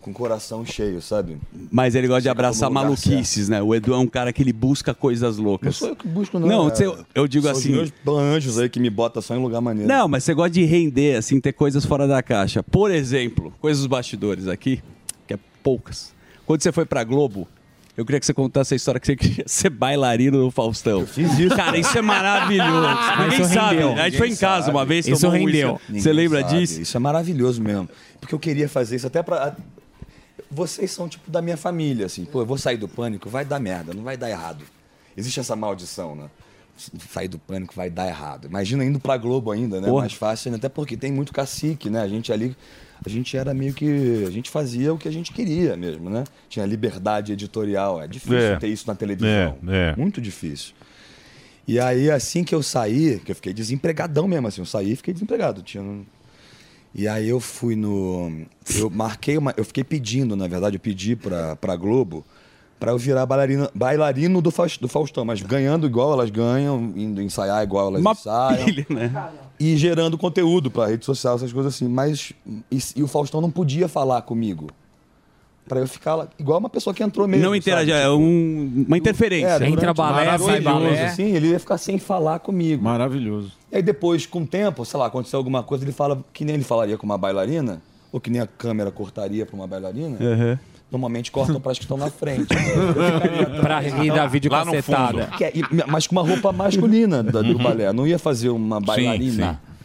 Speaker 14: com o coração cheio, sabe?
Speaker 12: Mas ele gosta de abraçar
Speaker 14: no lugar
Speaker 12: maluquices, né? O Edu é um cara que ele busca coisas
Speaker 14: Não
Speaker 12: loucas.
Speaker 14: sou eu que busco, não.
Speaker 12: Não,
Speaker 14: é-
Speaker 12: cê- eu, digo
Speaker 14: são
Speaker 12: assim.
Speaker 14: Os meus anjos aí que me botam só em lugar maneiro.
Speaker 12: Não, mas você gosta de render, assim, ter coisas fora da caixa. Por exemplo, coisas dos bastidores aqui, que é poucas. Quando você foi pra Globo, eu queria que você contasse a história que você [LAUGHS] queria ser bailarino do Faustão. Eu
Speaker 14: fiz isso.
Speaker 12: Cara, isso é maravilhoso.
Speaker 14: Ah,
Speaker 12: Ninguém
Speaker 14: isso
Speaker 12: sabe. né?
Speaker 14: rendeu.
Speaker 12: A gente foi em
Speaker 14: Ninguém
Speaker 12: casa
Speaker 14: sabe.
Speaker 12: uma vez, tomou um uísque. Você lembra
Speaker 14: Ninguém
Speaker 12: disso?
Speaker 14: sabe. Isso é maravilhoso mesmo. Porque eu queria fazer isso até pra. Vocês são tipo da minha família, assim. Pô, eu vou sair do pânico, vai dar merda, não vai dar errado. Existe essa maldição, né? Sair do pânico vai dar errado. Imagina indo pra Globo ainda, né?
Speaker 12: Porra.
Speaker 14: Mais fácil, né? até porque tem muito cacique, né? A gente ali. A gente era meio que. A gente fazia o que a gente queria mesmo, né? Tinha liberdade editorial. É difícil
Speaker 5: É.
Speaker 14: ter isso na televisão.
Speaker 5: É, é.
Speaker 14: Muito difícil. E aí, assim que eu saí, que eu fiquei desempregadão mesmo, assim, eu saí e fiquei desempregado. Tinha... um- E aí eu fui no. Eu marquei uma. Eu fiquei pedindo, na verdade, eu pedi pra, pra Globo pra eu virar bailarina, bailarino do, Faus- do Faustão, mas ganhando igual elas ganham, indo ensaiar igual elas
Speaker 12: Uma
Speaker 14: ensaiam.
Speaker 12: pilha, né?
Speaker 14: E gerando conteúdo pra rede social, essas coisas assim. Mas. E, e o Faustão não podia falar comigo. Pra eu ficar lá, igual uma pessoa que entrou mesmo.
Speaker 12: Não
Speaker 14: sabe? Tipo,
Speaker 12: interagir, é um- uma interferência.
Speaker 14: É, durante maravilhoso, Assim, ele ia ficar sem falar comigo. Maravilhoso. E aí depois, com o tempo, sei lá, aconteceu alguma coisa, ele fala que nem ele falaria com uma bailarina, ou que nem a câmera cortaria pra uma bailarina.
Speaker 12: Uhum.
Speaker 14: Normalmente cortam para as que estão na frente.
Speaker 13: [LAUGHS] Pra rir da videocacetada.
Speaker 14: Que é- e- mas com uma roupa masculina da- do
Speaker 13: Uhum.
Speaker 14: balé. Não ia fazer uma bailarina.
Speaker 13: sim.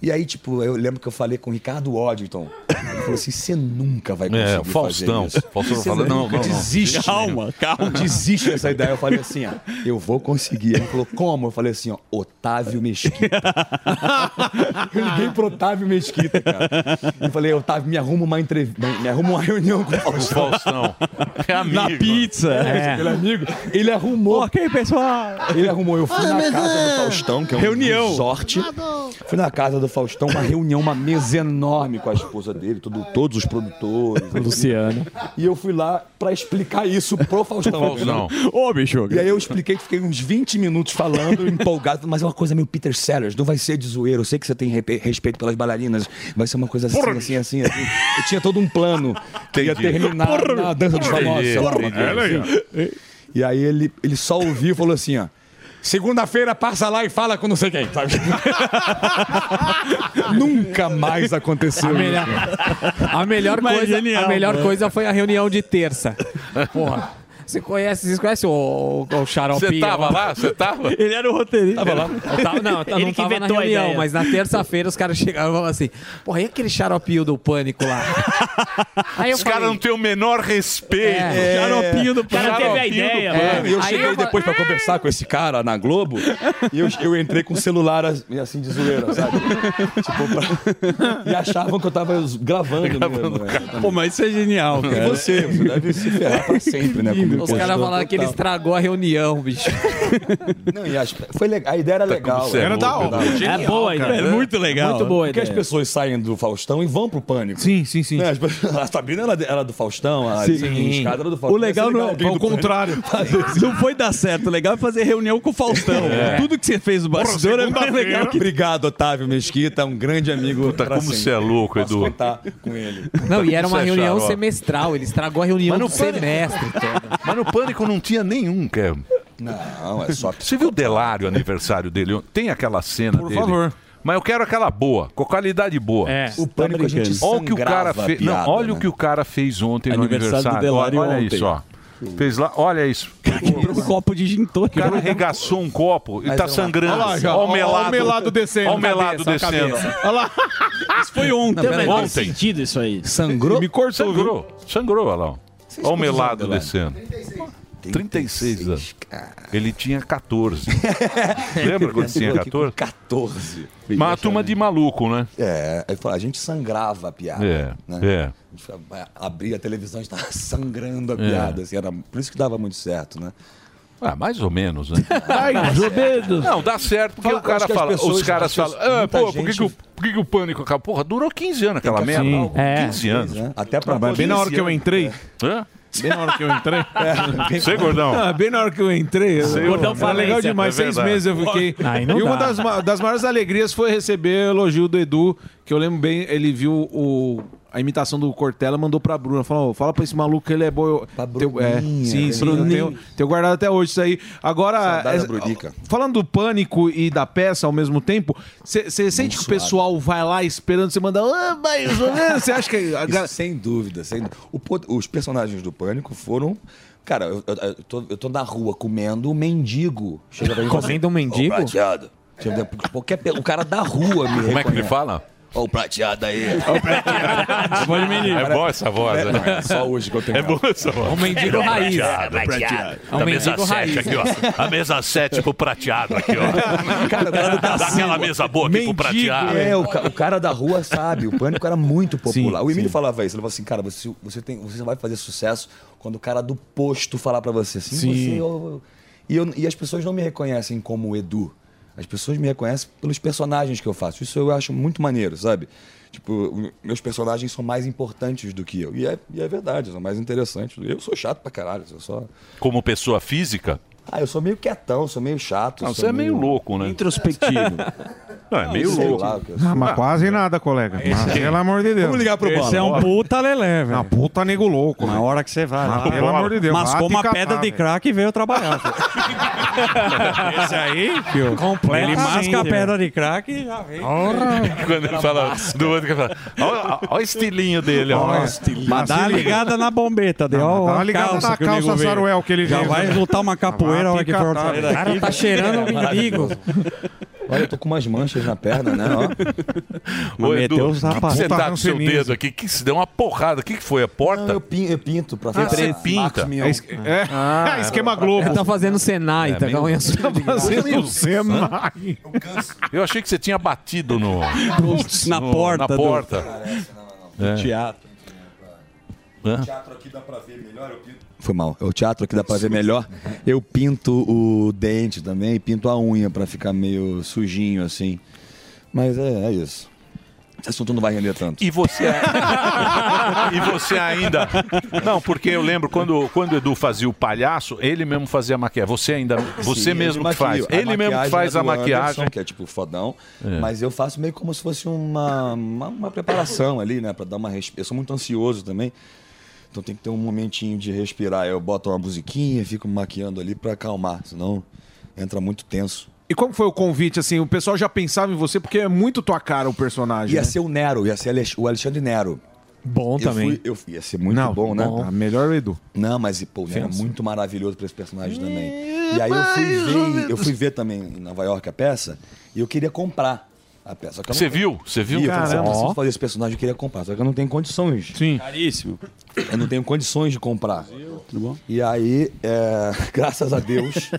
Speaker 14: E aí, tipo, eu lembro que eu falei com o Ricardo Waddington. Ele falou assim: você nunca vai conseguir.
Speaker 5: É, o Faustão.
Speaker 14: Fazer isso.
Speaker 5: Faustão
Speaker 14: Você
Speaker 5: fala, não,
Speaker 14: nunca
Speaker 5: não, não.
Speaker 14: Desiste.
Speaker 5: Calma,
Speaker 14: né?
Speaker 5: calma.
Speaker 14: Desiste dessa ideia. Eu falei assim: ó, eu vou conseguir. Ele falou: como? Eu falei assim: ó, Otávio Mesquita. [LAUGHS] eu liguei pro Otávio Mesquita, cara. Eu falei: Otávio, me arruma uma entrevista, me arruma uma reunião com o Faustão.
Speaker 5: Faustão. É amigo.
Speaker 14: Na pizza.
Speaker 5: É.
Speaker 14: Ele é amigo. Ele arrumou. Ok, pessoal. Ele arrumou. Eu fui
Speaker 5: Olha,
Speaker 14: na
Speaker 5: mas
Speaker 14: casa
Speaker 5: é.
Speaker 14: do Faustão, que é um
Speaker 5: Reunião.
Speaker 14: resort. Fui na casa do Faustão, uma reunião, uma mesa enorme com a esposa dele, todo- todos os produtores.
Speaker 13: Luciano.
Speaker 14: E eu fui lá pra explicar isso pro Faustão.
Speaker 13: Faustão.
Speaker 14: Ô, bicho. E aí eu expliquei que fiquei uns 20 minutos falando, [LAUGHS] empolgado, mas é uma coisa meio Peter Sellers, não vai ser de zoeiro. Eu sei que você tem repe- respeito pelas bailarinas, vai ser uma coisa assim,
Speaker 1: Porra.
Speaker 14: assim, assim, assim. Eu tinha todo um plano que ia
Speaker 1: Entendi.
Speaker 14: terminar
Speaker 1: Porra.
Speaker 14: na dança dos famosos. sei lá, uma
Speaker 1: Entendi,
Speaker 14: coisa
Speaker 1: entendi.
Speaker 14: assim. E aí ele, ele só ouviu e falou assim, ó. Segunda-feira passa lá e fala com não sei quem, sabe? [LAUGHS] Nunca mais aconteceu.
Speaker 13: A melhor- A melhor,
Speaker 14: Mas
Speaker 13: coisa,
Speaker 14: genial,
Speaker 13: a melhor
Speaker 14: mano.
Speaker 13: coisa foi a reunião de terça. Porra. Você conhece, vocês conhecem o, o, o Xaropinho?
Speaker 5: Você tava lá? Você tava?
Speaker 13: Ele era o roteirista. Tava lá? não, eu
Speaker 5: Ele
Speaker 13: não
Speaker 5: que
Speaker 13: tava na
Speaker 5: inventou a
Speaker 13: reunião,
Speaker 5: ideia.
Speaker 13: mas na terça-feira os caras chegaram e falaram assim, porra, e aquele xaropinho do pânico lá? Aí eu
Speaker 5: Os caras não têm o menor respeito.
Speaker 13: É. Xaropinho do O cara teve a Xaropinho do ideia, pânico.
Speaker 12: É.
Speaker 13: mano.
Speaker 14: E eu
Speaker 13: Aí
Speaker 14: cheguei
Speaker 13: eu- É.
Speaker 14: depois pra conversar com esse cara na Globo e eu, eu entrei com o celular as- assim de zoeira, sabe? tipo, pra- E achavam que eu tava z- gravando, mesmo. velho.
Speaker 12: Pô, mas isso é genial,
Speaker 14: E
Speaker 12: cara.
Speaker 14: você, você deve se ferrar pra sempre, né? comigo,
Speaker 13: Os caras
Speaker 14: postou
Speaker 13: falaram que ele
Speaker 14: total.
Speaker 13: estragou a reunião, bicho.
Speaker 14: [LAUGHS] Não, e as- foi legal. A ideia era legal.
Speaker 13: você é Era louco, da hora.
Speaker 14: Era
Speaker 13: Genial, É boa a cara. ideia. É muito legal. Muito boa a
Speaker 14: né? Porque as
Speaker 13: ideia.
Speaker 14: pessoas saem do Faustão e vão pro pânico. Sim, sim, sim. [LAUGHS] A Sabrina era, era do Faustão, a escada era um do Faustão.
Speaker 12: O legal não é
Speaker 14: alguém do Pânico. [LAUGHS]
Speaker 12: Não foi dar certo. O legal é fazer reunião com o Faustão.
Speaker 14: É.
Speaker 12: Tudo que você fez no bastidor é mais legal que
Speaker 14: Obrigado, Otávio Mesquita, um grande amigo. Puta,
Speaker 5: como você é louco, Edu.
Speaker 14: contar com ele.
Speaker 13: Não, e era uma
Speaker 5: Você é
Speaker 13: reunião
Speaker 5: xarope.
Speaker 13: semestral, ele estragou a reunião
Speaker 5: Mas
Speaker 13: do
Speaker 5: no pânico-
Speaker 13: semestre.
Speaker 5: Mas no pânico não tinha nenhum, cara.
Speaker 14: Não, é só.
Speaker 5: Você viu o Delário, aniversário dele? Tem aquela cena
Speaker 14: Por
Speaker 5: dele.
Speaker 14: favor.
Speaker 5: Mas eu quero aquela boa, com qualidade boa.
Speaker 14: É. O pânico a gente
Speaker 5: Olha o que o cara
Speaker 14: sangrava a
Speaker 5: fez.
Speaker 14: piada,
Speaker 5: Não, olha o
Speaker 14: né?
Speaker 5: que o cara fez ontem no
Speaker 12: Aniversário do
Speaker 5: aniversário.
Speaker 12: Delário
Speaker 5: olha olha
Speaker 12: ontem.
Speaker 5: isso, ó. Fez lá, olha isso.
Speaker 12: um copo de gin
Speaker 5: O cara arregaçou um copo e
Speaker 12: Mas
Speaker 5: tá
Speaker 12: não-
Speaker 5: sangrando.
Speaker 12: Olha lá, já.
Speaker 5: Olha o
Speaker 12: Olha
Speaker 5: melado.
Speaker 12: o melado descendo.
Speaker 5: Olha o melado
Speaker 12: Cabeça, a
Speaker 5: descendo.
Speaker 12: cabeça.
Speaker 5: Olha lá.
Speaker 12: Isso foi ontem. né?
Speaker 5: Não, peraí,
Speaker 12: ontem.
Speaker 5: faz
Speaker 26: sentido isso aí.
Speaker 14: Sangrou?
Speaker 5: Me cortou. Sangrou. Sangrou, olha lá.
Speaker 14: Vocês
Speaker 5: Olha o
Speaker 14: quantos anos,
Speaker 5: melado
Speaker 14: Delário?
Speaker 5: descendo. 36 anos. Ele tinha
Speaker 12: [LAUGHS]
Speaker 5: 14. Lembra quando tinha 14?
Speaker 14: 14.
Speaker 5: Mas a turma de maluco, né?
Speaker 14: É, eu falo, a gente sangrava a piada.
Speaker 5: É,
Speaker 14: né?
Speaker 5: é.
Speaker 14: A gente ficava- abria a televisão, a gente tava [LAUGHS] sangrando a
Speaker 5: É.
Speaker 14: piada. assim, era, por isso que dava muito certo, né?
Speaker 5: Ah, mais ou menos, né?
Speaker 14: [LAUGHS] Mais ou menos.
Speaker 5: Não, dá certo porque
Speaker 14: Fala-
Speaker 5: o
Speaker 14: acho
Speaker 5: cara
Speaker 14: que as
Speaker 5: fala.
Speaker 14: pessoas-
Speaker 5: os caras
Speaker 14: as pessoas-
Speaker 5: falam. Ah,
Speaker 14: muita
Speaker 5: pô, por que,
Speaker 14: gente-
Speaker 5: que o, por que, que o pânico acabou? Porra, durou 15 anos aquela merda.
Speaker 14: Sim. É.
Speaker 5: 15 anos.
Speaker 14: Até pra
Speaker 9: Mas bem na hora que eu
Speaker 14: Esse ano.
Speaker 9: entrei.
Speaker 5: Hã?
Speaker 9: Bem na hora que eu entrei.
Speaker 5: É. [LAUGHS] Você, gordão?
Speaker 9: Ah, bem na hora que eu entrei.
Speaker 5: Você,
Speaker 9: eu,
Speaker 5: gordão,
Speaker 9: foi legal
Speaker 5: falência.
Speaker 9: demais.
Speaker 5: É
Speaker 9: Seis
Speaker 5: verdade.
Speaker 9: meses eu fiquei.
Speaker 5: Aí não
Speaker 9: e uma
Speaker 5: dá.
Speaker 9: das, ma- das maiores alegrias foi receber o elogio do Edu, que eu lembro bem, ele viu o a imitação do Cortella mandou pra Bruna. Falou, "Ô, fala pra esse maluco que ele é boi. Teu, é, sim, sim, eu
Speaker 14: Bruninha.
Speaker 9: tenho, tenho guardado até hoje isso aí. Agora,
Speaker 14: Saudade da
Speaker 9: é-
Speaker 14: Brunica.
Speaker 9: falando do pânico e da peça ao mesmo tempo, você sente que o pessoal vai lá esperando você mandar, ah, mais ou menos, você acha que... é
Speaker 14: Isso, sem dúvida, sem dú- O po- os personagens do Pânico foram. Cara, eu, eu- eu tô, eu tô na rua comendo um mendigo. Chega pra mim e fala
Speaker 13: Comendo
Speaker 14: assim,
Speaker 13: um mendigo?
Speaker 14: "Ô, prateado. Chega- qualquer pe- o cara da rua me
Speaker 5: Como é que ele
Speaker 14: reconhece.
Speaker 5: fala?
Speaker 14: Ó, o prateado aí. [LAUGHS]
Speaker 5: Voz de menino. É boa essa voz, né?
Speaker 14: Não, é só hoje que eu tenho.
Speaker 5: É boa essa voz.
Speaker 14: É um mendigo
Speaker 5: É
Speaker 14: raiz.
Speaker 5: prateado,
Speaker 14: É
Speaker 5: prateado.
Speaker 14: um
Speaker 5: Da
Speaker 14: mendigo
Speaker 5: mesa 7
Speaker 14: raiz.
Speaker 5: aqui, ó. A mesa 7 pro prateado aqui, ó. Daquela mesa boa aqui pro prateado.
Speaker 14: É, o, ca- o cara da rua sabe, o pânico era muito popular.
Speaker 5: Sim,
Speaker 14: o Emílio
Speaker 5: sim.
Speaker 14: falava isso, ele falava assim, cara, você, você, tem, você vai fazer sucesso quando o cara do posto falar pra você assim,
Speaker 24: Sim.
Speaker 14: você. eu- e, eu- e as pessoas não me reconhecem como o Edu. As pessoas me reconhecem pelos personagens que eu faço. Isso eu acho muito maneiro, sabe? Tipo, o- meus personagens são mais importantes do que eu. E é, e é verdade, são mais interessantes. Eu sou chato pra caralho, eu só.
Speaker 5: Como pessoa física,
Speaker 14: Ah, eu sou meio quietão, sou meio chato.
Speaker 5: Não,
Speaker 14: sou
Speaker 5: você é meio louco, né? Introspectivo. [LAUGHS] Não, é meio
Speaker 14: sei
Speaker 5: louco. é-
Speaker 14: lá o que eu
Speaker 20: Ah, mas quase nada, colega. Mas, pelo amor de Deus.
Speaker 5: Vamos ligar pro
Speaker 20: Esse
Speaker 5: Bola.
Speaker 20: é um
Speaker 13: puta lelé, velho.
Speaker 20: Uma puta nego louco. Na
Speaker 13: hora que você vai.
Speaker 5: Ah,
Speaker 20: Mas, pelo amor de Deus.
Speaker 13: Mas
Speaker 20: vai
Speaker 13: com
Speaker 20: te
Speaker 13: uma
Speaker 20: catar,
Speaker 13: pedra de
Speaker 20: velho.
Speaker 13: crack e veio trabalhar.
Speaker 5: [LAUGHS]
Speaker 13: filho. Esse aí, filho, completamente. Ele masca a pedra de crack e já vem.
Speaker 5: [LAUGHS] Quando ele fala do outro, ele fala, olha, olha o estilinho dele. ó.
Speaker 13: Olha, Mas dá uma ligada na bombeta, deu.
Speaker 5: dá uma ligada na
Speaker 13: que o nego
Speaker 5: calça
Speaker 13: veio.
Speaker 5: saruel que ele
Speaker 13: Já
Speaker 5: veio.
Speaker 13: vai lutar uma capoeira a hora que for
Speaker 5: tá,
Speaker 13: sair daqui.
Speaker 12: tá
Speaker 14: Olha, eu tô com umas manchas na perna, né?
Speaker 5: [LAUGHS]
Speaker 14: Ó.
Speaker 5: Ô,
Speaker 14: Mas meteu
Speaker 5: Edu,
Speaker 14: os sapatos.
Speaker 5: você tá
Speaker 14: Puta,
Speaker 5: com seu
Speaker 14: rancenise.
Speaker 5: dedo aqui, que se deu uma porrada. O que, que foi? A porta?
Speaker 14: eu, pin- eu pinto pra
Speaker 5: Ah, você
Speaker 14: Marcos
Speaker 5: pinta.
Speaker 14: Mion.
Speaker 5: É esque- é. Ah, esquema Globo.
Speaker 13: Ele tá fazendo Senai, tá com a unha suja de graça. [LAUGHS]
Speaker 5: Eu achei que você tinha batido no...
Speaker 13: Na
Speaker 5: no-
Speaker 13: porta
Speaker 5: Na
Speaker 13: do-
Speaker 5: porta.
Speaker 14: No
Speaker 5: É.
Speaker 14: teatro.
Speaker 5: Hã?
Speaker 14: teatro aqui dá pra ver melhor, eu pinto. Foi mal. É o teatro aqui dá pra ver melhor. Eu pinto o dente também e pinto a unha pra ficar meio sujinho assim. Mas é, é isso. Esse assunto não vai render tanto.
Speaker 5: E você [LAUGHS] E você ainda. Não, porque eu lembro quando, quando o Edu fazia o palhaço, ele mesmo fazia a maquiagem. Você ainda. Você
Speaker 14: Sim,
Speaker 5: mesmo
Speaker 14: ele
Speaker 5: que faz.
Speaker 14: maquia. A
Speaker 5: Ele mesmo que
Speaker 14: maquiagem
Speaker 5: faz
Speaker 14: é
Speaker 5: a
Speaker 14: do Anderson,
Speaker 5: maquiagem.
Speaker 14: que é tipo fodão.
Speaker 5: É.
Speaker 14: Mas eu faço meio como se fosse uma, uma, uma preparação ali, né? Pra dar uma respiração. Eu sou muito ansioso também. Então tem que ter um momentinho de respirar. Eu boto uma musiquinha, fico maquiando ali pra acalmar. Senão entra muito tenso.
Speaker 9: E como foi o convite, assim? O pessoal já pensava em você, porque é muito tua cara o personagem.
Speaker 14: Ia
Speaker 9: né?
Speaker 14: ser o Nero, ia ser Alex- o Alexandre Nero.
Speaker 13: Bom
Speaker 14: eu Fui, eu fui- ia ser muito
Speaker 9: Não,
Speaker 14: bom, né?
Speaker 9: bom. Tá, melhor o Edu.
Speaker 14: Não, mas pô, o Nero é
Speaker 9: Pensa. É,
Speaker 14: muito maravilhoso pra esse personagem também. E aí eu fui ver, eu fui ver também em Nova York a peça e eu queria comprar a peça. Só que eu não-
Speaker 5: Você viu? Você viu?
Speaker 14: Vi, eu falei assim, eu
Speaker 5: Caramba.
Speaker 14: preciso fazer esse personagem, eu queria comprar, só que eu não tenho condições.
Speaker 9: Sim.
Speaker 14: Caríssimo. Eu não tenho condições de comprar. Tudo bom? E aí, é, [LAUGHS] graças a Deus,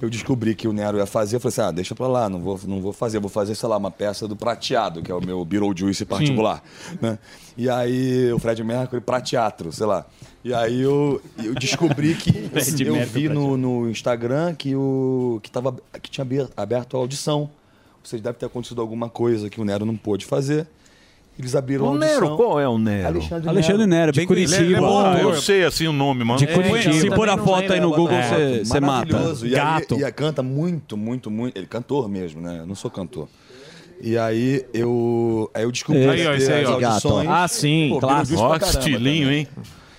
Speaker 14: eu descobri que o Nero ia fazer. Eu falei assim, ah, deixa pra lá, não vou, não vou fazer. Eu vou fazer, sei lá, uma peça do Prateado, que é o meu Beetlejuice particular. Né? E aí, o Fred Mercury pra teatro, sei lá. E aí, eu, eu descobri que...
Speaker 12: Fred
Speaker 14: eu
Speaker 12: Mercury
Speaker 14: vi
Speaker 12: pra
Speaker 14: no, no Instagram que, o, que, tava, que tinha abe- aberto a audição. Ou seja, deve ter acontecido alguma coisa que o Nero não pôde fazer. Eles abriram a
Speaker 5: O
Speaker 14: audição.
Speaker 5: Nero, qual é o Nero?
Speaker 14: Alexandre
Speaker 12: Alexandre Nero, bem
Speaker 5: Ele é
Speaker 12: Curitiba.
Speaker 5: bom,
Speaker 12: Ah,
Speaker 5: eu
Speaker 12: é.
Speaker 5: sei assim o nome, mano.
Speaker 12: De Curitiba.
Speaker 14: então,
Speaker 12: Se pôr a foto aí no Google, você você mata.
Speaker 14: É, Maravilhoso. E, Gato. Aí, e a canta muito, muito, muito. Ele é cantor mesmo, né? Eu não sou cantor. E aí eu, aí eu descobri
Speaker 5: É. Aí, ó,
Speaker 14: as-
Speaker 5: esse aí,
Speaker 14: as
Speaker 5: ó.
Speaker 14: audições.
Speaker 5: Ah, sim,
Speaker 14: Pô,
Speaker 5: clássico.
Speaker 14: Beetlejuice
Speaker 5: Ó,
Speaker 14: pra
Speaker 5: que
Speaker 14: caramba né?
Speaker 5: estilinho,
Speaker 14: também.
Speaker 5: hein?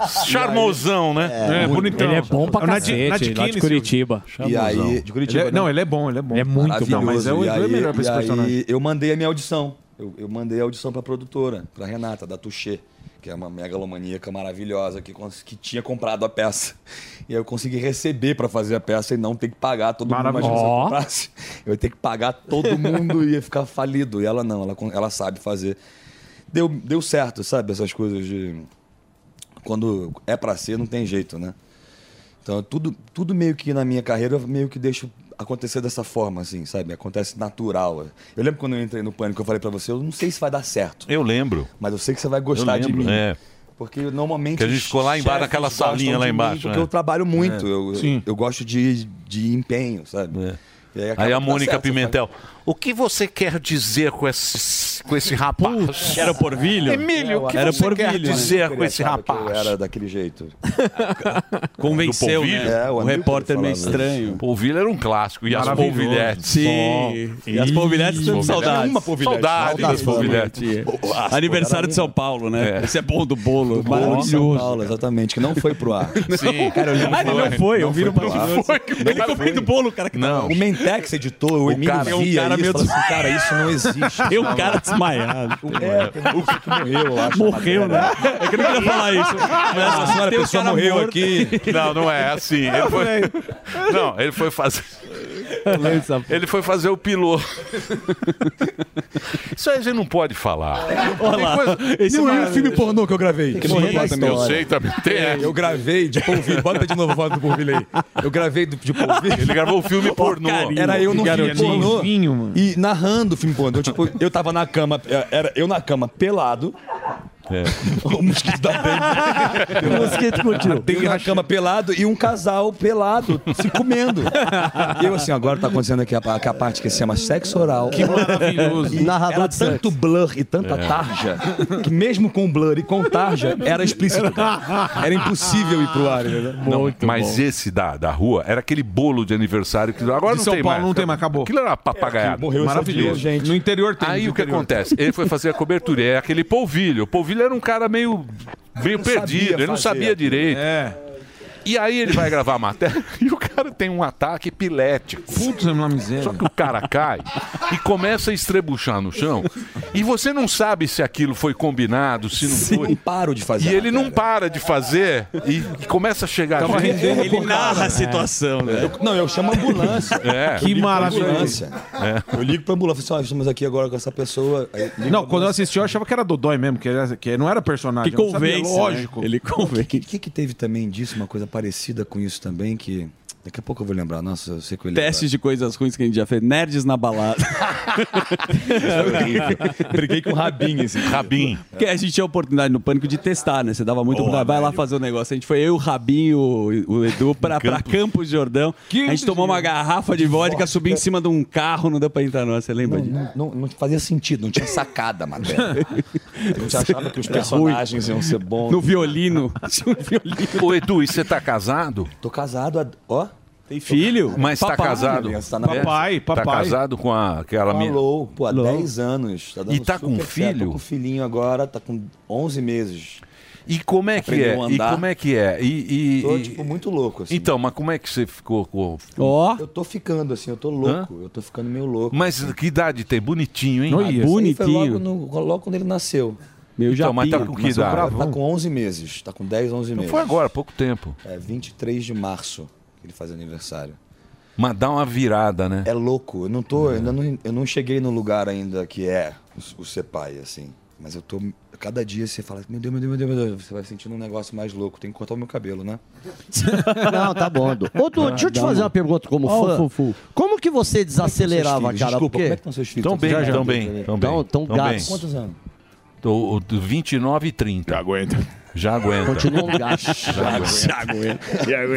Speaker 5: [LAUGHS] Charmosão, né?
Speaker 14: É, muito.
Speaker 5: Ele é bom pra
Speaker 20: É o Nadi-
Speaker 5: cacete,
Speaker 20: Nadi
Speaker 5: lá de
Speaker 20: Kine,
Speaker 5: Curitiba.
Speaker 20: Silvio.
Speaker 14: E aí,
Speaker 20: Ele é-
Speaker 14: né?
Speaker 20: não, ele é bom, ele é bom.
Speaker 14: Maravilhoso.
Speaker 20: Não, mas é o
Speaker 14: E
Speaker 20: Edu é
Speaker 14: aí-
Speaker 20: melhor pra esse
Speaker 14: e aí
Speaker 20: personagem.
Speaker 14: Eu mandei a minha audição. Eu, eu mandei a audição pra produtora, pra Renata, da Touché, que é uma megalomaníaca maravilhosa que, cons- que tinha comprado a peça. [LAUGHS] E aí eu consegui receber pra fazer a peça e não ter que pagar todo mundo. Imagina se eu
Speaker 13: Ó.
Speaker 14: [LAUGHS] comprasse. Eu ia ter que pagar todo mundo e ia ficar falido. E ela não, ela, con- ela sabe fazer. Deu, deu certo, sabe? Essas coisas de. Quando é pra ser, não tem jeito, né? Então, tudo, tudo meio que na minha carreira, eu meio que deixo acontecer dessa forma, assim, sabe? Acontece natural. Eu lembro quando eu entrei no Pânico, eu falei pra você, eu não sei se vai dar certo,
Speaker 5: Eu lembro.
Speaker 14: mas eu sei que você vai gostar
Speaker 5: Eu
Speaker 14: de
Speaker 5: lembro,
Speaker 14: mim.
Speaker 5: é.
Speaker 14: Porque normalmente.
Speaker 5: Que a gente
Speaker 14: os
Speaker 5: ficou lá embaixo,
Speaker 14: chefes
Speaker 5: naquela
Speaker 14: gostam
Speaker 5: salinha
Speaker 14: de
Speaker 5: lá
Speaker 14: mim
Speaker 5: embaixo,
Speaker 14: Porque
Speaker 5: né?
Speaker 14: eu trabalho muito,
Speaker 5: É.
Speaker 14: eu,
Speaker 5: Sim.
Speaker 14: eu gosto de, de empenho, sabe? E
Speaker 5: Aí
Speaker 14: acaba
Speaker 5: a
Speaker 14: que dá
Speaker 5: Mônica
Speaker 14: certo, eu
Speaker 5: Pimentel. O que você quer dizer com esse, com esse rapaz?
Speaker 12: era o Porvilho? né?
Speaker 5: Emílio, o que você quer dizer com esse rapaz?
Speaker 14: Era daquele jeito.
Speaker 12: Convenceu,
Speaker 5: Do Polvilho?
Speaker 12: né?
Speaker 5: É, o
Speaker 12: o
Speaker 5: amigo
Speaker 12: repórter
Speaker 5: falava
Speaker 12: meio
Speaker 5: isso.
Speaker 12: estranho.
Speaker 5: Polvilho era um clássico. E as
Speaker 12: Maravilhoso.
Speaker 5: polvilhetes.
Speaker 12: Sim.
Speaker 5: Só.
Speaker 12: E as polvilhetes tendo
Speaker 5: Polvilhete.
Speaker 12: saudades.
Speaker 5: Uma polvilhete. Saudades das polvilhetes.
Speaker 12: Aniversário de São Paulo, né? Esse é bom do bolo. Maravilhoso.
Speaker 14: Paulo, exatamente, que não foi pro
Speaker 12: [LAUGHS]
Speaker 14: ar.
Speaker 12: Sim.
Speaker 14: Cara, eu lembro
Speaker 12: Ah, ele não foi, eu vi no bastidor. Ele comendo bolo, cara.
Speaker 5: Não.
Speaker 14: O [LAUGHS] Mentex editou, o,
Speaker 12: O
Speaker 14: Emílio
Speaker 12: cara-
Speaker 14: via
Speaker 12: o cara
Speaker 14: isso,
Speaker 12: meio
Speaker 14: falou assim,
Speaker 12: des-
Speaker 14: cara, isso não existe. tá
Speaker 12: E o cara desmaiado.
Speaker 14: É, tem um que morreu, eu acho.
Speaker 12: [LAUGHS] Morreu, né? É que eu não queria falar isso.
Speaker 5: Mas
Speaker 12: Mas
Speaker 5: senhora,
Speaker 12: tem o cara morto.
Speaker 5: Não, não é assim. Ele foi... Não, ele foi fazer. Ele foi fazer o
Speaker 12: [LAUGHS]
Speaker 5: piloto. Isso aí a gente não pode falar.
Speaker 14: Olha lá, esse
Speaker 5: Não,
Speaker 14: é
Speaker 5: e
Speaker 14: o filme pornô que eu gravei.
Speaker 5: Que morreu na história. Eu sei também, tem
Speaker 14: É,
Speaker 5: essa.
Speaker 14: eu gravei de polvilho. Bota de novo a foto do polvilho aí. Eu gravei do- de polvilho.
Speaker 5: Ele gravou o filme pornô.
Speaker 14: Era eu no filme
Speaker 5: Garotinho.
Speaker 14: pornô.
Speaker 5: Vinho, mano.
Speaker 14: E narrando o filme pornô. Tipo, eu tava na cama, é, era eu na cama pelado. [LAUGHS] O mosquito da dengue.
Speaker 5: O mosquito
Speaker 14: curtiu. Tem na cama pelado e um casal pelado se [LAUGHS] comendo. Eu assim, agora tá acontecendo aqui a, pa- que a parte que se chama sexo oral.
Speaker 9: Que maravilhoso.
Speaker 14: E
Speaker 9: Narrador
Speaker 14: era
Speaker 9: de sexo.
Speaker 14: tanto blur e tanta
Speaker 9: É.
Speaker 14: tarja que mesmo com blur e com tarja era explícito. Era impossível ir pro ar, entendeu?
Speaker 5: Não, mas esse da, da rua era aquele bolo de aniversário que agora
Speaker 9: De
Speaker 5: não
Speaker 9: São
Speaker 5: tem
Speaker 9: Paulo
Speaker 5: mais.
Speaker 9: não tem mais, acabou.
Speaker 5: Aquilo era uma papagaiada.
Speaker 9: É, morreu esse
Speaker 5: Maravilhoso.
Speaker 9: dia, gente. No interior tem,
Speaker 5: Aí
Speaker 9: no
Speaker 5: o que
Speaker 9: interior.
Speaker 5: acontece? Ele foi fazer a cobertura. É aquele polvilho. O polvilho era um cara meio, meio
Speaker 9: Não sabia
Speaker 5: perdido. Ele não
Speaker 9: fazer
Speaker 5: sabia
Speaker 9: aquilo.
Speaker 5: direito.
Speaker 14: né?
Speaker 5: E aí ele vai gravar a matéria [LAUGHS] e o cara tem um ataque epilético. Putz, é uma miséria. Só que o cara cai e começa a estrebuchar no chão. E você não sabe se aquilo foi combinado, se não foi.
Speaker 14: não paro de fazer.
Speaker 5: E ele não para de fazer e, e começa a chegar.
Speaker 14: Tava
Speaker 5: gente.
Speaker 14: Tá rendendo por causa, né? Eu- não, eu chamo a ambulância.
Speaker 5: É.
Speaker 14: Eu ligo pra
Speaker 9: maravilha.
Speaker 14: ambulância.
Speaker 12: É.
Speaker 14: Eu ligo pra ambulância. Assim, ó, estamos aqui agora com essa pessoa.
Speaker 9: Não, quando eu assisti, eu achava que era Dodói mesmo, que, era- que não era
Speaker 14: um
Speaker 9: personagem. eu não sabia,
Speaker 14: né?
Speaker 12: né?
Speaker 9: Lógico.
Speaker 14: O que, que, que teve também disso, uma coisa parecida com isso também, que... Daqui a pouco eu vou lembrar. Nossa, eu sei que eu lembro.
Speaker 12: Testes de coisas ruins que a gente já fez. Nerds na balada.
Speaker 14: [LAUGHS] Briguei com o [LAUGHS] Rabin esse
Speaker 5: Rabin.
Speaker 12: Porque a gente tinha a oportunidade no Pânico de testar, né? Você dava muito... oportunidade. vai lá fazer o negócio. A gente foi eu, o Rabinho, o, o Edu, pra, pra Campos de Jordão. a gente tomou uma garrafa de vodka, subiu em cima de um carro, não deu pra entrar não. Você lembra disso?
Speaker 14: Não, não fazia sentido, não tinha sacada a matéria.
Speaker 12: [LAUGHS]
Speaker 14: Eu já achava que os
Speaker 12: Era
Speaker 14: personagens
Speaker 12: Tá ruim.
Speaker 14: iam ser bons.
Speaker 12: No violino. Tinha um violino.
Speaker 5: Ô, Edu, e você tá casado?
Speaker 14: Tô casado, há- ó.
Speaker 12: Tem filho?
Speaker 5: [LAUGHS] Mas tá
Speaker 14: Papai,
Speaker 5: casado?
Speaker 14: né? Tá na- Papai,
Speaker 5: Tá
Speaker 14: papai.
Speaker 5: casado com a, aquela
Speaker 14: Falou,
Speaker 5: mina?
Speaker 14: pô, há 10 anos. Tá dando
Speaker 5: E tá com
Speaker 14: super certo.
Speaker 5: filho?
Speaker 14: Tô com filhinho agora, tá com 11 meses.
Speaker 5: E como é que é?
Speaker 14: Aprendeu a
Speaker 5: E
Speaker 14: andar.
Speaker 5: como é que é? E, e-
Speaker 14: Tô,
Speaker 5: e-
Speaker 14: tipo, muito louco, assim.
Speaker 5: Então, mas como é que você ficou com...
Speaker 14: Eu tô ficando, assim, eu tô louco. Eu tô ficando meio louco. assim.
Speaker 5: Mas que idade tem? Bonitinho, hein?
Speaker 14: Ah, isso aí Foi logo, no- logo quando ele nasceu.
Speaker 12: Meu
Speaker 5: Então, mas tá com que
Speaker 14: Mas eu
Speaker 5: idade?
Speaker 14: gravo- Tá com 11 meses. Tá com 10, 11
Speaker 5: Não
Speaker 14: meses.
Speaker 5: Então foi agora, há pouco tempo.
Speaker 14: É 23 de março que ele faz aniversário.
Speaker 5: Mas dá uma virada, né?
Speaker 14: É louco. Eu não tô, eu ainda não, eu não cheguei no lugar ainda que é o, o ser pai, assim. Mas eu tô. Cada dia você fala, meu Deus, meu Deus, meu Deus, meu Deus, você vai sentindo um negócio mais louco. Tem que cortar o meu cabelo, né?
Speaker 21: [LAUGHS] [LAUGHS] Não, tá bom. Du. Ô, Du,
Speaker 14: Não,
Speaker 21: deixa eu te
Speaker 14: não.
Speaker 21: fazer uma pergunta como
Speaker 14: Ó, o
Speaker 21: fã.
Speaker 14: Fufu.
Speaker 21: Como que você desacelerava,
Speaker 14: filhos?
Speaker 21: cara?
Speaker 14: Desculpa,
Speaker 21: Porque...
Speaker 14: como é que estão seus filhos?
Speaker 5: Tão bem,
Speaker 21: Já, já.
Speaker 5: tão bem, tão bem.
Speaker 21: Tão- tão
Speaker 5: tão
Speaker 21: gatos.
Speaker 5: bem.
Speaker 21: Quantos anos?
Speaker 5: Tô, o- do 29 e 30. Já aguenta. Já aguenta.
Speaker 21: Continua um
Speaker 5: [LAUGHS]
Speaker 21: gasto.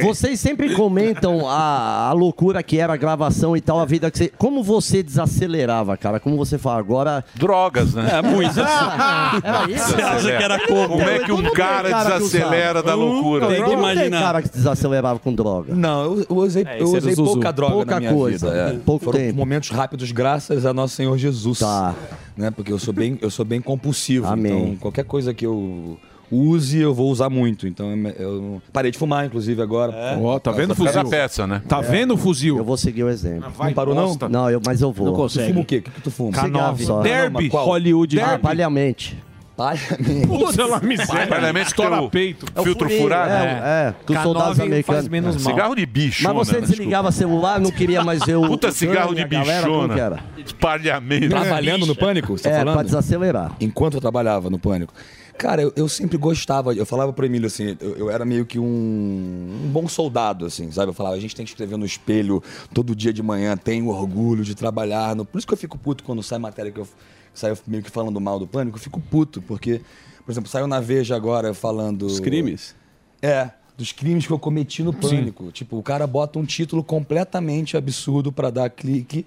Speaker 21: Vocês sempre comentam a, a loucura que era a gravação e tal, a vida que você. Como você desacelerava, cara? Como você fala agora.
Speaker 5: Drogas, né?
Speaker 21: É, [LAUGHS] muitas.
Speaker 12: Era isso? Você acha que era como?
Speaker 5: Como é que um cara desacelera da loucura?
Speaker 21: Tem Tem cara que desacelerava com droga.
Speaker 14: Não, eu, eu usei,
Speaker 21: É,
Speaker 14: eu
Speaker 21: esse era
Speaker 14: usei
Speaker 21: o Zuzu.
Speaker 14: pouca droga
Speaker 21: Pouca
Speaker 14: na minha
Speaker 21: coisa,
Speaker 14: vida. é.
Speaker 21: né? Pouco
Speaker 14: Foram
Speaker 21: tempo.
Speaker 14: momentos rápidos, graças a nosso Senhor Jesus. Tá. Né? Porque eu sou bem, eu sou bem compulsivo. Então, qualquer coisa que eu use, eu vou usar muito. Então, eu- eu parei de fumar, inclusive, agora.
Speaker 9: Ó, tá vendo o
Speaker 14: Cada É.
Speaker 9: fuzil?
Speaker 5: peça, né?
Speaker 9: Tá vendo o fuzil?
Speaker 21: Eu vou seguir o exemplo.
Speaker 9: vai,
Speaker 14: não parou,
Speaker 9: bosta.
Speaker 14: não?
Speaker 21: Não, eu, mas eu vou.
Speaker 14: Não consegue. Tu fuma o quê? O que que tu fuma?
Speaker 21: Cigarro
Speaker 14: K9.
Speaker 21: só.
Speaker 14: Derby?
Speaker 21: Não, mas qual?
Speaker 14: Hollywood
Speaker 21: Ah,
Speaker 14: Derby?
Speaker 21: palhamente.
Speaker 14: Palhamente.
Speaker 21: Puta, lá miséria.
Speaker 5: Palhamente
Speaker 21: Estoura
Speaker 5: tem o
Speaker 21: peito. É o
Speaker 5: Filtro
Speaker 21: furinho,
Speaker 5: furado. né?
Speaker 21: é, é, que os soldados americanos-
Speaker 5: Cigarro de bicho.
Speaker 21: Mas você desligava celular, não queria mais ver o.
Speaker 5: Puta
Speaker 21: o
Speaker 5: cigarro
Speaker 21: Dani,
Speaker 5: de
Speaker 21: a né, galera, como
Speaker 5: bichona.
Speaker 21: que era?
Speaker 5: Espalhamento.
Speaker 14: Trabalhando Tá no pânico? Você tá
Speaker 21: É,
Speaker 14: falando?
Speaker 21: pra desacelerar.
Speaker 14: Enquanto eu trabalhava no pânico. Cara, eu, eu sempre gostava, eu falava pro Emílio assim, eu, eu era meio que um, um bom soldado, assim, sabe? Eu falava, a gente tem que escrever no espelho todo dia de manhã, tenho orgulho de trabalhar. No... Por isso que eu fico puto quando sai matéria que eu saio meio que falando mal do pânico, eu fico puto, porque, por exemplo, saiu na Veja agora falando. Os
Speaker 12: crimes?
Speaker 14: É, dos crimes que eu cometi no pânico. Tipo, o cara bota um título completamente absurdo pra dar clique.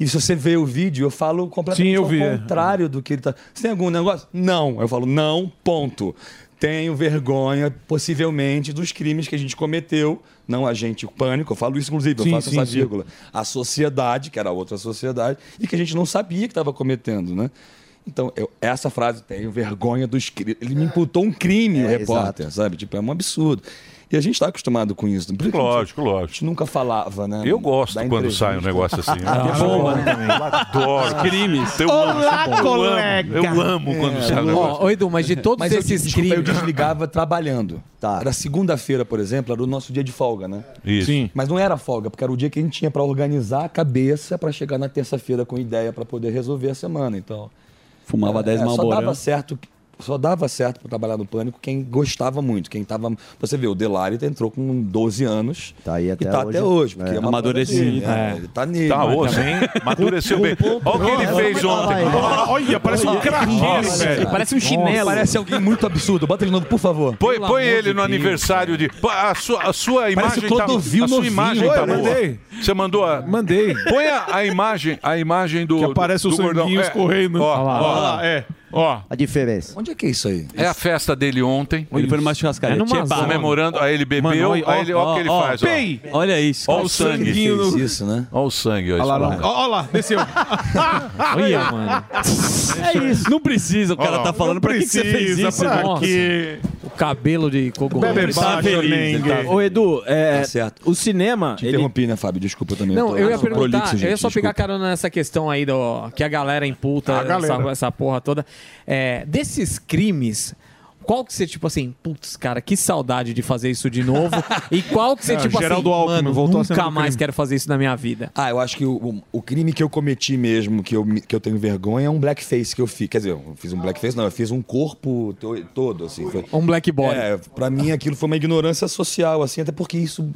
Speaker 14: E se você vê o vídeo, eu falo completamente
Speaker 20: Sim, eu
Speaker 14: ao
Speaker 20: vi. é.
Speaker 14: contrário do que ele tá. Você tem algum negócio? Não. Eu falo, não, ponto. Tenho vergonha, possivelmente, dos crimes que a gente cometeu. Não a gente, o pânico. Eu falo isso, inclusive, eu
Speaker 20: Sim,
Speaker 14: faço
Speaker 20: sim,
Speaker 14: essa
Speaker 20: sim.
Speaker 14: vírgula. A sociedade, que era outra sociedade, e que a gente não sabia que estava cometendo, né? Então, eu- essa frase, tenho vergonha dos crimes. Ele me imputou um crime, o repórter, sabe? Tipo, é um absurdo. E a gente está acostumado com isso. Por isso que a gente-
Speaker 5: Lógico, lógico.
Speaker 14: A gente nunca falava, né?
Speaker 5: Eu gosto
Speaker 14: Da
Speaker 5: quando
Speaker 14: entrevista.
Speaker 5: sai um negócio assim.
Speaker 14: [LAUGHS] Ah,
Speaker 5: Eu um
Speaker 14: que
Speaker 5: acho
Speaker 14: bom,
Speaker 5: bom.
Speaker 14: né?
Speaker 5: Eu adoro.
Speaker 14: Crimes.
Speaker 5: Eu amo,
Speaker 14: Olá,
Speaker 5: eu amo,
Speaker 14: colega.
Speaker 5: Eu amo quando sai um negócio.
Speaker 2: Ó, ô, Edu, mas de todos
Speaker 14: eu
Speaker 2: esses
Speaker 14: des- desculpa,
Speaker 2: crimes-
Speaker 14: Eu desligava trabalhando. Tá. Era segunda-feira, por exemplo, era o nosso dia de folga, né?
Speaker 5: Isso. Sim.
Speaker 14: Mas não era folga, porque era o dia que a gente tinha pra organizar a cabeça pra chegar na terça-feira com ideia pra poder resolver a semana. Então,
Speaker 12: Fumava né? 10
Speaker 14: é, só
Speaker 12: Marlborão.
Speaker 14: dava certo, só dava certo para trabalhar no pânico quem gostava muito, quem tava, você vê, o Delari entrou com 12 anos tá aí
Speaker 12: até
Speaker 14: e tá
Speaker 12: hoje.
Speaker 14: até hoje, porque
Speaker 12: É.
Speaker 14: é uma
Speaker 12: Amadurecido,
Speaker 14: coisa dele, né?
Speaker 12: é.
Speaker 14: Ele tá nele.
Speaker 5: Tá
Speaker 14: mas
Speaker 5: osso,
Speaker 14: também- um
Speaker 5: hein? Amadureceu bem. Olha o que ele fez ontem.
Speaker 14: Olha, parece um
Speaker 5: Nossa,
Speaker 14: craqueiro,
Speaker 5: cara.
Speaker 14: velho.
Speaker 5: Parece um chinelo.
Speaker 14: Parece alguém muito absurdo. Bota ele de novo, por favor.
Speaker 5: Põe,
Speaker 14: Pelo
Speaker 5: põe
Speaker 14: amor
Speaker 5: ele
Speaker 14: de
Speaker 5: no
Speaker 14: Deus.
Speaker 5: aniversário de. Pô, A sua, a sua
Speaker 14: Parece
Speaker 5: imagem
Speaker 14: o Clodovil
Speaker 5: tá, a sua
Speaker 14: novinho.
Speaker 5: imagem
Speaker 14: Oi,
Speaker 5: tá boa.
Speaker 14: mandei.
Speaker 5: Você mandou a. Mandei. Põe a, a imagem, a imagem do.
Speaker 20: Que aparece o
Speaker 5: do gordão.
Speaker 20: sanguinho
Speaker 5: É.
Speaker 20: escorrendo.
Speaker 5: Ó,
Speaker 20: Olha lá,
Speaker 5: ó.
Speaker 20: olha lá, é. Ó.
Speaker 21: A diferença.
Speaker 14: Onde é que é isso aí?
Speaker 5: É a festa dele ontem.
Speaker 12: Ele foi numa churrascaria. É numa
Speaker 5: Tchê,
Speaker 12: zona.
Speaker 5: Tipo, comemorando, aí ele bebeu,
Speaker 12: Mano, olha-
Speaker 5: aí ele, olha o que ele
Speaker 12: ó, ó,
Speaker 5: faz.
Speaker 12: pei.
Speaker 5: Ó.
Speaker 12: Olha isso,
Speaker 5: Olha
Speaker 12: cara.
Speaker 5: o sangue.
Speaker 12: Sanguinho no-
Speaker 14: isso, né?
Speaker 5: Olha o sangue. Olha
Speaker 12: lá,
Speaker 5: isso.
Speaker 12: lá.
Speaker 20: Olha lá, desceu.
Speaker 9: [LAUGHS]
Speaker 12: Olha, mano.
Speaker 2: É isso.
Speaker 12: Não precisa, o cara
Speaker 2: Ó,
Speaker 12: tá falando
Speaker 2: não
Speaker 12: pra que, que você fez
Speaker 2: precisa,
Speaker 12: isso,
Speaker 2: pra
Speaker 12: Nossa.
Speaker 2: quê? O cabelo de cogumelo.
Speaker 12: Bebe
Speaker 2: Ele tava
Speaker 13: Tá
Speaker 12: baixo,
Speaker 2: feliz, ele tava-
Speaker 4: Ô, Edu, é,
Speaker 14: Tá certo.
Speaker 4: o cinema.
Speaker 14: Te interrompi, né, Fábio? Desculpa também.
Speaker 2: Não,
Speaker 14: tô-
Speaker 2: eu ia
Speaker 14: tô
Speaker 2: perguntar,
Speaker 14: prolixo,
Speaker 2: eu ia
Speaker 14: gente,
Speaker 2: só pegar
Speaker 14: desculpa.
Speaker 2: carona nessa questão aí do que a galera imputa
Speaker 14: A galera.
Speaker 2: Essa, essa porra toda. É, desses crimes, qual que você, tipo assim, putz, cara, que saudade de fazer isso de novo? e qual que você,
Speaker 14: É,
Speaker 2: tipo
Speaker 14: Geraldo
Speaker 2: assim,
Speaker 14: Alckmin
Speaker 2: mano,
Speaker 14: voltou a ser
Speaker 2: nunca
Speaker 14: do
Speaker 2: mais
Speaker 14: crime.
Speaker 2: quero fazer isso na minha vida?
Speaker 14: Ah, eu acho que o, o crime que eu cometi mesmo, que eu, me- que eu tenho vergonha, é um blackface que eu fiz. Quer dizer, eu fiz um blackface, não, eu fiz um corpo to- todo, assim. Foi,
Speaker 2: um black body.
Speaker 14: É, pra mim aquilo foi uma ignorância social, assim, até porque isso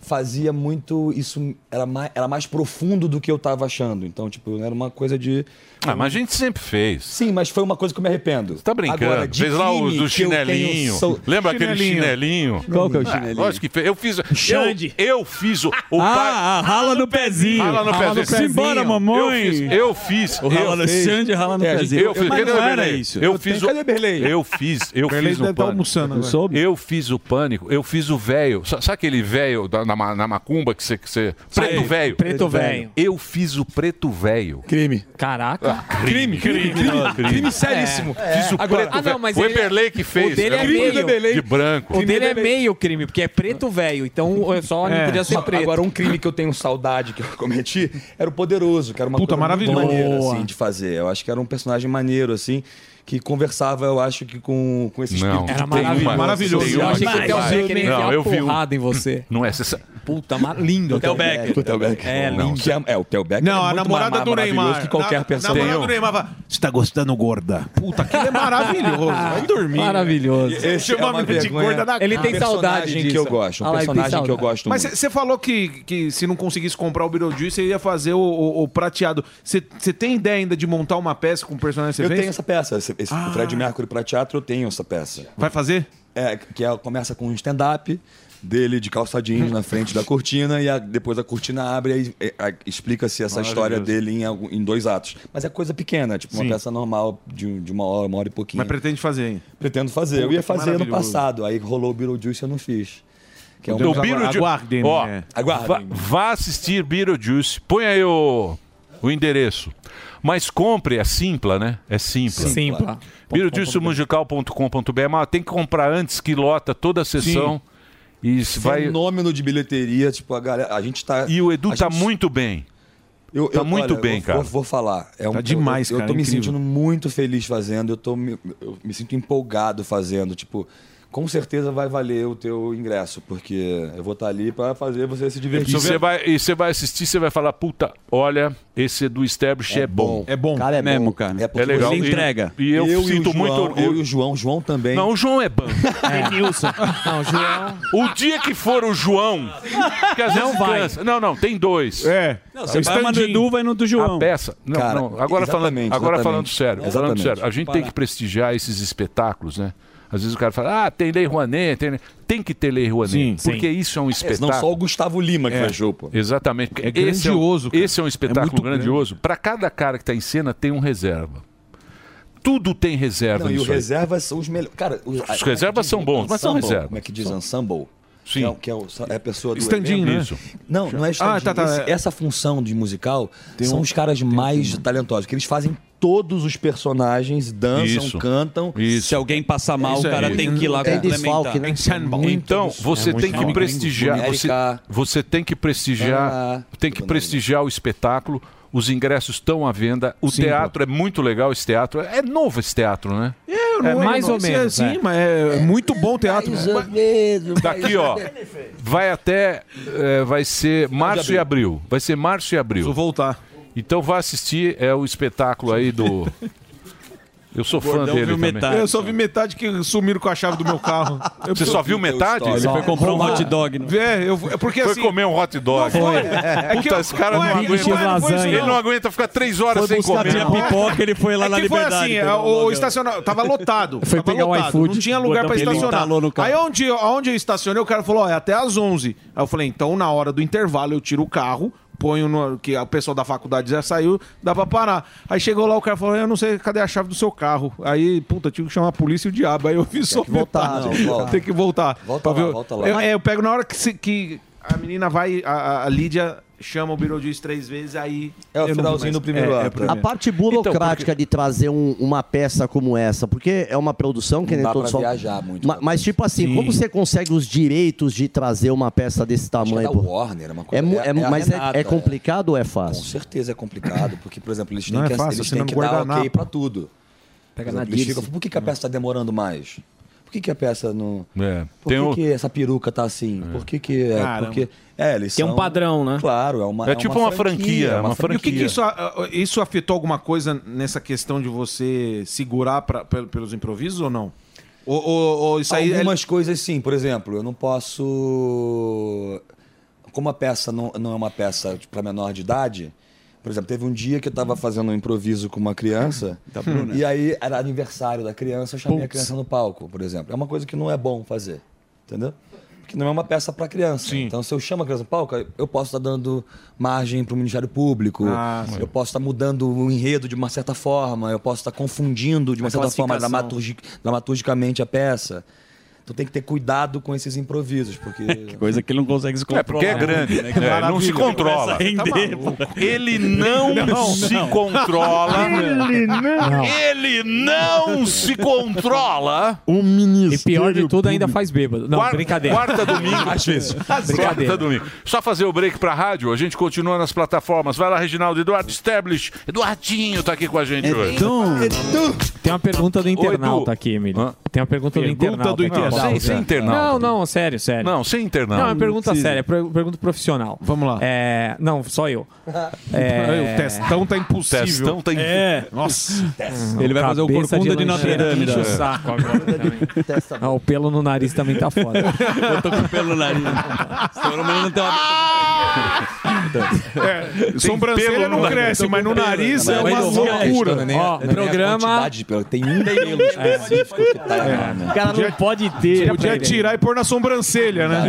Speaker 14: fazia muito. Isso era mais, era mais profundo do que eu tava achando. Então, tipo, era uma coisa de.
Speaker 5: Ah, mas a gente sempre fez.
Speaker 14: Sim, mas foi uma coisa que eu me arrependo. Você
Speaker 5: tá brincando. fez lá os do chinelinho. Lembra aquele chinelinho?
Speaker 14: Qual que é o
Speaker 5: Ah,
Speaker 14: chinelinho?
Speaker 5: lógico que fez. Eu fiz.
Speaker 14: Xande.
Speaker 5: Eu, eu fiz o. o
Speaker 14: Ah,
Speaker 5: pai-
Speaker 14: ah, rala no pezinho.
Speaker 5: Rala no
Speaker 14: Rala no
Speaker 5: pezinho.
Speaker 14: pezinho. Simbora, mamãe.
Speaker 5: Eu fiz. Eu fiz.
Speaker 12: O rala no
Speaker 5: eu fiz.
Speaker 12: Xande, rala no
Speaker 5: É,
Speaker 12: pezinho.
Speaker 5: Eu fiz.
Speaker 12: Mas
Speaker 5: Cadê
Speaker 12: não
Speaker 5: o
Speaker 12: era
Speaker 5: Berlei?
Speaker 12: isso.
Speaker 5: Eu
Speaker 12: Eu
Speaker 5: fiz
Speaker 12: tenho-
Speaker 5: o.
Speaker 12: cadê Berlei?
Speaker 5: Eu fiz. Eu
Speaker 12: Berlei
Speaker 5: fiz o
Speaker 12: deve estar
Speaker 5: pânico.
Speaker 12: almoçando agora.
Speaker 5: Soube? Eu fiz o pânico. Eu fiz o velho. Sa- Sabe aquele velho da- na, ma- na macumba que você. que você-
Speaker 12: Sei.
Speaker 5: Preto velho.
Speaker 12: Preto velho.
Speaker 5: Eu fiz o preto velho.
Speaker 14: Crime.
Speaker 12: Ah,
Speaker 2: Caraca.
Speaker 5: Crime, crime, crime, crime seríssimo. Fiz o
Speaker 2: Agora-
Speaker 5: preto
Speaker 2: Ah, não,
Speaker 5: velho.
Speaker 2: mas
Speaker 5: Foi
Speaker 2: ele-
Speaker 5: Berlei que fez.
Speaker 2: O dele é
Speaker 5: Crime do
Speaker 2: meio.
Speaker 5: Berlei. De branco.
Speaker 2: O dele é meio crime, porque é preto velho, então eu só não podia ser
Speaker 14: Só-
Speaker 2: preto.
Speaker 14: Agora, um crime que eu tenho saudade que eu cometi era o Poderoso, que era uma
Speaker 20: Puta,
Speaker 14: coisa muito
Speaker 20: maravilhoso.
Speaker 14: maneira,
Speaker 20: Boa.
Speaker 14: assim, de fazer. Eu acho que era um personagem maneiro, assim, que conversava, eu acho, que com, com esse espírito.
Speaker 5: Não,
Speaker 14: de
Speaker 5: era
Speaker 14: terror.
Speaker 5: maravilhoso. Maravilhoso. Tem
Speaker 14: um
Speaker 2: Eu achei
Speaker 5: uma
Speaker 2: que o
Speaker 5: que
Speaker 2: Theo
Speaker 5: vai.
Speaker 2: Becker ia
Speaker 5: Não,
Speaker 2: enfiar
Speaker 5: eu
Speaker 2: uma
Speaker 5: vi um-
Speaker 2: porrada em você.
Speaker 5: Não é essa.
Speaker 2: Puta, mas lindo.
Speaker 14: O Theo Beck. O Theo Beck.
Speaker 2: É,
Speaker 14: Não,
Speaker 2: lindo.
Speaker 14: que é, é, o Theo Beck
Speaker 20: Não,
Speaker 14: era
Speaker 20: a
Speaker 14: muito
Speaker 20: namorada
Speaker 14: mais
Speaker 20: do
Speaker 14: maravilhoso
Speaker 20: Neymar.
Speaker 14: que qualquer
Speaker 20: Na-
Speaker 14: personagem.
Speaker 20: namorada
Speaker 9: um.
Speaker 20: do Neymar fala, você tá gostando, gorda? Puta, aquele é maravilhoso. Vai dormir.
Speaker 2: Maravilhoso.
Speaker 20: Esse é
Speaker 14: uma
Speaker 20: uma de
Speaker 14: vergonha.
Speaker 20: gorda na
Speaker 14: Ele
Speaker 20: cara.
Speaker 14: tem saudade Personagem que disso. eu gosto, um Ah lá, ele tem personagem que eu saudade. gosto
Speaker 20: Mas
Speaker 14: muito.
Speaker 20: você falou que, que se não conseguisse comprar o Beetlejuice, você ia fazer o, o- o prateado. Você tem ideia ainda de montar uma peça com o personagem que você
Speaker 14: Eu
Speaker 20: fez?
Speaker 14: tenho essa peça. Esse, esse- O Fred Mercury pra teatro, eu tenho essa peça.
Speaker 20: Vai fazer?
Speaker 14: É, que ela começa com um stand-up dele de calça jeans na frente da cortina e a- depois a cortina abre e aí, é, a- explica-se essa história
Speaker 20: Maravilhoso.
Speaker 14: dele em, algum- em dois atos. Mas é coisa pequena, tipo
Speaker 20: Sim.
Speaker 14: uma peça normal de, de uma hora, uma hora e pouquinho.
Speaker 20: Mas pretende fazer, hein?
Speaker 14: Pretendo fazer. eu
Speaker 20: Puta,
Speaker 14: ia
Speaker 20: que
Speaker 14: fazer ano
Speaker 20: maravilhoso.
Speaker 14: passado, aí rolou o Beetlejuice e eu não fiz. Que é um né?
Speaker 5: Então, Beetleju- Ó, vá,
Speaker 14: Aguardem.
Speaker 5: vá assistir Beetlejuice. Põe aí o, o endereço. Mas compre, é Simpla, né? É Simpla.
Speaker 2: Simpla.
Speaker 5: Beetlejuicemusical.com.br. Mas é tem que comprar antes que lota toda a sessão. E se vai...
Speaker 14: Fenômeno de bilheteria, tipo, a galera. A gente tá.
Speaker 5: E o Edu tá muito bem.
Speaker 14: Eu,
Speaker 5: Tá muito bem,
Speaker 14: eu,
Speaker 5: cara.
Speaker 14: Vou, vou falar. É um,
Speaker 5: Tá demais,
Speaker 14: eu, eu,
Speaker 5: cara,
Speaker 14: Eu tô me
Speaker 5: incrível.
Speaker 14: sentindo um muito feliz fazendo. Eu, tô me, eu me sinto empolgado fazendo. Tipo, com certeza vai valer o teu ingresso, porque eu vou estar ali pra fazer você se divertir.
Speaker 5: E você vai, e você vai assistir, você vai falar, puta, olha, esse do Stablish é, bom.
Speaker 14: É bom. Cara, é
Speaker 5: mesmo,
Speaker 14: bom.
Speaker 5: cara.
Speaker 14: É, porque
Speaker 5: É legal.
Speaker 14: você
Speaker 5: E- e eu sinto
Speaker 14: o João,
Speaker 5: muito orgulho.
Speaker 14: Eu e o João, o João também.
Speaker 5: Não, o João é bom.
Speaker 2: Nilson. Não, João.
Speaker 5: O dia que for o João, que às
Speaker 12: Não
Speaker 5: vezes
Speaker 12: vai.
Speaker 5: cansa. Não, não, tem dois.
Speaker 12: É. Não, você vai no Edu, vai no do João.
Speaker 5: A peça. Não,
Speaker 12: Cara,
Speaker 5: não. Agora, falando,
Speaker 12: exatamente,
Speaker 5: agora
Speaker 12: exatamente.
Speaker 5: falando sério, falando
Speaker 12: Exatamente.
Speaker 5: sério, a gente tem
Speaker 12: Parar.
Speaker 5: que prestigiar esses espetáculos, né? Às vezes o cara fala, ah, tem Lei Rouanet, tem, tem que ter Lei Rouanet,
Speaker 14: Sim,
Speaker 5: porque
Speaker 14: sim.
Speaker 5: isso é um
Speaker 14: É,
Speaker 5: espetáculo. É.
Speaker 14: senão só o Gustavo Lima que viajou, pô.
Speaker 5: Exatamente.
Speaker 14: É
Speaker 5: Esse um-
Speaker 14: grandioso, cara.
Speaker 5: Esse é um espetáculo
Speaker 14: muito
Speaker 5: grandioso. Para cada cara que está em cena, tem um reserva. Tudo tem reserva
Speaker 14: Não, e os
Speaker 5: nisso aí.
Speaker 14: reservas são os melhores. Cara, os,
Speaker 5: Os reservas são bons, mas são
Speaker 14: ensemble,
Speaker 5: reservas.
Speaker 14: Como é que diz ensemble?
Speaker 5: Sim.
Speaker 14: Que é, o- que é, o- é a pessoa do
Speaker 5: Stand-in,
Speaker 14: evento.
Speaker 5: né? Isso.
Speaker 14: Não, não é stand-in.
Speaker 5: Ah, tá, tá,
Speaker 14: Esse-
Speaker 5: é.
Speaker 14: Essa função de musical
Speaker 5: Tem
Speaker 14: são
Speaker 5: um-
Speaker 14: os caras mais talentosos, que eles fazem todos os personagens, dançam,
Speaker 5: Isso.
Speaker 14: cantam.
Speaker 12: Se alguém passar mal, o cara tem que ir lá
Speaker 14: Tem
Speaker 12: complementar.
Speaker 14: desfalque, né? Ensemble.
Speaker 5: Então,
Speaker 14: Muito
Speaker 5: você
Speaker 14: desfalque.
Speaker 5: tem
Speaker 14: É
Speaker 5: que
Speaker 14: muito
Speaker 5: prestigiar,
Speaker 14: desfalque.
Speaker 5: você,
Speaker 14: América.
Speaker 5: você tem que prestigiar,
Speaker 14: Ah,
Speaker 5: tem
Speaker 9: né?
Speaker 5: que prestigiar o espetáculo. Os ingressos estão à venda. O
Speaker 9: Sim,
Speaker 5: teatro é muito legal, esse teatro. É novo esse teatro, né?
Speaker 9: É, eu não- eu não sei assim, mas é, muito bom teatro. Mas-
Speaker 5: Daqui, ó. Vai até. eh, vai ser março e abril. Vai ser março e abril. Preciso
Speaker 9: voltar.
Speaker 5: Então vá assistir é o espetáculo aí do.
Speaker 9: [LAUGHS]
Speaker 5: Eu sou fã
Speaker 9: Gordão
Speaker 5: dele.
Speaker 9: viu
Speaker 5: também.
Speaker 9: metade, eu só vi metade que sumiram com a chave do meu carro. Eu
Speaker 5: Você só viu metade?
Speaker 9: Ele foi comprar um hot
Speaker 12: dog.
Speaker 9: É, eu, é porque
Speaker 5: Foi
Speaker 9: assim...
Speaker 5: comer um hot dog.
Speaker 9: Não foi. É que
Speaker 5: Puta,
Speaker 9: eu-
Speaker 5: esse cara
Speaker 9: não
Speaker 5: não,
Speaker 9: é, não
Speaker 5: aguenta.
Speaker 9: foi, não foi assim, isso,
Speaker 5: ele
Speaker 9: não.
Speaker 5: não aguenta ficar três
Speaker 9: Foi
Speaker 5: horas sem
Speaker 9: buscar
Speaker 5: comer.
Speaker 9: minha pipoca, ele É foi lá na Liberdade,
Speaker 20: pegou um
Speaker 9: o,
Speaker 20: hot
Speaker 9: o
Speaker 20: dog.
Speaker 9: estacionamento tava lotado.
Speaker 20: Foi
Speaker 9: tava
Speaker 20: pegar o
Speaker 9: lotado,
Speaker 20: iFood,
Speaker 9: Não tinha lugar
Speaker 20: botão
Speaker 9: pra
Speaker 20: que ele
Speaker 9: estacionar.
Speaker 20: entalou no carro.
Speaker 9: Aí onde, onde eu estacionei, o cara falou: ó, é até às 11. Aí eu falei: então na hora do intervalo eu tiro o carro. Ponho no. que o pessoal da faculdade já saiu, dá pra parar. Aí chegou lá, o cara falou: Eu não sei cadê a chave do seu carro. Aí, puta, tive que chamar a polícia e o diabo. Aí eu fiz só
Speaker 14: voltar,
Speaker 9: metade.
Speaker 14: não, volta.
Speaker 9: Tem que voltar.
Speaker 14: Volta
Speaker 9: Pra
Speaker 14: lá, volta lá.
Speaker 9: Eu, é, eu pego na hora que, se- que a menina vai, a, a- a Lídia chama o Beetlejuice três vezes, aí.
Speaker 14: É o
Speaker 9: eu não vi
Speaker 14: finalzinho
Speaker 9: mais.
Speaker 14: do primeiro
Speaker 9: É, é
Speaker 14: ato. Então,
Speaker 9: o primeiro.
Speaker 14: A
Speaker 21: parte burocrática de trazer um- uma peça como essa, porque é uma produção que
Speaker 14: Não
Speaker 21: nem
Speaker 14: dá
Speaker 21: todos
Speaker 14: pra
Speaker 21: falam.
Speaker 14: viajar muito,
Speaker 21: Ma- Mas, tipo assim,
Speaker 14: Sim.
Speaker 21: como você consegue os direitos de trazer uma peça desse tamanho?
Speaker 14: da
Speaker 21: pô?
Speaker 14: Warner, é uma coisa-
Speaker 21: É mu-
Speaker 14: é-
Speaker 21: é-
Speaker 14: é a
Speaker 21: mas é-
Speaker 14: Renata,
Speaker 21: é,
Speaker 14: é.
Speaker 21: complicado ou é
Speaker 14: Com
Speaker 21: fácil?
Speaker 14: certeza é complicado, porque, por exemplo, eles têm
Speaker 21: Não é
Speaker 14: que,
Speaker 21: fácil,
Speaker 14: eles
Speaker 21: senão
Speaker 14: têm que
Speaker 21: não
Speaker 14: dar
Speaker 21: guarda
Speaker 14: ok
Speaker 21: nada.
Speaker 14: pra tudo.
Speaker 21: Pega
Speaker 14: Por
Speaker 21: na
Speaker 14: exemplo, eles
Speaker 21: Dirce.
Speaker 14: ficam, por que, que a peça tá demorando mais? Por que, que a peça não.
Speaker 5: É,
Speaker 14: Por
Speaker 5: tem
Speaker 14: que,
Speaker 5: um-
Speaker 14: que essa peruca tá assim? Por que que. É,
Speaker 5: Caramba.
Speaker 14: porque, é eles
Speaker 9: Tem um
Speaker 14: padrão, né? Claro, é uma. é
Speaker 9: E o que, que isso, a- a- isso afetou alguma coisa nessa questão de você segurar pra, pel- pelos improvisos ou não? Ou, ou- ou isso aí. é-
Speaker 14: Algumas coisas sim, por exemplo, eu não posso. Como a peça não, não é uma peça para menor de idade, por exemplo, teve um dia que eu tava fazendo um improviso com uma
Speaker 9: [LAUGHS]
Speaker 14: criança,
Speaker 9: Tá né?
Speaker 12: Bruna.
Speaker 14: e aí era aniversário da criança, eu chamei a
Speaker 12: Putz.
Speaker 14: criança no palco, por exemplo. É uma coisa que não é bom fazer, entendeu? Porque não é uma peça para criança. Então, se eu chamo a criança no palco, eu posso estar dando margem para o Ministério Público,
Speaker 12: Ah, sim.
Speaker 14: eu posso estar mudando o enredo de uma certa forma, eu posso estar confundindo de uma
Speaker 12: A
Speaker 14: certa forma
Speaker 12: classificação.
Speaker 14: dramaturgi dramaturgicamente a peça. Então tem que ter cuidado com esses improvisos, porque.
Speaker 12: Coisa que ele não consegue se
Speaker 14: É,
Speaker 12: controlar.
Speaker 14: porque é grande,
Speaker 12: né?
Speaker 14: né?
Speaker 12: Que
Speaker 14: Não
Speaker 12: maravilha.
Speaker 14: se controla.
Speaker 12: Começa a render.
Speaker 5: Ele não, se controla.
Speaker 1: Ele
Speaker 5: não.
Speaker 2: [LAUGHS]
Speaker 5: Ele não se controla.
Speaker 2: O ministro. E pior de tudo, ainda faz bêbado. Não,
Speaker 5: Quarta-
Speaker 2: brincadeira. [LAUGHS]
Speaker 5: Quarta domingo.
Speaker 2: Às vezes.
Speaker 5: Quarta
Speaker 2: Brincadeira.
Speaker 5: domingo. Só fazer o break pra rádio, a gente continua nas plataformas. Vai lá, Reginaldo. Eduardo Stablish. Eduardinho tá aqui com a gente hoje.
Speaker 9: Então,
Speaker 2: Então, Tem uma pergunta do internauta aqui, Emílio. Tem uma pergunta,
Speaker 5: Pergunta
Speaker 2: do internauta.
Speaker 5: do
Speaker 2: aqui,
Speaker 5: internauta.
Speaker 2: ó.
Speaker 5: Sem- sem internauta.
Speaker 2: Não, não, sério, sério.
Speaker 5: Não, sem internauta.
Speaker 2: Não, é uma pergunta
Speaker 5: Precisa.
Speaker 2: séria, é per- pergunta profissional. Vamos lá. É, não, só eu. É,
Speaker 9: [LAUGHS] O testão tá impossível.
Speaker 2: Testão tá imp-
Speaker 9: É. Nossa.
Speaker 2: Ele vai fazer o
Speaker 9: Cabeça
Speaker 2: corcunda de, Notre
Speaker 9: lancheira, É.
Speaker 2: Dame.
Speaker 9: bicho,
Speaker 2: né?
Speaker 9: saco
Speaker 2: agora. Ah, o pelo no nariz também
Speaker 14: [LAUGHS]
Speaker 2: tá foda.
Speaker 12: Eu tô com pelo no nariz. Pelo menos não tem uma...
Speaker 5: É,
Speaker 9: Tem sobrancelha pelo não no nariz. cresce, Tô mas com no pelo, nariz né? é Mas uma não loucura. questão, né?
Speaker 2: Ó,
Speaker 9: Não é
Speaker 2: programa...
Speaker 14: Tem um pelo específico que tá errado.
Speaker 2: O cara não pode ter.
Speaker 9: Podia tirar e pôr na sobrancelha, né?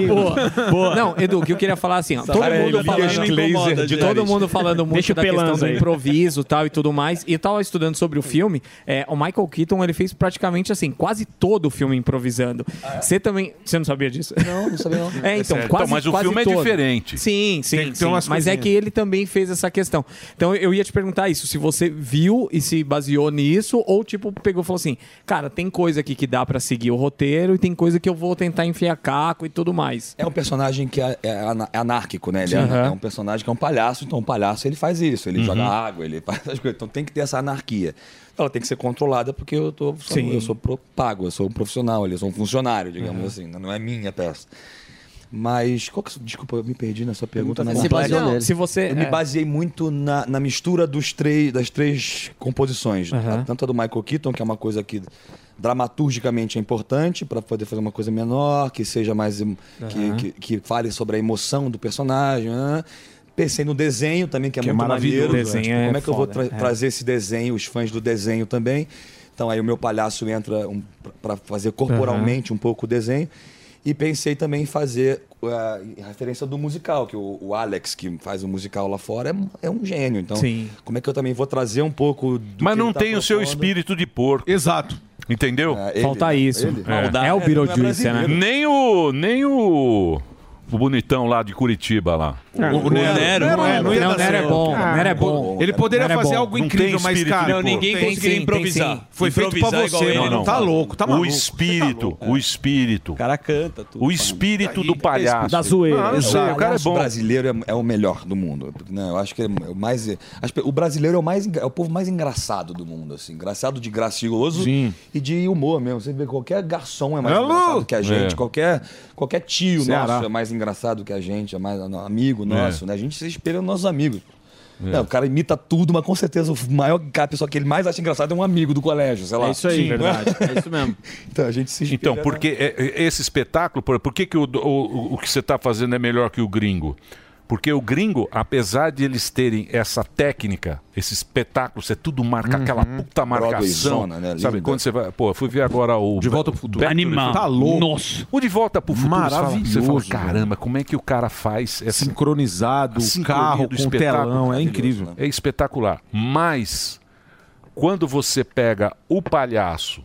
Speaker 14: um
Speaker 9: [LAUGHS]
Speaker 2: boa, boa. Não, Edu, o que eu queria falar assim, ó,
Speaker 9: Essa
Speaker 2: todo
Speaker 9: cara é
Speaker 2: mundo
Speaker 9: Elias
Speaker 2: falando,
Speaker 9: Glazer de
Speaker 2: todo
Speaker 9: nariz.
Speaker 2: mundo falando muito
Speaker 9: Deixa o
Speaker 2: da questão
Speaker 9: Pelanza
Speaker 2: do
Speaker 9: aí.
Speaker 2: improviso tal e tudo mais. E eu tava estudando sobre o filme, é, o Michael Keaton, ele fez praticamente assim, quase todo o filme improvisando. Você também, você não sabia disso?
Speaker 14: Não, não sabia não.
Speaker 2: É, então,
Speaker 5: certo.
Speaker 2: quase
Speaker 5: Então, mas o
Speaker 2: quase
Speaker 5: filme é
Speaker 2: todo.
Speaker 5: diferente.
Speaker 2: Sim,
Speaker 5: Tem
Speaker 2: sim,
Speaker 5: que ter
Speaker 2: sim.
Speaker 5: umas
Speaker 2: mas é
Speaker 5: coisinhas.
Speaker 2: que ele também fez essa questão. Então eu ia te perguntar isso, se você viu e se baseou nisso ou tipo pegou e falou assim: "Cara, tem coisa aqui que dá pra seguir o roteiro e tem coisa que eu vou tentar enfiar caco e tudo mais".
Speaker 14: É um personagem que é, é ana- é anárquico, né? Ele é,
Speaker 2: Aham.
Speaker 14: é um personagem que é um palhaço, então um palhaço ele faz isso, ele
Speaker 12: Uhum.
Speaker 14: joga água, ele [LAUGHS] faz essas coisas. Então tem que ter essa anarquia. Ela tem que ser controlada porque eu, tô, sou-
Speaker 12: Sim.
Speaker 14: eu sou pro- pago, eu sou um profissional, eu sou um funcionário, digamos
Speaker 12: Uhum.
Speaker 14: assim, não é minha peça. Mas, qual que, é a sua- desculpa, eu me perdi na sua pergunta. né?
Speaker 2: Pergunta se
Speaker 14: Completa.
Speaker 2: baseou Não, nele. se você-
Speaker 14: eu me
Speaker 2: é.
Speaker 14: baseei muito na, na mistura dos três, das três composições.
Speaker 2: Aham.
Speaker 14: Tanto a do Michael Keaton, que é uma coisa que dramaturgicamente é importante para poder fazer uma coisa menor, que seja mais em-
Speaker 5: é.
Speaker 14: que,
Speaker 12: Aham.
Speaker 14: que, que fale sobre a emoção do personagem. né? Pensei no desenho também, que é
Speaker 12: Que é
Speaker 14: muito
Speaker 12: maravilhoso,
Speaker 14: maneiro.
Speaker 12: o desenho é
Speaker 14: como é que eu vou
Speaker 12: foda,
Speaker 14: tra-
Speaker 12: é.
Speaker 14: trazer esse desenho, os fãs do desenho também. Então aí o meu palhaço entra um, para fazer corporalmente um pouco o desenho. E pensei também em fazer ah, em referência do musical, que o, o Alex, que faz o musical lá fora, é, um- é um gênio. Então,
Speaker 5: Sim.
Speaker 14: como é que eu também vou trazer um pouco do.
Speaker 5: Mas
Speaker 14: que
Speaker 5: não
Speaker 14: ele tá
Speaker 5: tem o seu
Speaker 14: propondo?
Speaker 5: espírito de porco.
Speaker 9: Exato.
Speaker 5: Entendeu?
Speaker 14: ele, Falta né? isso. Ele. Maldade. É o Beetlejuice, né?
Speaker 5: Nem o. Nem o. O bonitão lá de Curitiba lá.
Speaker 9: O- o Nero. Nero, não é, não ia dar certo. Ah,
Speaker 14: é
Speaker 9: Ele poderia fazer algo incrível, mas, cara, conseguiria Foi feito pra você, mano. Tá louco, tá maluco.
Speaker 5: O espírito,
Speaker 14: tá
Speaker 5: o espírito. O
Speaker 12: cara canta tudo.
Speaker 5: O
Speaker 9: Tá
Speaker 5: espírito do palhaço.
Speaker 14: Não,
Speaker 5: eu
Speaker 14: eu
Speaker 5: sei, o cara é
Speaker 14: O
Speaker 5: bom.
Speaker 14: brasileiro é, é o melhor do mundo. Né? Eu acho que é o mais. as pe- o brasileiro é o, mais, engra- é o povo mais engraçado do mundo, assim. Engraçado de gracioso e de humor mesmo. Você vê qualquer garçom é mais
Speaker 9: Alô?
Speaker 14: engraçado que a gente,
Speaker 9: É.
Speaker 14: qualquer, qualquer tio
Speaker 9: Ceará.
Speaker 14: nosso é mais engraçado que a gente, é mais no- amigo nosso,
Speaker 9: É.
Speaker 14: né? A gente se espelha nos nossos amigos.
Speaker 9: É.
Speaker 14: Não, o cara imita tudo, mas com certeza o maior cara, a pessoa que ele mais acha engraçado é um amigo do colégio, sei lá.
Speaker 5: É isso aí,
Speaker 14: Sim, né?
Speaker 5: verdade.
Speaker 14: É isso mesmo. [LAUGHS] então a gente se espelha.
Speaker 5: Então,
Speaker 14: na-
Speaker 5: porque é- é- esse espetáculo, por, por que, que o, o, o que você está fazendo é melhor que o gringo? Porque o gringo, apesar de eles terem essa técnica, esse espetáculo, você tudo marca aquela
Speaker 9: Uhum.
Speaker 5: puta marcação.
Speaker 14: Broadwayzona, né?
Speaker 5: Sabe,
Speaker 14: Linda.
Speaker 5: quando você vai. Pô, eu fui ver agora o. De volta pro futuro.
Speaker 14: Animal. Tá louco.
Speaker 5: Nossa. O de volta pro futuro. você fala- Você fala,
Speaker 9: Maravilhoso,
Speaker 5: caramba, como é que o cara faz essa.
Speaker 9: Sincronizado,
Speaker 5: a sincronia
Speaker 9: carro
Speaker 5: do
Speaker 9: com
Speaker 5: espetáculo?
Speaker 9: telão, é incrível.
Speaker 12: né?
Speaker 5: É espetacular. Mas quando você pega o palhaço,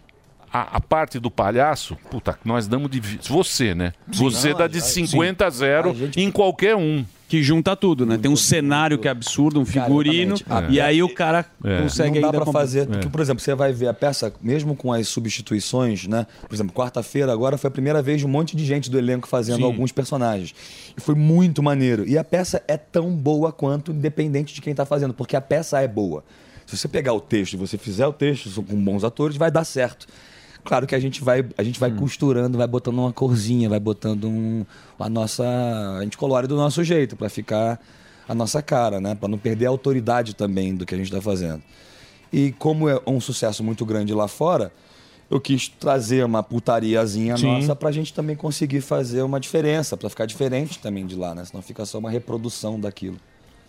Speaker 5: a, a parte do palhaço, puta, nós damos de. vi- Você, né?
Speaker 12: Sim.
Speaker 5: você
Speaker 12: Não,
Speaker 5: dá
Speaker 12: a-
Speaker 5: de
Speaker 12: a-
Speaker 5: 50 a 0
Speaker 12: a gente-
Speaker 5: em qualquer um.
Speaker 12: Que junta tudo, né? Tem um cenário que é absurdo, um figurino,
Speaker 14: exatamente.
Speaker 12: e
Speaker 14: É.
Speaker 12: aí o cara consegue
Speaker 14: não dá
Speaker 12: ainda
Speaker 14: pra
Speaker 12: comprar. É.
Speaker 14: fazer porque, por exemplo você vai ver a peça mesmo com as substituições né por exemplo quarta-feira agora foi a primeira vez de um monte de gente do elenco fazendo
Speaker 12: Sim.
Speaker 14: alguns personagens e foi muito maneiro e a peça é tão boa quanto independente de quem tá fazendo porque a peça é boa se você pegar o texto e você fizer o texto com bons atores vai dar certo Claro que a gente vai, a gente vai costurando, vai botando uma corzinha, vai botando um, a nossa, a gente colore do nosso jeito pra ficar a nossa cara, né? Pra não perder a autoridade também do que a gente tá fazendo. E como é um sucesso muito grande lá fora, eu quis trazer uma putariazinha
Speaker 9: Sim.
Speaker 14: nossa pra gente também conseguir fazer uma diferença, pra ficar diferente também de lá, né? Senão fica só uma reprodução daquilo.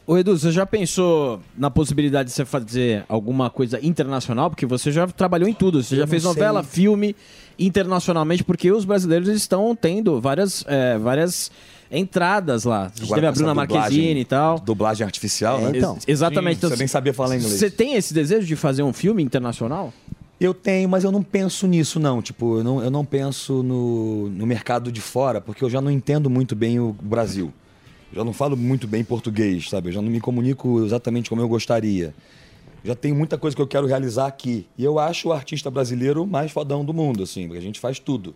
Speaker 4: Ô Edu, você já pensou na possibilidade de você fazer alguma coisa internacional? Porque você já trabalhou em tudo. Você
Speaker 26: Eu
Speaker 4: já
Speaker 26: não
Speaker 4: fez
Speaker 26: sei.
Speaker 4: novela, filme, internacionalmente, porque os brasileiros eles estão tendo várias, é, várias entradas lá. A gente
Speaker 14: Agora
Speaker 4: teve a
Speaker 14: com
Speaker 4: Bruna
Speaker 14: essa dublagem-
Speaker 4: Marquezine e tal.
Speaker 14: Dublagem artificial,
Speaker 4: É,
Speaker 14: né?
Speaker 4: então. Exatamente.
Speaker 14: Você nem sabia falar inglês.
Speaker 4: Você tem esse desejo de fazer um filme internacional?
Speaker 14: Eu tenho, mas eu não penso nisso, não. Tipo, eu não, eu não penso no, no mercado de fora, porque eu já não entendo muito bem o Brasil. Eu já não falo muito bem português, sabe? Eu já não me comunico exatamente como eu gostaria. Já tem muita coisa que eu quero realizar aqui. E eu acho o artista brasileiro o mais fodão do mundo, assim, porque a gente faz tudo.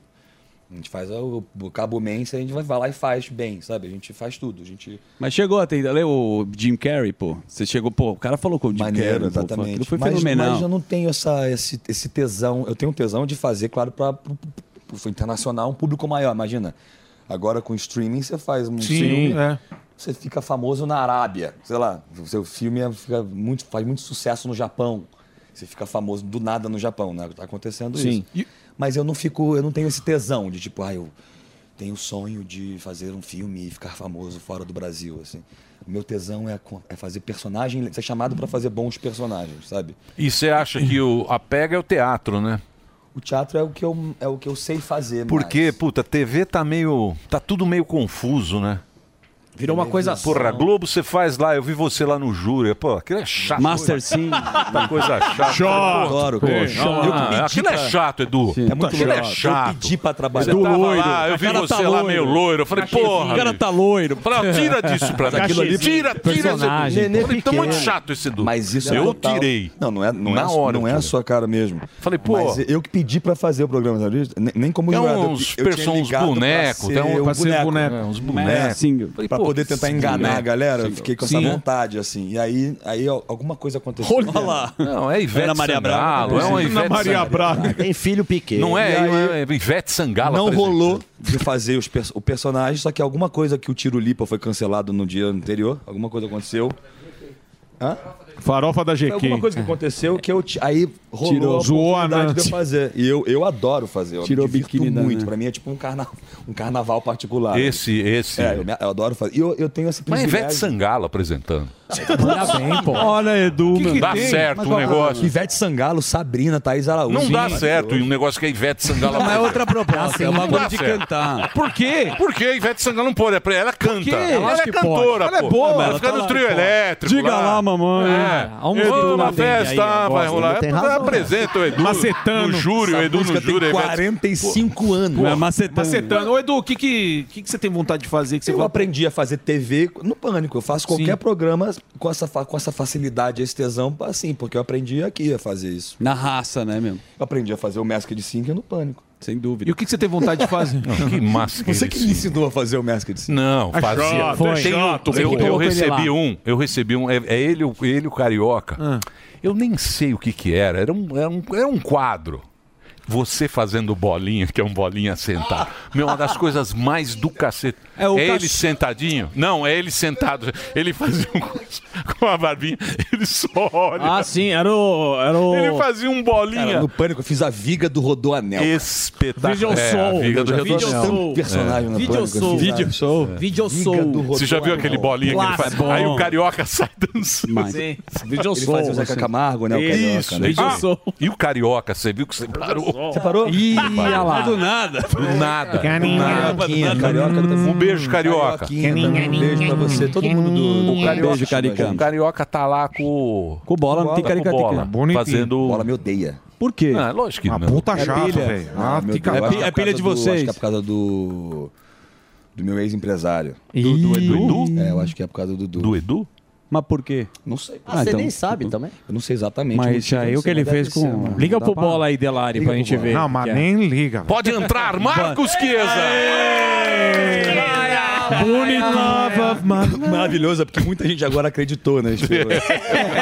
Speaker 14: A gente faz o, o cabomense, a gente vai lá e faz bem, sabe? A gente faz tudo. A gente
Speaker 12: Mas chegou até. Lê o Jim Carrey, pô. Você chegou, pô, o cara falou com o Jim
Speaker 14: Maneiro,
Speaker 12: Carrey. pô,
Speaker 14: exatamente.
Speaker 12: Aquilo foi
Speaker 14: mas,
Speaker 12: fenomenal.
Speaker 14: mas eu não tenho essa, esse, esse tesão. Eu tenho um tesão de fazer, claro, para o internacional, um público maior. Imagina. Agora com streaming você faz um
Speaker 9: Sim,
Speaker 14: filme.
Speaker 9: é.
Speaker 14: Você fica famoso na Arábia. Sei lá, o seu filme é- fica muito, faz muito sucesso no Japão. Você fica famoso do nada no Japão, né? Tá acontecendo
Speaker 9: Sim.
Speaker 14: isso. Mas eu não fico, eu não tenho esse tesão de tipo, ah, eu tenho o sonho de fazer um filme e ficar famoso fora do Brasil, assim. O meu tesão é, co- é fazer personagem, ser chamado para fazer bons personagens, sabe?
Speaker 5: E você acha que o, a pega é o teatro, né?
Speaker 14: O teatro é o que eu, é o que eu sei fazer. mais.
Speaker 5: Porque, puta, TV tá meio. tá tudo meio confuso, né?
Speaker 4: Virou uma coisa só.
Speaker 5: Porra, Globo você faz lá, eu vi você lá no Júri. Pô, aquilo é chato.
Speaker 12: Master
Speaker 5: Sim. Tá coisa chata.
Speaker 12: Chato.
Speaker 5: Pô, é
Speaker 12: Adoro, cara.
Speaker 5: pô,
Speaker 12: Chato.
Speaker 5: ah,
Speaker 12: Eu pedi
Speaker 5: aquilo é
Speaker 12: pra-
Speaker 5: chato, Edu.
Speaker 12: Sim. É muito
Speaker 5: aquilo é
Speaker 12: chato. Eu
Speaker 5: chato.
Speaker 12: pedi pra trabalhar.
Speaker 5: Você
Speaker 12: Do
Speaker 5: tava
Speaker 12: loiro.
Speaker 5: lá, eu vi
Speaker 12: O cara
Speaker 5: você
Speaker 12: tá
Speaker 5: lá
Speaker 12: loiro.
Speaker 5: meio loiro. Eu falei,
Speaker 12: Achei assim,
Speaker 5: porra.
Speaker 12: o cara
Speaker 5: bicho.
Speaker 12: tá loiro.
Speaker 5: Fala, tira disso pra mim.
Speaker 14: Mas aquilo ali-
Speaker 5: Tira, tira. esse- Falei, tá muito chato esse Edu.
Speaker 14: Mas isso é
Speaker 5: eu
Speaker 14: total-
Speaker 5: tirei.
Speaker 14: Não, não é, não
Speaker 5: Na
Speaker 14: é,
Speaker 5: hora
Speaker 14: não
Speaker 5: eu
Speaker 14: é a
Speaker 5: tirei.
Speaker 14: sua cara mesmo.
Speaker 5: Falei, pô.
Speaker 14: Mas eu que pedi pra fazer o programa, sabe? Nem- Nem como
Speaker 5: Tem
Speaker 14: jurado. eu-
Speaker 5: uns
Speaker 14: eu tinha
Speaker 5: perso- uns
Speaker 14: ligado pra
Speaker 5: boneco,
Speaker 14: ser
Speaker 5: tem um-
Speaker 14: um
Speaker 5: pra ser
Speaker 14: boneco,
Speaker 5: boneco.
Speaker 14: né?
Speaker 5: Uns
Speaker 14: Uns
Speaker 5: bonecos.
Speaker 14: bonecos.
Speaker 5: Sim.
Speaker 14: Falei,
Speaker 5: Pra
Speaker 14: pra
Speaker 5: poder
Speaker 14: poder tentar
Speaker 5: tentar Sim. né?
Speaker 14: enganar a galera, eu
Speaker 5: Sim.
Speaker 14: fiquei com
Speaker 5: Sim.
Speaker 14: essa vontade, assim. E aí, aí ó, alguma coisa aconteceu.
Speaker 5: Olha lá. Não, é Ivete Ana Maria Sangalo, Braga. é uma Ivete Sangalo.
Speaker 14: Ah, Tem filho pequeno.
Speaker 5: Não é,
Speaker 14: E aí,
Speaker 5: é Ivete Sangalo.
Speaker 14: não
Speaker 5: apresentando.
Speaker 14: rolou de fazer os pers- o personagem, só que alguma coisa que o Tiro Lipa foi cancelado no dia anterior, alguma coisa aconteceu. Hã?
Speaker 20: Farofa da
Speaker 14: Foi
Speaker 20: GQ.
Speaker 14: alguma coisa que aconteceu que eu. ti- Aí rolou Tirou, a
Speaker 20: Zoou a
Speaker 14: oportunidade de eu
Speaker 20: Nath.
Speaker 14: fazer. E eu, eu adoro fazer. Eu
Speaker 20: Tirou
Speaker 14: me divirto
Speaker 20: biquíni da
Speaker 14: muito.
Speaker 20: Nath.
Speaker 14: Pra mim é tipo um, carna... um carnaval particular.
Speaker 5: Esse, esse.
Speaker 14: É, eu, me- eu adoro fazer. E eu, eu tenho esse
Speaker 5: Mas é
Speaker 14: privilégio.
Speaker 5: Ivete Sangalo apresentando.
Speaker 14: Manda bem, pô.
Speaker 5: Olha, Edu, que que dá certo o negócio.
Speaker 14: Ivete Sangalo, Sabrina, Thaís Araújo.
Speaker 5: Não dá certo um negócio que a Ivete Sangalo
Speaker 14: Não, é
Speaker 5: apresenta.
Speaker 14: outra proposta, é
Speaker 5: Não
Speaker 14: uma
Speaker 5: dá
Speaker 14: coisa de
Speaker 5: certo.
Speaker 14: cantar.
Speaker 5: Por quê? Porque a Ivete Sangalo não pode. é Ela canta.
Speaker 14: quê?
Speaker 5: Ela,
Speaker 14: Acho
Speaker 5: é
Speaker 14: que
Speaker 5: cantora,
Speaker 14: pode. Ela é
Speaker 5: pô.
Speaker 14: boa.
Speaker 5: Ela
Speaker 14: Ela
Speaker 5: fica
Speaker 14: tá
Speaker 5: no
Speaker 14: lá,
Speaker 5: trio
Speaker 14: pô.
Speaker 5: elétrico.
Speaker 14: Diga lá, mamãe.
Speaker 5: É.
Speaker 14: Há um
Speaker 5: Edu
Speaker 14: Edu
Speaker 5: na
Speaker 14: na tem
Speaker 5: festa,
Speaker 14: aí, ó,
Speaker 5: vai
Speaker 14: gosta,
Speaker 5: rolar.
Speaker 14: Edu tem
Speaker 5: Eu
Speaker 14: razão.
Speaker 5: apresento o Edu.
Speaker 20: Macetano.
Speaker 5: No júri, o
Speaker 20: Essa
Speaker 5: Edu no
Speaker 20: música tem
Speaker 5: júri. a Ivete-
Speaker 14: 45 anos.
Speaker 20: Pô,
Speaker 14: É, macetando.
Speaker 20: Macetando. Ô, Edu, o que, que, que, que você tem vontade de fazer? Que você
Speaker 14: Eu
Speaker 20: gosta?
Speaker 14: aprendi a fazer TV no pânico. Eu faço qualquer programa com essa, fa- com essa facilidade, esse tesão, assim, porque eu aprendi aqui a fazer isso.
Speaker 12: Na raça, né, mesmo?
Speaker 14: Eu aprendi a fazer o Masked Singer no pânico.
Speaker 12: Sem dúvida.
Speaker 14: E o
Speaker 20: que, você tem vontade de fazer?
Speaker 5: [LAUGHS] que máscara
Speaker 14: Você que me ensinou a fazer o Masked Singer.
Speaker 5: Não,
Speaker 14: É
Speaker 5: fazia.
Speaker 14: chato, é
Speaker 5: Tem um-
Speaker 14: chato, você que
Speaker 5: eu, eu
Speaker 14: colocou ele
Speaker 5: recebi
Speaker 14: lá.
Speaker 5: um, eu recebi um. É, é ele, o- ele o carioca. Eu nem sei o que que era. Era um, era um, era um quadro. Você fazendo bolinha, que é um bolinha sentado. Meu, uma das coisas mais do cacete. É,
Speaker 1: o
Speaker 5: ele
Speaker 1: cach-
Speaker 5: sentadinho? Não, é ele sentado. Ele fazia um [LAUGHS] coisa com a barbinha, ele só olha.
Speaker 4: Ah, sim, era o. Era o...
Speaker 5: Ele fazia um bolinha.
Speaker 14: Cara, no pânico eu fiz a viga do Rodoanel.
Speaker 5: Espetacular.
Speaker 14: Vídeo
Speaker 5: É, a viga do Rodoanel.
Speaker 14: Tanto personagem assim,
Speaker 5: É.
Speaker 14: no
Speaker 5: Video
Speaker 14: pânico, eu
Speaker 5: Soul.
Speaker 14: fiz a-
Speaker 5: Video Soul.
Speaker 14: É.
Speaker 5: Video
Speaker 14: Viga
Speaker 5: Soul.
Speaker 14: do
Speaker 5: Você já viu
Speaker 14: Rodoanel.
Speaker 5: aquele bolinha que ele faz?
Speaker 14: Clássico.
Speaker 5: Aí o carioca [LAUGHS] sai dançando.
Speaker 14: Mas- Sim. Video Ele Soul, fazia o Zeca assim. Camargo, né, o carioca,
Speaker 5: Isso.
Speaker 14: né? Video
Speaker 5: Ah, E o carioca, você viu que você parou?
Speaker 14: Você parou?
Speaker 5: Ih, olha lá.
Speaker 12: Do nada.
Speaker 5: Do nada.
Speaker 14: Carinha. Carioquinha, carioca.
Speaker 5: Um beijo, carioca. Um
Speaker 14: Um beijo pra você, todo mundo do.
Speaker 5: O carioca,
Speaker 14: Beijo, caricano.
Speaker 5: o carioca tá lá com.
Speaker 14: Com bola, não tem
Speaker 5: Tá com
Speaker 14: caricatica.
Speaker 5: bola,
Speaker 14: Bonitinho.
Speaker 5: Fazendo.
Speaker 14: Bola me odeia.
Speaker 5: Por quê? Não, é lógico que não.
Speaker 14: É pilha. Ah, meu Deus, acho que
Speaker 12: É
Speaker 14: por
Speaker 12: pilha
Speaker 14: causa
Speaker 12: de
Speaker 14: do- Acho
Speaker 12: vocês.
Speaker 14: que é por causa do. Do meu ex-empresário.
Speaker 12: Do- do Ih. Edu?
Speaker 14: É, eu acho que é por causa do Edu.
Speaker 5: Do Edu?
Speaker 12: Mas por quê?
Speaker 14: Não sei.
Speaker 12: Ah, você nem
Speaker 21: sabe também?
Speaker 14: Eu não sei exatamente.
Speaker 12: Mas
Speaker 14: o motivo,
Speaker 12: aí o
Speaker 14: não
Speaker 12: que
Speaker 14: sei,
Speaker 12: ele
Speaker 14: mas deve
Speaker 12: fez com-
Speaker 14: ser, mano.
Speaker 2: Liga
Speaker 14: Dá
Speaker 2: pro bola aí, Delari,
Speaker 14: Liga
Speaker 2: pra
Speaker 14: pro
Speaker 2: gente
Speaker 14: bola.
Speaker 2: ver.
Speaker 14: Não,
Speaker 20: mas
Speaker 2: que é.
Speaker 20: nem liga.
Speaker 5: Pode entrar, Marcos Chiesa!
Speaker 14: Maravilhoso, é porque muita gente agora acreditou, né?
Speaker 5: [LAUGHS]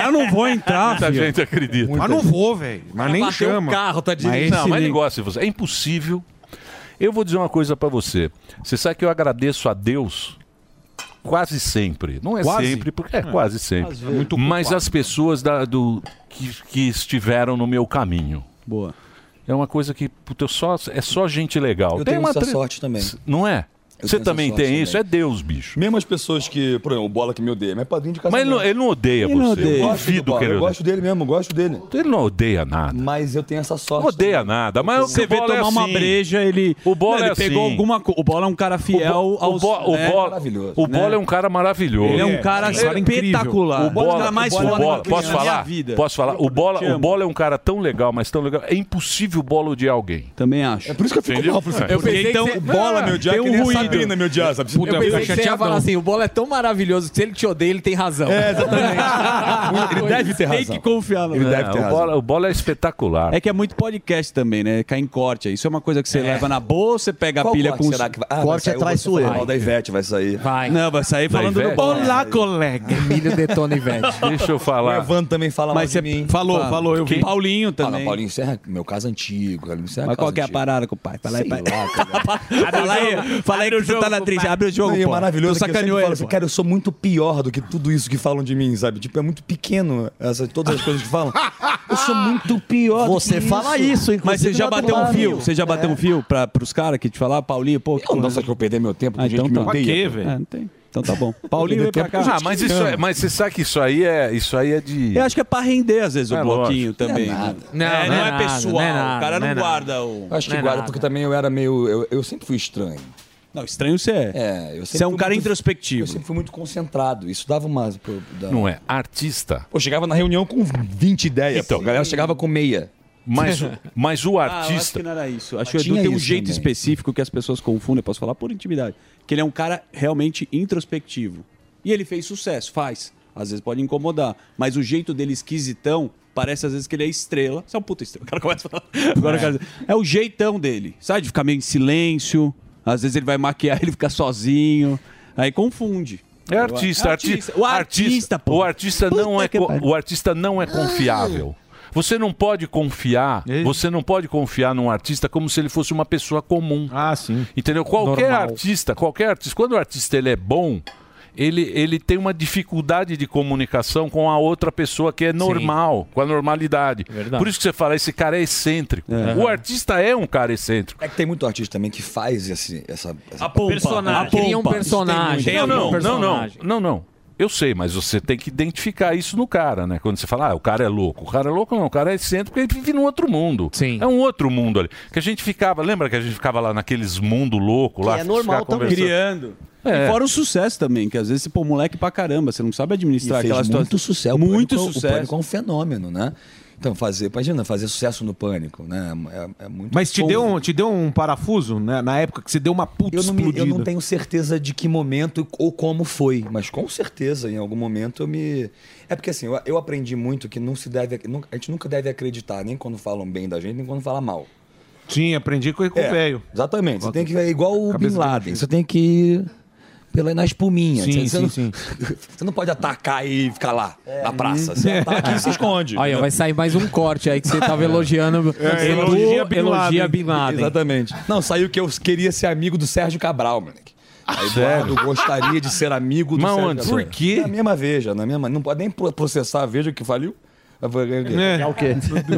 Speaker 20: Eu não vou entrar,
Speaker 5: Muita
Speaker 20: filho.
Speaker 5: gente acredita.
Speaker 20: Mas não vou, velho. Mas nem
Speaker 5: Bateu
Speaker 20: chama.
Speaker 5: o carro, tá
Speaker 20: Mas
Speaker 5: dirigindo. Não,
Speaker 20: esse
Speaker 5: mas
Speaker 20: liga.
Speaker 5: negócio, você. É impossível. Eu vou dizer uma coisa pra você. Você sabe que eu agradeço a Deus quase sempre. Não é
Speaker 1: Quase?
Speaker 5: sempre, porque é,
Speaker 1: É,
Speaker 5: quase sempre.
Speaker 1: às vezes. Muito
Speaker 5: mas
Speaker 1: culpado.
Speaker 5: as pessoas da- do, que, que estiveram no meu caminho.
Speaker 12: Boa.
Speaker 5: É uma coisa que puta, eu só, é só gente legal.
Speaker 14: Eu tenho
Speaker 5: uma
Speaker 14: essa
Speaker 5: tre-
Speaker 14: sorte também.
Speaker 5: Não é?
Speaker 14: Eu
Speaker 5: Você
Speaker 14: tenho essa
Speaker 5: também tem
Speaker 14: sorte também.
Speaker 5: isso? É Deus, bicho.
Speaker 14: Mesmo as pessoas que, por exemplo, o Bola que me odeia, mas é padrinho de
Speaker 5: Mas
Speaker 14: casamento.
Speaker 5: ele não, ele não odeia
Speaker 14: Ele
Speaker 5: você.
Speaker 14: não odeia.
Speaker 5: Eu
Speaker 14: Eu gosto do
Speaker 5: duvido que
Speaker 14: Bola,
Speaker 5: ele
Speaker 14: eu
Speaker 5: odeie.
Speaker 14: gosto dele mesmo, eu gosto dele.
Speaker 5: Ele não odeia nada.
Speaker 14: Mas eu tenho essa sorte.
Speaker 5: Não odeia nada. Mas
Speaker 12: Você
Speaker 5: o
Speaker 12: vê
Speaker 5: Bola é
Speaker 12: tomar uma
Speaker 5: assim.
Speaker 12: breja, ele.
Speaker 5: O Bola
Speaker 12: Não, ele
Speaker 5: é
Speaker 12: pegou
Speaker 5: assim.
Speaker 12: alguma coisa. O Bola é um cara fiel
Speaker 5: o, Bo-
Speaker 12: aos.
Speaker 5: o, Bo-
Speaker 12: né?
Speaker 5: o Bola, o Bola
Speaker 12: Né?
Speaker 5: é um cara maravilhoso.
Speaker 12: Ele é um cara Ele é um cara espetacular.
Speaker 5: O Bola,
Speaker 12: O cara mais
Speaker 5: o
Speaker 12: foda que eu
Speaker 5: Bola,
Speaker 12: conheci
Speaker 5: posso
Speaker 12: na minha
Speaker 5: falar?
Speaker 12: vida.
Speaker 5: Posso falar? O Bola,
Speaker 12: Te
Speaker 5: o
Speaker 12: amo.
Speaker 5: Bola é um cara tão legal, mas tão legal. É impossível o Bola odiar alguém.
Speaker 12: Também acho.
Speaker 14: É por isso que eu fico mal, por exemplo. Eu pensei Então, que você- o Bola
Speaker 5: Ah,
Speaker 14: me odiar,
Speaker 12: um
Speaker 5: um
Speaker 14: que nem a Sabrina me odiar, sabe? Puta,
Speaker 2: eu
Speaker 14: eu
Speaker 2: pensei
Speaker 14: fico
Speaker 2: que você ia
Speaker 14: chateadão.
Speaker 2: falar assim, o Bola é tão maravilhoso que se ele te odeia, ele tem razão. É, [LAUGHS]
Speaker 14: exatamente.
Speaker 12: Ele deve ter razão. confiar no
Speaker 5: Ele deve ter
Speaker 12: o
Speaker 5: razão.
Speaker 12: bola,
Speaker 5: o bola é espetacular.
Speaker 12: É que é muito podcast também, né? Cai em corte. aí. Isso é uma coisa que você leva na bolsa, você pega a
Speaker 14: Qual
Speaker 12: pilha
Speaker 14: corte
Speaker 12: com.
Speaker 14: será que vai- Ah, vai Corte sair é o você traiçoeiro. falando mal da Ivete, vai sair.
Speaker 2: Vai.
Speaker 12: Não, vai sair
Speaker 14: Da
Speaker 12: falando do
Speaker 14: Ivete?
Speaker 12: bola.
Speaker 14: Olá,
Speaker 2: colega. Emílio detona Ivete.
Speaker 5: [LAUGHS] Deixa eu falar.
Speaker 14: O Evandro também fala
Speaker 12: Mas
Speaker 14: mais de
Speaker 12: você
Speaker 14: mim.
Speaker 12: falou, falou, eu vi. Paulinho
Speaker 14: Ah,
Speaker 12: também.
Speaker 14: não, Paulinho, isso é meu caso antigo. cara, Isso é casa
Speaker 12: Mas qual que é a
Speaker 14: antiga.
Speaker 12: parada, compadre? Fala aí,
Speaker 14: Sei
Speaker 12: pai. [LAUGHS]
Speaker 14: lá, cara.
Speaker 12: Fala aí, fala aí que tu tá na triste. Abre o jogo,
Speaker 14: Não, e é
Speaker 12: pô.
Speaker 14: maravilhoso. que
Speaker 12: Tu
Speaker 14: eu sempre
Speaker 12: sacaneou
Speaker 14: falo
Speaker 12: ele,
Speaker 14: assim,
Speaker 12: pô.
Speaker 14: cara, eu sou muito pior do que tudo isso que falam de mim, sabe? Tipo, é muito pequeno essa, todas as coisas que falam. Eu sou muito pior do
Speaker 21: Você
Speaker 14: que
Speaker 21: fala isso, inclusive,
Speaker 12: Mas você já
Speaker 21: lá do
Speaker 14: é
Speaker 12: bateu um
Speaker 21: lado.
Speaker 12: fio? Você já bateu
Speaker 21: É.
Speaker 12: um fio pra, pros caras que te falaram? Paulinho, pô... Que
Speaker 14: nossa, que eu perdi meu tempo
Speaker 12: com ah, então
Speaker 14: que me
Speaker 12: tá.
Speaker 14: odeia, um
Speaker 12: Pra quê,
Speaker 14: pô?
Speaker 12: velho? Ah, não tem. Então tá bom. Paulinho, vem pra cá.
Speaker 5: Ah, mas, isso é, mas você sabe que isso aí é, isso aí é de.
Speaker 12: Eu acho que é pra render, às vezes, o
Speaker 5: É,
Speaker 12: bloquinho
Speaker 5: lógico.
Speaker 12: também.
Speaker 14: Não é
Speaker 12: né?
Speaker 14: nada.
Speaker 12: Não, é, não, é, pessoal. o cara não, é guarda o...
Speaker 14: Acho que guarda, é porque também eu era meio. Eu, eu sempre fui estranho.
Speaker 12: Não, estranho você é.
Speaker 14: É, eu sempre
Speaker 12: Você é um
Speaker 14: fui
Speaker 12: cara
Speaker 14: muito-
Speaker 12: introspectivo.
Speaker 14: Eu sempre fui muito concentrado. Isso dava uma. pô, dava-
Speaker 5: Não é. Artista.
Speaker 14: Pô, eu chegava na reunião com 20 ideias. Então, a galera chegava com meia.
Speaker 12: [LAUGHS]
Speaker 5: Mas, mas o
Speaker 12: Ah, eu acho
Speaker 5: artista. Ah,
Speaker 12: que não era isso. Acho que o
Speaker 14: Mas
Speaker 12: Edu
Speaker 14: tinha
Speaker 12: tem um
Speaker 14: isso
Speaker 12: jeito
Speaker 14: também.
Speaker 12: específico que as pessoas confundem, eu posso falar por intimidade, que ele é um cara realmente introspectivo. E ele fez sucesso, faz. Às vezes pode incomodar, mas o jeito dele esquisitão parece às vezes que ele é estrela. Você é um puta estrela. [LAUGHS] O cara começa a falar. Agora é. Cara... é o jeitão dele, sabe? De ficar meio em silêncio, às vezes ele vai maquiar, [LAUGHS] ele fica sozinho, aí confunde.
Speaker 5: É artista, artista. O artista, pô. O artista não é, co- o artista não é confiável.
Speaker 20: Ah.
Speaker 5: Você não pode confiar,
Speaker 20: É
Speaker 5: você não pode confiar num artista como se ele fosse uma pessoa comum.
Speaker 20: Ah, sim.
Speaker 5: Entendeu? Qualquer
Speaker 20: Normal.
Speaker 5: artista, qualquer artista, quando o artista ele é bom, ele, ele tem uma dificuldade de comunicação com a outra pessoa que é normal, com a normalidade.
Speaker 20: É
Speaker 5: Por isso que você fala, esse cara é excêntrico. O artista é um cara excêntrico.
Speaker 14: É que tem muito artista também que faz esse, essa, essa...
Speaker 5: Personagem.
Speaker 2: Cria um personagem.
Speaker 5: Não,
Speaker 2: Cria um
Speaker 5: não, não, não,
Speaker 2: personagem.
Speaker 5: não, não. Eu sei, mas você tem que identificar isso no cara, né? Quando você fala, ah, o cara é louco. O cara é louco não, o cara é excêntrico, ele vive num outro mundo. Sim. É um outro mundo ali. Que a gente ficava, lembra que a gente ficava lá naqueles mundo louco lá?
Speaker 12: Que é
Speaker 5: ficava
Speaker 12: normal também.
Speaker 5: conversando?
Speaker 12: Criando.
Speaker 5: É.
Speaker 12: E fora o sucesso também, que às vezes você pô moleque pra caramba, você não sabe administrar
Speaker 14: E fez
Speaker 12: aquela situação.
Speaker 14: muito sucesso. O
Speaker 12: Muito
Speaker 14: Pânico- O
Speaker 12: sucesso.
Speaker 14: Pânico é um fenômeno, né? Então, fazer, imagina, fazer sucesso no Pânico, né? É, é muito
Speaker 20: Mas te
Speaker 14: Pô,
Speaker 20: deu, um, te deu um parafuso né? na época que você deu uma
Speaker 12: um
Speaker 20: puta
Speaker 14: Eu não, me-
Speaker 20: explodida.
Speaker 14: eu não tenho certeza de que momento ou como foi, mas com certeza em algum momento eu me. É porque assim, eu, eu aprendi muito que não se deve. nu- A gente nunca deve acreditar, nem quando falam bem da gente, nem quando falam mal.
Speaker 20: Sim, aprendi com com o velho.
Speaker 14: É, Exatamente. Você
Speaker 20: Bota-
Speaker 14: tem que. É igual o
Speaker 20: Cabeça
Speaker 14: Bin
Speaker 20: de
Speaker 14: Laden. Você tem que ir pela, nas puminhas.
Speaker 20: Sim,
Speaker 14: você, você
Speaker 20: sim,
Speaker 14: não,
Speaker 20: sim.
Speaker 14: [LAUGHS] você não pode atacar e ficar lá, na praça. Tá, Você ataca e se esconde.
Speaker 2: É. Olha, vai sair [LAUGHS] mais um corte aí que você tava elogiando.
Speaker 14: É,
Speaker 2: Edu
Speaker 14: elogia Bin Laden.
Speaker 2: elogia Bin
Speaker 14: [LAUGHS]
Speaker 2: Laden.
Speaker 14: Exatamente. Não, saiu que eu queria ser amigo do Sérgio Cabral, moleque. Aí, Eduardo, gostaria de ser amigo do
Speaker 5: Mas
Speaker 14: Sérgio
Speaker 5: onde?
Speaker 14: Cabral.
Speaker 5: Por quê?
Speaker 14: Na mesma veja, na mesma. Não pode nem pro- processar a veja que faliu.
Speaker 5: É.
Speaker 14: É o quê?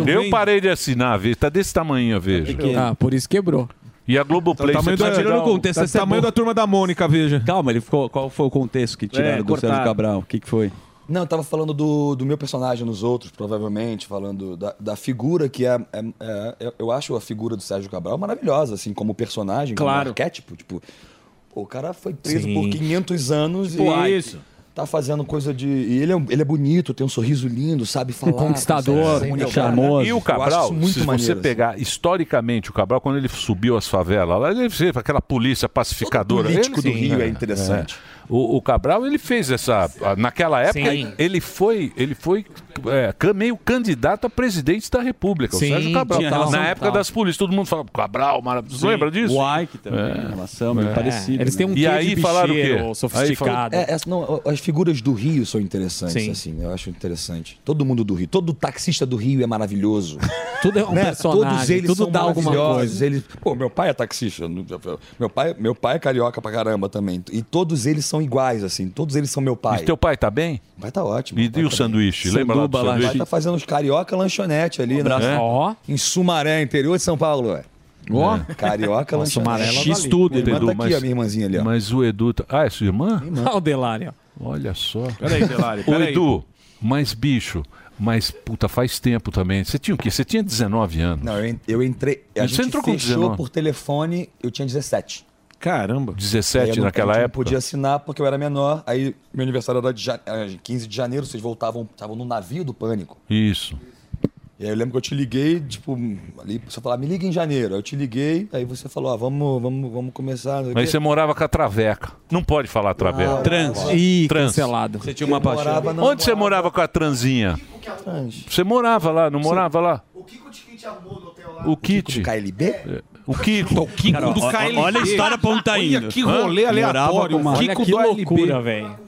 Speaker 5: Eu parei de assinar a Veja. Tá desse tamanho a Veja.
Speaker 2: Ah, por isso quebrou.
Speaker 5: E a Globoplay...
Speaker 20: Tá
Speaker 5: você
Speaker 20: tamanho
Speaker 5: tá
Speaker 20: da-
Speaker 5: tirando
Speaker 20: da-
Speaker 5: o contexto,
Speaker 20: tá
Speaker 5: essa é
Speaker 20: tamanho
Speaker 5: boa.
Speaker 20: da turma da Mônica, veja.
Speaker 12: Calma, ele ficou, qual foi o contexto que tiraram do
Speaker 14: cortado.
Speaker 12: Sérgio Cabral? O que, que foi?
Speaker 14: Não, eu tava falando do, do meu personagem nos outros, provavelmente, falando da, da figura que é, é- é- eu- Eu acho a figura do Sérgio Cabral maravilhosa, assim, como personagem,
Speaker 12: Claro.
Speaker 14: como arquétipo. Tipo, pô, o cara foi preso
Speaker 12: Sim.
Speaker 14: por 500 anos
Speaker 12: Tipo,
Speaker 14: e.
Speaker 12: ah, isso.
Speaker 14: Tá fazendo coisa de. E ele é, um- ele é bonito, tem um sorriso lindo, sabe falar.
Speaker 5: conquistador,
Speaker 12: um
Speaker 14: consegue
Speaker 5: muito
Speaker 14: comunicar.
Speaker 12: né?
Speaker 5: charmoso. E o
Speaker 14: Eu acho
Speaker 5: Cabral,
Speaker 14: isso muito
Speaker 5: se você
Speaker 14: maneiro, assim.
Speaker 5: pegar historicamente o Cabral, quando ele subiu as favelas, lá ele fez aquela polícia pacificadora.
Speaker 14: Todo político
Speaker 5: Ele-
Speaker 14: do Rio é interessante.
Speaker 5: É. O, o Cabral, ele fez essa. Naquela época,
Speaker 14: Sim.
Speaker 5: ele foi, ele foi é, can- meio candidato a presidente da República.
Speaker 12: Sim,
Speaker 5: o Sérgio Cabral.
Speaker 12: tinha relação
Speaker 5: na época
Speaker 12: tal.
Speaker 5: das polícias, todo mundo falava Cabral, maravilhoso.
Speaker 12: Sim.
Speaker 5: Lembra disso? É.
Speaker 12: O Ike também, relação meio parecida,
Speaker 5: Eles têm um
Speaker 12: né?
Speaker 5: quê
Speaker 12: E
Speaker 5: de
Speaker 12: aí falaram o quê?
Speaker 5: bicheiro,
Speaker 12: Aí
Speaker 5: sofisticado.
Speaker 14: É, essa- não, as figuras do Rio são interessantes,
Speaker 5: Sim.
Speaker 14: assim. Eu acho interessante. Todo mundo do Rio. Todo taxista do Rio é
Speaker 5: [LAUGHS]
Speaker 14: maravilhoso. Né?
Speaker 2: Tudo é um personagem,
Speaker 14: Todos eles
Speaker 2: tudo
Speaker 14: são
Speaker 2: dá alguma
Speaker 14: maravilhosos.
Speaker 2: coisa.
Speaker 14: Eles, pô, meu pai é taxista. Meu pai, meu pai é carioca pra caramba também. E todos eles são iguais, assim. Todos eles são meu pai.
Speaker 5: E teu pai tá bem?
Speaker 14: Vai tá ótimo.
Speaker 5: E, e o sanduíche? Lembra lá do
Speaker 14: Sanduba
Speaker 5: sanduíche?
Speaker 14: Vai tá fazendo os carioca lanchonete ali, né?
Speaker 5: abraço.
Speaker 14: É.
Speaker 5: Ó.
Speaker 14: Em Sumaré, interior de São Paulo, ué. É,
Speaker 5: Ó.
Speaker 14: Carioca
Speaker 5: Nossa,
Speaker 14: lanchonete.
Speaker 5: amarela X tudo,
Speaker 14: Minha irmã
Speaker 5: Edu,
Speaker 14: tá aqui,
Speaker 5: mas-
Speaker 14: ó, minha irmãzinha ali, ó.
Speaker 5: Mas o Edu. tá- Ah, é sua irmã?
Speaker 14: irmã.
Speaker 2: Ah, o Delari,
Speaker 5: Olha só.
Speaker 20: Peraí, Delari,
Speaker 5: O
Speaker 20: peraí.
Speaker 5: Edu, mas bicho, mas puta, faz tempo também. Você tinha o quê? Você tinha 19 anos.
Speaker 14: Não, eu, en- eu entrei. A
Speaker 5: Você
Speaker 14: gente
Speaker 5: entrou com
Speaker 14: fechou
Speaker 5: 19.
Speaker 14: por telefone, eu tinha 17.
Speaker 20: Caramba.
Speaker 5: 17
Speaker 14: Aí eu não-
Speaker 5: naquela
Speaker 14: eu não
Speaker 5: época?
Speaker 14: podia assinar porque eu era menor. Aí meu aniversário era de ja- era de 15 de janeiro, vocês voltavam, estavam no navio do pânico.
Speaker 5: Isso.
Speaker 14: E aí eu lembro que eu te liguei, tipo, ali, você falar, me liga em janeiro. Aí eu te liguei, aí você falou, ah, vamos, vamos, vamos começar. não sei o
Speaker 5: Aí
Speaker 14: quê.
Speaker 5: você morava com a Traveca. Não pode falar Traveca.
Speaker 14: Ah, Trans.
Speaker 2: Ih, cancelado.
Speaker 12: Você
Speaker 14: tinha uma Eu paixão. morava na-
Speaker 5: Onde você morava com a Transinha? Você morava lá, não morava lá? O Kiko de amor no
Speaker 14: hotel lá.
Speaker 5: O Kiko do KLB? O Kiko. O Kiko
Speaker 12: Cara, ó, olha a história pra onde tá
Speaker 5: Olha
Speaker 12: indo.
Speaker 5: que rolê
Speaker 12: Hã?
Speaker 5: aleatório,
Speaker 12: Morava com uma-
Speaker 5: Kiko
Speaker 12: Olha que
Speaker 5: do LB.
Speaker 12: loucura, velho.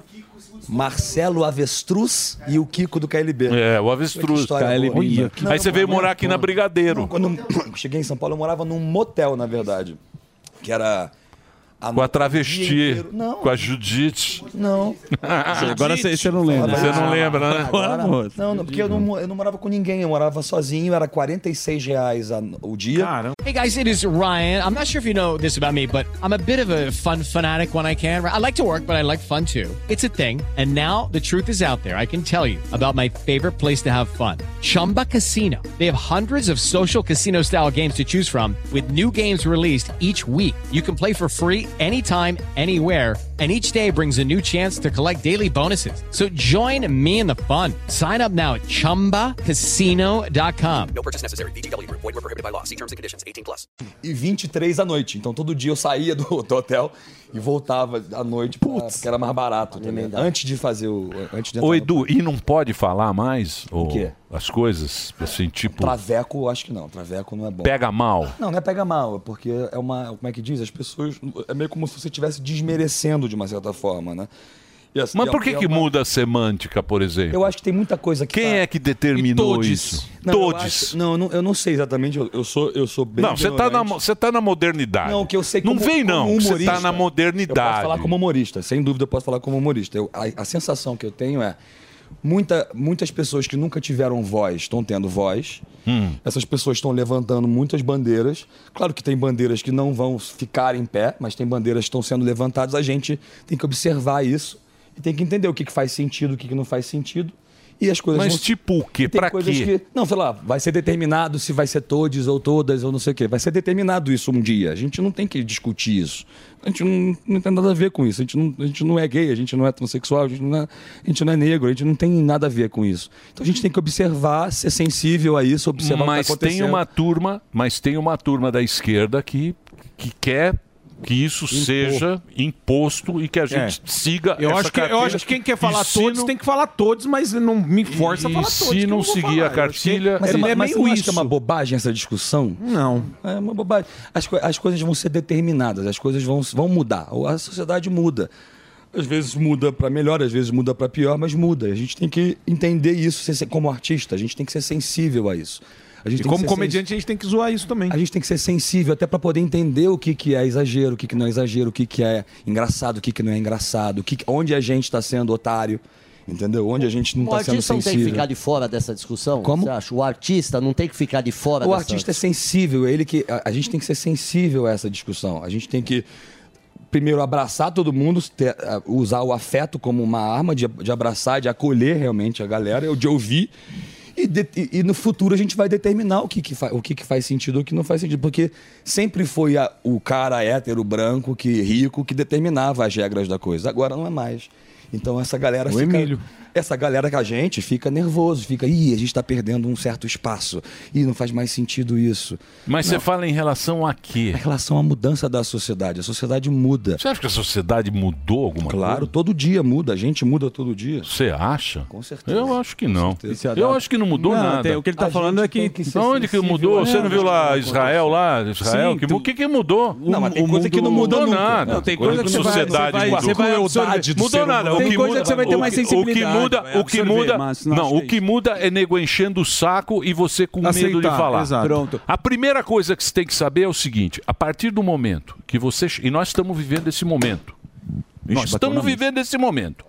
Speaker 14: Marcelo Avestruz e o Kiko do KLB.
Speaker 5: É, o avestruz.
Speaker 14: Que história
Speaker 5: KLB.
Speaker 14: boa.
Speaker 5: Olha, que- Aí você veio morar aqui na Brigadeiro.
Speaker 14: Não, quando eu cheguei em São Paulo, eu morava num motel, na verdade. Que era.
Speaker 5: Com a
Speaker 14: o dia
Speaker 5: travesti.
Speaker 14: inteiro. Não.
Speaker 5: Com a Judite.
Speaker 14: Não.
Speaker 12: Agora você- você não lembra.
Speaker 5: Você não lembra, né?
Speaker 14: Agora- não, não, porque eu não, mo- eu não morava com ninguém, eu morava sozinho, era 46 reais a- o dia.
Speaker 6: Hey guys, it is Ryan. I'm not sure if you know this about me, but I'm a bit of a fun fanatic when I can. I like to work, but I like fun too. It's a thing. And now the truth is out there. I can tell you about my favorite place to have fun Chumba Casino. They have hundreds of social casino style games to choose from, with new games released each week. You can play for free anytime, anywhere and each day brings a new chance to collect daily bonuses. So join me in the fun. Sign up now at ChumbaCasino.com.
Speaker 19: No purchase necessary. VGW Group. Void were prohibited by law. See terms and conditions. 18 plus.
Speaker 14: E 23 à noite. Então todo dia eu saía do, do hotel e voltava à noite, pra, porque era mais barato também. Antes de fazer o. Antes de
Speaker 5: Ô,
Speaker 14: entrar no-
Speaker 5: Edu, e não pode falar mais o
Speaker 14: quê?
Speaker 5: as coisas? Assim, tipo,
Speaker 14: Traveco, eu acho que não. Traveco não é bom.
Speaker 5: pega mal.
Speaker 14: Não, não é pega mal, é porque é uma. Como é que diz? As pessoas. É meio como se você estivesse desmerecendo de uma certa forma, né? Yes,
Speaker 5: Mas
Speaker 14: e
Speaker 5: por
Speaker 14: a-
Speaker 5: que,
Speaker 14: e a-
Speaker 5: que muda a semântica, por exemplo?
Speaker 14: Eu acho que tem muita coisa que. tá-
Speaker 5: Quem é que determinou isso?
Speaker 14: Não, eu
Speaker 5: todes.
Speaker 14: acho- não, eu não, eu não sei exatamente. Eu, eu sou, eu sou bem.
Speaker 5: Não, você tá, na,
Speaker 14: ignorante.
Speaker 5: mo- você tá na modernidade.
Speaker 14: Não, que eu sei
Speaker 5: Não
Speaker 14: como-
Speaker 5: vem, não.
Speaker 14: como
Speaker 5: Você tá
Speaker 14: humorista,
Speaker 5: na modernidade.
Speaker 14: Eu posso falar como humorista, sem dúvida eu posso falar como humorista. Eu- a, a sensação que eu tenho é muita, muitas pessoas que nunca tiveram voz estão tendo voz. Essas pessoas estão levantando muitas bandeiras. Claro que tem bandeiras que não vão ficar em pé, mas tem bandeiras que estão sendo levantadas. A gente tem que observar isso e tem que entender o que, que faz sentido, o que, que não faz sentido. E as coisas
Speaker 5: Mas
Speaker 14: vão-
Speaker 5: tipo o quê?
Speaker 14: Tem
Speaker 5: Pra
Speaker 14: coisas
Speaker 5: quê?
Speaker 14: que- não, sei lá, vai ser determinado se vai ser todos ou todas ou não sei o quê. Vai ser determinado isso um dia. A gente não tem que discutir isso. A gente não, não tem nada a ver com isso. A gente, não, a gente não é gay, a gente não é transexual, a gente não é, a gente não é negro, a gente não tem nada a ver com isso. Então a gente tem que observar, ser sensível a isso, observar
Speaker 5: mas
Speaker 14: o que está
Speaker 5: tem
Speaker 14: acontecendo.
Speaker 5: uma turma, mas tem uma turma da esquerda que, que quer que isso seja imposto e que a gente
Speaker 20: É.
Speaker 5: siga
Speaker 20: Eu
Speaker 5: essa
Speaker 20: acho, que, eu
Speaker 5: cartilha.
Speaker 20: acho que quem quer falar
Speaker 5: E se
Speaker 20: todos
Speaker 5: não-
Speaker 20: tem que falar todos, mas não me força a
Speaker 5: E
Speaker 20: falar
Speaker 5: se
Speaker 20: todos. que eu
Speaker 5: não
Speaker 20: vou
Speaker 5: seguir
Speaker 20: falar.
Speaker 5: a cartilha-
Speaker 20: Eu acho que-
Speaker 14: Mas,
Speaker 20: é,
Speaker 14: é,
Speaker 20: meio
Speaker 14: mas você não acha
Speaker 20: isso.
Speaker 14: que é uma bobagem essa discussão?
Speaker 20: Não.
Speaker 14: É uma bobagem. As, co- as coisas vão ser determinadas, as coisas vão, vão mudar. A sociedade muda. Às vezes muda para melhor, às vezes muda para pior, mas muda. A gente tem que entender isso ser- ser- como artista, a gente tem que ser sensível a isso. A gente
Speaker 20: E
Speaker 14: tem que
Speaker 20: como
Speaker 14: ser
Speaker 20: comediante, a gente tem que zoar isso também.
Speaker 14: a gente tem que ser sensível até para poder entender o que, que é exagero, o que, que não é exagero, o que, que é engraçado, o que, que não é engraçado, o que, que- onde a gente está sendo otário, entendeu? Onde a gente não
Speaker 21: O
Speaker 14: está sendo
Speaker 21: artista não tem que
Speaker 14: sensível.
Speaker 21: ficar de fora dessa discussão? Como? Você acha? O artista não tem que ficar de fora
Speaker 14: O
Speaker 21: dessa
Speaker 14: artista é sensível, é ele que a, a gente tem que ser sensível a essa discussão. A gente tem que primeiro abraçar todo mundo, ter- a- usar o afeto como uma arma de, de abraçar, de acolher realmente a galera, de ouvir. E, de- e- e no futuro a gente vai determinar o que, que, fa- o que, que faz sentido e o que não faz sentido. Porque sempre foi a- o cara hétero, branco, que rico, que determinava as regras da coisa. Agora não é mais. Então essa galera fica. Essa galera que a gente fica nervoso, fica, ih, a gente tá perdendo um certo espaço. Ih, não faz mais sentido isso.
Speaker 5: Mas você
Speaker 14: Não.
Speaker 5: fala em relação a quê?
Speaker 14: Em relação à mudança da sociedade, a sociedade muda.
Speaker 5: Você acha que a sociedade mudou alguma
Speaker 14: claro,
Speaker 5: coisa?
Speaker 14: todo dia muda, a gente muda todo dia.
Speaker 5: Você acha?
Speaker 14: Com certeza.
Speaker 5: Eu acho que não.
Speaker 14: certeza.
Speaker 5: Eu acho que não mudou
Speaker 14: Não,
Speaker 5: nada.
Speaker 14: tem- o que ele tá A falando gente é que- tem que ser
Speaker 5: Onde que
Speaker 14: sensível
Speaker 5: mudou?
Speaker 14: a
Speaker 5: Você não viu lá
Speaker 14: nada.
Speaker 5: Israel lá? Israel?
Speaker 14: Sim,
Speaker 5: que,
Speaker 14: tu-
Speaker 5: O que, que mudou?
Speaker 14: Não, mas tem
Speaker 5: O
Speaker 14: coisa que não
Speaker 5: mundo-
Speaker 14: mudou
Speaker 5: mudou
Speaker 14: nunca.
Speaker 5: nada.
Speaker 14: Não, tem coisa que você vai-
Speaker 5: sociedade
Speaker 14: você vai-
Speaker 5: com a
Speaker 14: você vai-
Speaker 5: crueldade do
Speaker 14: mudou
Speaker 5: ser
Speaker 14: nada.
Speaker 5: humano.
Speaker 14: Tem
Speaker 5: O que
Speaker 14: coisa
Speaker 5: muda-
Speaker 14: que você vai ter
Speaker 5: o
Speaker 14: mais
Speaker 5: que-
Speaker 14: sensibilidade,
Speaker 5: O que muda,
Speaker 14: vai
Speaker 5: o que
Speaker 14: absorver,
Speaker 5: muda,
Speaker 14: mas não
Speaker 5: não,
Speaker 14: acho
Speaker 5: o
Speaker 14: que é
Speaker 5: que muda é nego enchendo o saco e você com medo de
Speaker 20: Aceitar,
Speaker 5: falar.
Speaker 20: exato.
Speaker 5: Pronto. A primeira coisa que você tem que saber é o seguinte: a partir do momento que você e nós estamos vivendo esse momento, nós
Speaker 20: bateu na
Speaker 5: estamos
Speaker 20: mesa.
Speaker 5: vivendo esse momento.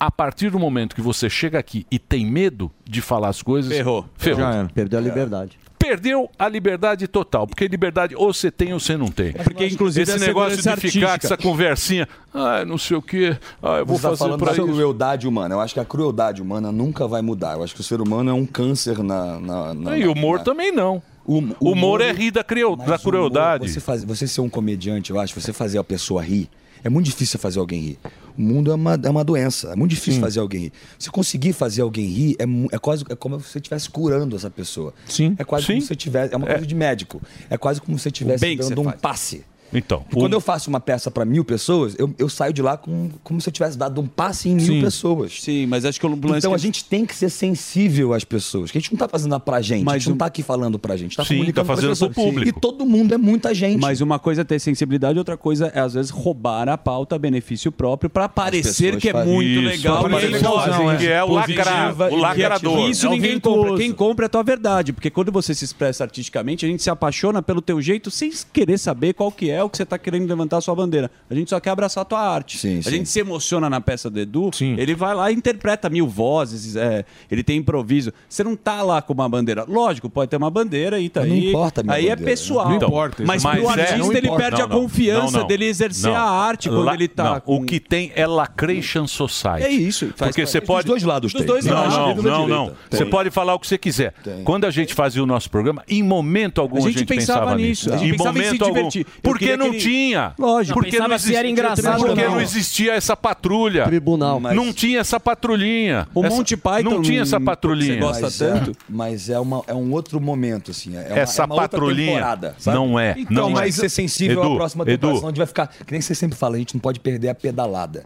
Speaker 5: A partir do momento que você chega aqui e tem medo de falar as coisas,
Speaker 21: Ferrou.
Speaker 5: ferrou.
Speaker 10: é.
Speaker 21: Já era. Perdeu
Speaker 14: É.
Speaker 21: a liberdade.
Speaker 5: Perdeu a liberdade total, porque liberdade ou você tem ou você não tem. Porque
Speaker 20: inclusive,
Speaker 5: esse
Speaker 20: é a
Speaker 5: negócio de ficar
Speaker 20: segurança
Speaker 5: com
Speaker 20: artística.
Speaker 5: essa conversinha, ah, não sei o quê, ah, eu vou
Speaker 14: Você tá
Speaker 5: fazer
Speaker 14: falando
Speaker 5: pra
Speaker 14: da
Speaker 5: isso.
Speaker 14: crueldade humana. Eu acho que a crueldade humana nunca vai mudar. Eu acho que o ser humano é um câncer na. na, na
Speaker 5: E
Speaker 14: na-
Speaker 5: o humor
Speaker 14: na-
Speaker 5: também não. O humor, é rir da, creu- da
Speaker 14: Mas o humor,
Speaker 5: crueldade.
Speaker 14: Você, faz- você ser um comediante, eu acho, você fazer a pessoa rir, é muito difícil fazer alguém rir. O mundo é uma, é uma doença, é muito difícil fazer alguém rir. Você conseguir fazer alguém rir é, mu- é quase é como se você estivesse curando essa pessoa. Sim. É quase como se você tivesse. É uma coisa de médico. É quase como se você estivesse
Speaker 20: bem que
Speaker 14: dando
Speaker 20: você
Speaker 14: um
Speaker 20: faz.
Speaker 14: passe.
Speaker 5: Então.
Speaker 14: E Quando eu faço uma peça para mil pessoas, eu, eu saio de lá com, como se eu tivesse dado um passe em mil
Speaker 12: Sim.
Speaker 14: pessoas.
Speaker 12: Sim, mas acho que o lance
Speaker 14: Então
Speaker 12: que-
Speaker 14: a gente tem que ser sensível às pessoas, que a gente não tá fazendo pra gente, a
Speaker 12: Mas um
Speaker 14: gente não
Speaker 12: o-
Speaker 14: tá aqui falando pra gente, tá
Speaker 12: Sim,
Speaker 14: comunicando
Speaker 12: tá
Speaker 14: pras
Speaker 12: fazendo pro
Speaker 14: pessoas.
Speaker 12: público.
Speaker 14: E todo mundo é muita gente.
Speaker 12: Mas uma coisa é ter sensibilidade, outra coisa é, às vezes, roubar a pauta a benefício próprio para parecer
Speaker 14: pessoas
Speaker 12: que é
Speaker 14: fazem
Speaker 12: muito
Speaker 14: isso,
Speaker 12: legal.
Speaker 14: pra
Speaker 12: parecer
Speaker 14: parecer legal,
Speaker 12: isso.
Speaker 14: que é o
Speaker 12: Positiva
Speaker 14: lacra- o
Speaker 12: e
Speaker 14: lacrador,
Speaker 12: criativa.
Speaker 14: é
Speaker 12: Isso
Speaker 14: o
Speaker 12: ninguém
Speaker 14: vinculoso.
Speaker 12: compra. Quem compra é a tua verdade. Porque quando você se expressa artisticamente, a gente se apaixona pelo teu jeito sem querer saber qual que é o que você está querendo levantar a sua bandeira. A gente só quer abraçar a tua arte. a gente se emociona na peça do Edu, ele vai lá e interpreta mil vozes, é, ele tem improviso. Você não tá lá com uma bandeira. Lógico, pode ter uma bandeira e tá
Speaker 14: Mas não
Speaker 12: aí.
Speaker 14: importa a minha
Speaker 12: aí é
Speaker 14: bandeira, né?
Speaker 12: pessoal.
Speaker 5: Então,
Speaker 12: Mas, pro
Speaker 5: é-
Speaker 12: artista
Speaker 5: não
Speaker 12: ele
Speaker 5: importa.
Speaker 12: perde a
Speaker 5: Não, não.
Speaker 12: confiança
Speaker 5: Não, não.
Speaker 12: dele exercer
Speaker 5: Não.
Speaker 12: a arte quando
Speaker 5: Lá-
Speaker 12: ele tá.
Speaker 5: não. O que tem é lacration society.
Speaker 12: É isso, faz
Speaker 5: Porque
Speaker 12: parte.
Speaker 5: você
Speaker 12: Dos
Speaker 5: pode...
Speaker 12: dois lados Dos tem. dois
Speaker 5: não,
Speaker 12: lados,
Speaker 5: Não,
Speaker 12: esquerda e
Speaker 5: não, não.
Speaker 12: direita. Tem.
Speaker 5: Você pode falar o que você quiser. Quando a gente fazia o nosso programa, em momento algum a gente, pensava, nisso.
Speaker 12: a gente
Speaker 5: Em
Speaker 12: pensava em se
Speaker 5: momento algum.
Speaker 12: divertir. Eu
Speaker 5: Porque
Speaker 12: queria
Speaker 5: não
Speaker 12: que ele-
Speaker 5: tinha.
Speaker 12: Lógico.
Speaker 5: Porque
Speaker 12: Pensava
Speaker 5: não
Speaker 12: se era
Speaker 5: existia,
Speaker 12: engraçado
Speaker 5: porque
Speaker 12: ou não.
Speaker 5: não existia essa patrulha.
Speaker 21: Tribunal.
Speaker 5: Não tinha essa patrulhinha.
Speaker 14: Um
Speaker 12: O
Speaker 5: Essa-
Speaker 12: Monty Python,
Speaker 5: Não tinha essa patrulhinha.
Speaker 14: Mas é- mas é, uma, é um outro momento, assim. É uma,
Speaker 5: Essa
Speaker 14: é uma outra
Speaker 5: patrulhinha
Speaker 14: temporada, sabe?
Speaker 5: não é,
Speaker 14: Então,
Speaker 5: não
Speaker 14: mas
Speaker 5: é.
Speaker 14: ser sensível
Speaker 5: Edu,
Speaker 14: à próxima temporada,
Speaker 5: Edu.
Speaker 14: senão a gente vai ficar. Que nem você sempre fala, a gente não pode perder a pedalada.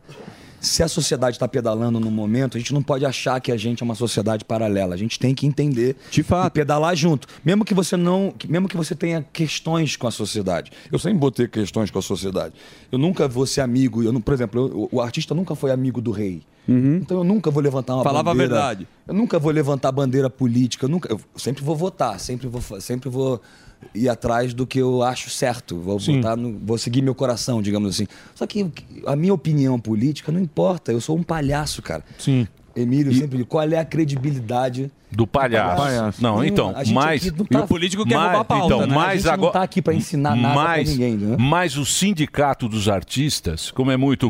Speaker 14: se a sociedade está pedalando no momento, a gente não pode achar que a gente é uma sociedade paralela. A gente tem que entender e pedalar junto. Mesmo que você não. que- Mesmo que você tenha questões com a sociedade. Eu sempre botei questões com a sociedade. Eu nunca vou ser amigo. Eu não, por exemplo, eu- o artista nunca foi amigo do rei. Então eu nunca vou levantar uma
Speaker 12: Uhum. Falava a
Speaker 14: bandeira.
Speaker 12: verdade.
Speaker 14: Eu nunca vou levantar bandeira política. Eu, nunca, eu sempre vou votar, sempre vou, fa- sempre vou ir atrás do que eu acho certo. Vou votar no- vou seguir meu coração, digamos assim. Só que o que- a minha opinião política não importa. Eu sou um palhaço, cara. Sim. Emílio sempre diz, qual é a credibilidade
Speaker 5: do palhaço? Não,
Speaker 14: Nenhuma.
Speaker 5: então,
Speaker 14: A gente
Speaker 5: mas.
Speaker 14: aqui não tá- E o político quer roubar a pauta,
Speaker 5: Então,
Speaker 14: né?
Speaker 5: mas
Speaker 14: A gente não
Speaker 5: agora.
Speaker 14: tá aqui pra ensinar nada pra
Speaker 5: mas,
Speaker 14: ninguém, né?
Speaker 5: Mas o sindicato dos artistas, como é muito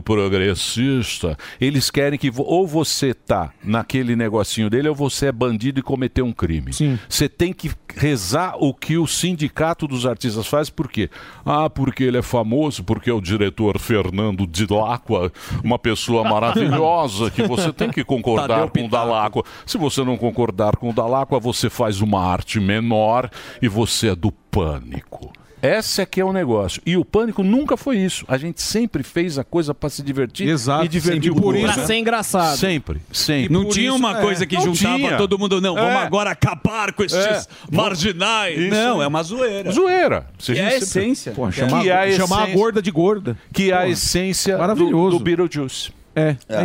Speaker 5: progressista, eles querem que vo- ou você tá naquele negocinho dele ou você é bandido e cometeu um crime. Você tem que rezar o que o sindicato dos artistas faz, por quê? Ah, porque ele é famoso, porque é o diretor Fernando Dilacqua, uma pessoa maravilhosa que você tem que concordar
Speaker 3: Tadeu
Speaker 5: com o Dalacqua. Se você não concordar com o Dalacqua, você faz uma arte menor e você é do pânico. Esse é que é o negócio. E o pânico nunca foi isso. A gente sempre fez a coisa para se divertir
Speaker 9: Exato,
Speaker 5: e divertir
Speaker 9: sempre.
Speaker 5: o
Speaker 9: Por
Speaker 5: outro.
Speaker 9: isso- Pra ser engraçado.
Speaker 5: é Sempre, sempre.
Speaker 8: Não tinha uma coisa que
Speaker 5: é. Não
Speaker 8: juntava
Speaker 5: tinha.
Speaker 8: todo mundo, não. Vamos
Speaker 5: É.
Speaker 8: agora acabar com estes
Speaker 5: É.
Speaker 8: marginais.
Speaker 5: Isso.
Speaker 8: Não, é uma zoeira.
Speaker 5: Zoeira.
Speaker 8: Que é a essência.
Speaker 5: Pô,
Speaker 8: Que é a
Speaker 9: chamar a gorda de gorda.
Speaker 5: Que é a essência do,
Speaker 14: Maravilhoso.
Speaker 5: do Beetlejuice.
Speaker 9: É,
Speaker 14: É.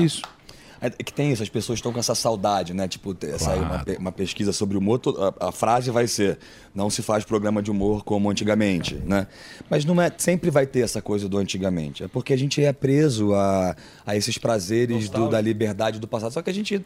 Speaker 14: É que tem isso, as pessoas estão com essa saudade, né? Tipo, te- saiu uma, pe- uma pesquisa sobre humor, to- a, a frase vai ser: não se faz programa de humor como antigamente, né? Mas não é, sempre vai ter essa coisa do antigamente. É porque a gente é preso a, a esses prazeres do- da liberdade do passado. Só que a gente,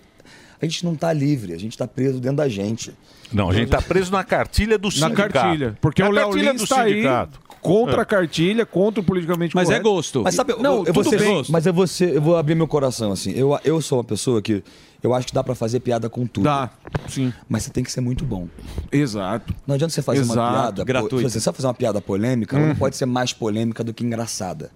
Speaker 14: a gente não tá livre, a gente tá preso dentro da gente.
Speaker 5: Não, a gente tá preso na cartilha do
Speaker 14: Na
Speaker 5: sindicato.
Speaker 14: cartilha, porque
Speaker 5: Na
Speaker 14: o Léo
Speaker 5: cartilha
Speaker 14: Lins
Speaker 5: do
Speaker 14: tá aí
Speaker 5: sindicato.
Speaker 9: Contra
Speaker 5: É.
Speaker 9: a cartilha, contra o politicamente
Speaker 14: Mas é
Speaker 9: correto.
Speaker 14: gosto. Mas sabe, eu-
Speaker 9: não,
Speaker 14: eu, eu vou
Speaker 9: tudo
Speaker 14: ser-
Speaker 9: bem.
Speaker 14: mas eu vou, ser- eu vou abrir meu coração, assim. Eu, eu sou uma pessoa que eu acho que dá pra fazer piada com tudo. Dá,
Speaker 9: sim.
Speaker 14: Mas você tem que ser muito bom.
Speaker 9: Exato.
Speaker 14: Não adianta você fazer uma
Speaker 9: Exato,
Speaker 14: piada.
Speaker 9: gratuito.
Speaker 14: Você só fazer uma piada polêmica, ela
Speaker 9: Uhum.
Speaker 14: não pode ser mais polêmica do que engraçada.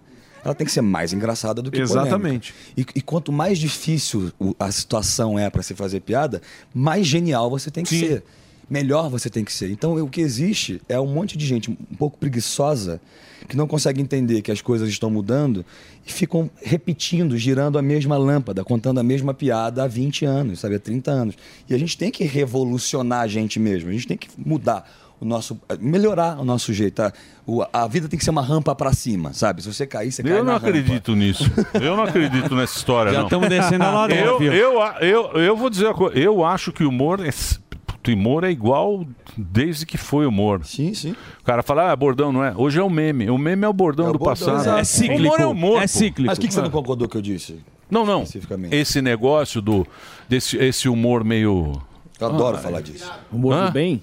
Speaker 14: Ela tem que ser mais engraçada do que
Speaker 9: Exatamente.
Speaker 14: polêmica. E, e quanto mais difícil o- a situação é pra se fazer piada, mais genial você tem que ser. Melhor você tem que ser. Então, o que existe é um monte de gente um pouco preguiçosa que não consegue entender que as coisas estão mudando e ficam repetindo, girando a mesma lâmpada, contando a mesma piada há 20 anos, sabe, há 30 anos. E a gente tem que revolucionar a gente mesmo, a gente tem que mudar o nosso melhorar o nosso jeito. A, o- a vida tem que ser uma rampa pra cima, sabe? Se você cair, você cai
Speaker 5: Eu
Speaker 14: na
Speaker 5: não
Speaker 14: rampa.
Speaker 5: acredito nisso. Eu não acredito nessa história,
Speaker 14: Já
Speaker 5: não. Ah,
Speaker 14: tamo descendo a ladeira,
Speaker 5: Eu,
Speaker 14: viu?
Speaker 5: eu, a- eu, eu vou dizer uma coisa. Eu acho que o humor é... s- puto, Humor é igual desde que foi humor.
Speaker 14: Sim, sim.
Speaker 5: O cara fala, ah, bordão não é. Hoje é o meme. O meme é o bordão do passado.
Speaker 14: Exato.
Speaker 9: Tipo,
Speaker 5: Humor é humor. pô.
Speaker 14: Mas o
Speaker 9: É.
Speaker 14: que, que você não concordou que eu disse?
Speaker 5: Não, não.
Speaker 14: Especificamente.
Speaker 5: Esse negócio do. Desse, esse humor meio. Ah,
Speaker 14: Eu adoro falar disso.
Speaker 5: Humor do bem?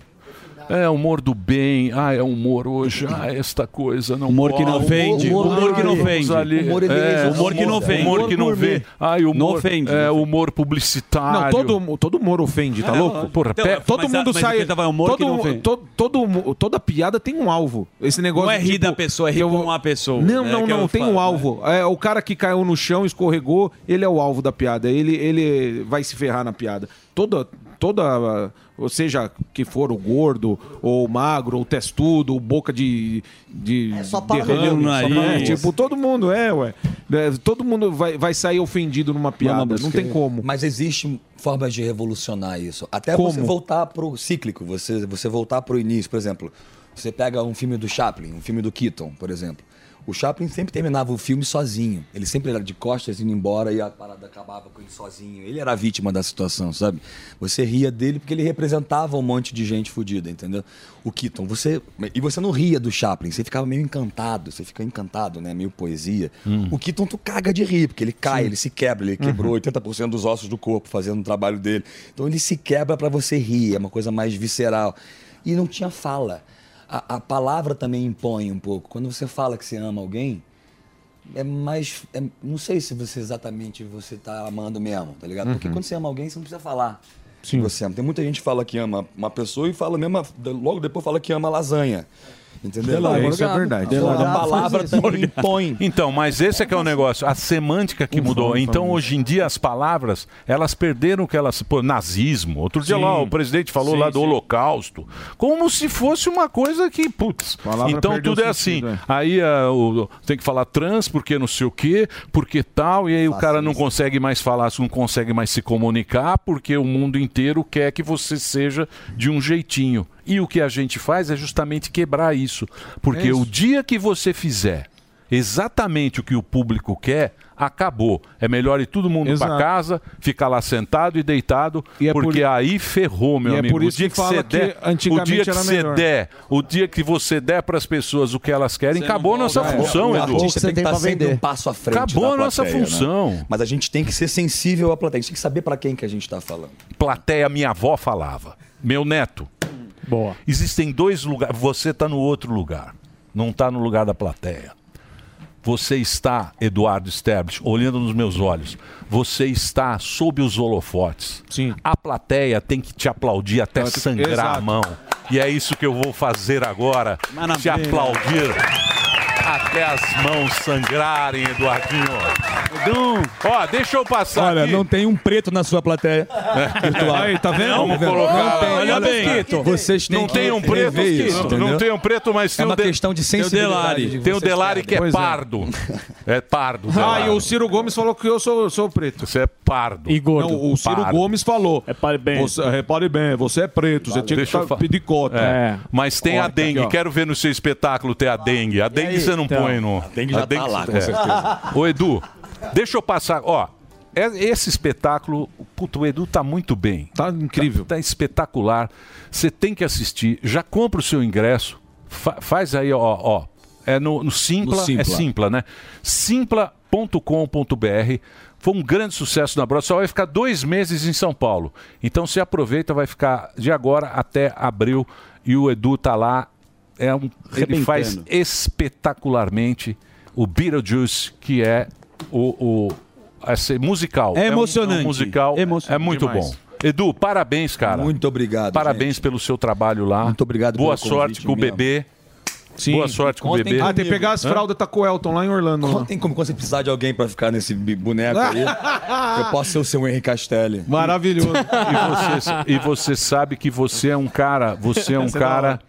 Speaker 5: É, humor do bem. Ah, é humor hoje. Ah, esta coisa não
Speaker 8: Humor que não
Speaker 5: pode.
Speaker 8: ofende. Humor que não ofende. Humor
Speaker 5: Humor, é,
Speaker 8: é humor que não ofende.
Speaker 5: Humor que não
Speaker 8: Humor
Speaker 5: vê.
Speaker 8: gourmet.
Speaker 5: Ah, e humor,
Speaker 8: Não ofende, não
Speaker 5: É, humor publicitário.
Speaker 9: né? Não, todo, mu- todo humor ofende, tá
Speaker 5: É,
Speaker 9: louco?
Speaker 5: porra,
Speaker 9: Então,
Speaker 5: pe-
Speaker 9: todo
Speaker 5: mas a-
Speaker 9: mundo
Speaker 5: mas o
Speaker 9: sai.
Speaker 5: que tava é humor
Speaker 9: todo,
Speaker 5: que não
Speaker 9: mu-
Speaker 5: ofende.
Speaker 9: to- todo mu- toda piada tem um alvo. Esse negócio
Speaker 8: Não é
Speaker 9: de,
Speaker 8: rir
Speaker 9: tipo,
Speaker 8: da pessoa, é rir com a pessoa.
Speaker 9: Não,
Speaker 8: né,
Speaker 9: não,
Speaker 8: que
Speaker 5: é
Speaker 8: eu
Speaker 9: não, tem
Speaker 8: falo,
Speaker 9: um
Speaker 8: né?
Speaker 9: alvo. É, o cara que caiu no chão, escorregou, ele é o alvo da piada. Ele, ele vai se ferrar na piada. Toda. Toda. Ou seja, que for o gordo, ou o magro, ou o testudo, ou boca de. de é
Speaker 21: só parou, só parou.
Speaker 9: tipo, todo mundo é, ué. É, Todo mundo vai, vai sair ofendido numa piada. Não, tem como.
Speaker 14: Mas existe formas de revolucionar isso. Até
Speaker 9: Como?
Speaker 14: você voltar pro cíclico, você, você voltar pro início. Por exemplo, você pega um filme do Chaplin, um filme do Keaton, por exemplo. O Chaplin sempre terminava o filme sozinho. Ele sempre era de costas indo embora e a parada acabava com ele sozinho. Ele era a vítima da situação, sabe? Você ria dele porque ele representava um monte de gente fodida, entendeu? O Keaton, você. E você não ria do Chaplin, você ficava meio encantado, você fica encantado, né? Meio poesia. O Keaton, tu caga de rir, porque ele cai, ele se quebra, ele quebrou 80% dos ossos do corpo fazendo o trabalho dele. Então ele se quebra pra você rir, é uma coisa mais visceral. E não tinha fala. A, a palavra também impõe um pouco. Quando você fala que você ama alguém, é mais. é- não sei se você exatamente você tá amando mesmo, tá ligado? Porque
Speaker 25: Uhum.
Speaker 14: quando você ama alguém, você não precisa falar. que Você ama. Tem muita gente que fala que ama uma pessoa e fala mesmo, logo depois fala que ama lasanha. Entendeu? Tá Então,
Speaker 5: Delonga. Isso é verdade. Delonga.
Speaker 14: A palavra
Speaker 5: Faz isso.
Speaker 14: também impõe.
Speaker 5: Então, mas esse é que é o negócio, a semântica que mudou. Então, hoje em dia, as palavras, elas perderam o que elas... Pô, nazismo. Outro dia
Speaker 24: Sim.
Speaker 5: lá, o presidente falou
Speaker 24: Sim,
Speaker 5: lá do
Speaker 24: sim.
Speaker 5: holocausto. Como se fosse uma coisa que, putz... Então,
Speaker 24: perdeu
Speaker 5: tudo é
Speaker 24: sentido, né?
Speaker 5: assim. Aí ah, o- tem que falar trans, porque não sei o quê, porque tal, e aí o cara não consegue mais falar, não consegue mais se comunicar, porque o mundo inteiro quer que você seja de um jeitinho. E o que a gente faz é justamente quebrar isso. Porque
Speaker 24: É isso.
Speaker 5: o dia que você fizer exatamente o que o público quer, acabou. É melhor ir todo mundo para
Speaker 24: Exato. é
Speaker 5: casa, ficar lá sentado e deitado, porque aí ferrou, meu
Speaker 24: E é
Speaker 5: amigo.
Speaker 24: por
Speaker 5: o
Speaker 24: isso
Speaker 5: dia
Speaker 24: que
Speaker 5: que, você
Speaker 24: fala que
Speaker 5: der, o
Speaker 24: antigamente
Speaker 5: dia que
Speaker 24: era
Speaker 5: você
Speaker 24: melhor.
Speaker 5: der, o dia que você der para as pessoas o que elas querem,
Speaker 14: Você
Speaker 5: acabou a
Speaker 14: não
Speaker 5: nossa
Speaker 14: volta, né?
Speaker 5: função,
Speaker 14: o
Speaker 5: Edu.
Speaker 14: artista tem que estar sempre um passo à frente.
Speaker 5: Acabou
Speaker 14: da
Speaker 5: a nossa
Speaker 14: plateia, né?
Speaker 5: função.
Speaker 14: Mas a gente tem que ser sensível à plateia. A gente tem que saber para quem que a gente está falando.
Speaker 5: Plateia, minha avó falava. Meu neto. Boa. Existem dois lugares. Você está no outro lugar. Não está no lugar da plateia. Você está, Eduardo Sterblich, olhando nos meus olhos. Você está sob os holofotes. Sim. A plateia tem que te aplaudir até
Speaker 24: Ela tem-
Speaker 5: sangrar a
Speaker 24: Exato.
Speaker 5: mão. E é isso que eu vou fazer agora. Te
Speaker 24: Maravilha.
Speaker 5: aplaudir até as mãos sangrarem, Eduardinho. Ó, deixa eu passar
Speaker 3: Olha,
Speaker 5: aqui.
Speaker 3: não tem um preto na sua plateia virtual.
Speaker 5: Aí, tá vendo?
Speaker 3: Não,
Speaker 5: Vamos colocar lá.
Speaker 3: não tem.
Speaker 5: Olha bem.
Speaker 3: Vocês têm
Speaker 5: Não
Speaker 3: que
Speaker 5: tem um preto,
Speaker 3: rever isso,
Speaker 5: não, não
Speaker 3: entendeu?
Speaker 5: tem um preto, mas
Speaker 3: É
Speaker 5: tem
Speaker 3: uma
Speaker 5: o de-
Speaker 3: questão de
Speaker 5: tem o
Speaker 3: sensibilidade
Speaker 5: Delari.
Speaker 3: de
Speaker 5: Tem o
Speaker 3: vocês
Speaker 5: Delari
Speaker 3: querem.
Speaker 5: que é
Speaker 3: Pois é.
Speaker 5: pardo. É pardo.
Speaker 20: Ah,
Speaker 5: Delari.
Speaker 20: e o Ciro Gomes falou que eu sou, sou preto.
Speaker 5: Você é pardo.
Speaker 20: E gordo. Não, o Ciro
Speaker 5: Pardo.
Speaker 20: Gomes falou.
Speaker 5: Repare bem.
Speaker 20: Você, repare bem, você é preto, você tinha
Speaker 5: Deixa eu
Speaker 20: que tá,
Speaker 5: fa-
Speaker 20: pedir cota.
Speaker 5: É. Mas tem
Speaker 20: Olha,
Speaker 5: a dengue.
Speaker 20: aqui, ó.
Speaker 5: Quero ver no seu espetáculo ter a dengue. A dengue
Speaker 20: Ah, aí?
Speaker 5: você não
Speaker 20: Então,
Speaker 5: põe no.
Speaker 20: a dengue já tá lá, com certeza.
Speaker 5: é. Ô, Edu, deixa eu passar. Ó, é- esse espetáculo, puto, o Edu tá muito bem.
Speaker 20: Tá incrível.
Speaker 5: Tá, espetacular. Você tem que assistir. Já compra o seu ingresso. Fa- faz aí, ó, ó. É no, no Simpla,
Speaker 24: No Simpla.
Speaker 5: É Simpla, né? Simpla.com.br. Foi um grande sucesso na Broadway. Só vai ficar dois meses em São Paulo. Então se aproveita, vai ficar de agora até abril. E o Edu tá lá. É um, ele
Speaker 24: Arrebentando.
Speaker 5: faz espetacularmente o Beetlejuice, que é o, o esse musical.
Speaker 24: É
Speaker 5: um-
Speaker 24: emocionante.
Speaker 5: um musical. É muito
Speaker 24: demais.
Speaker 5: bom. Edu, parabéns, cara. Muito
Speaker 14: obrigado.
Speaker 5: Parabéns pelo seu trabalho lá. Muito obrigado. Boa
Speaker 14: pelo
Speaker 5: sorte
Speaker 14: convite
Speaker 5: com o
Speaker 14: mesmo.
Speaker 5: bebê. Boa sorte com o bebê.
Speaker 20: Ah, tem que pegar as fraldas, tá com o Elton lá em Orlando. lá.
Speaker 14: Contem como quando você precisar de alguém pra ficar nesse bi-
Speaker 20: [LAUGHS]
Speaker 14: boneco aí. eu posso ser o seu Henrique Castelli.
Speaker 20: Maravilhoso.
Speaker 5: [LAUGHS] E você, e você sabe que você é um cara, você é um
Speaker 14: Essa é da
Speaker 5: cara
Speaker 14: hora.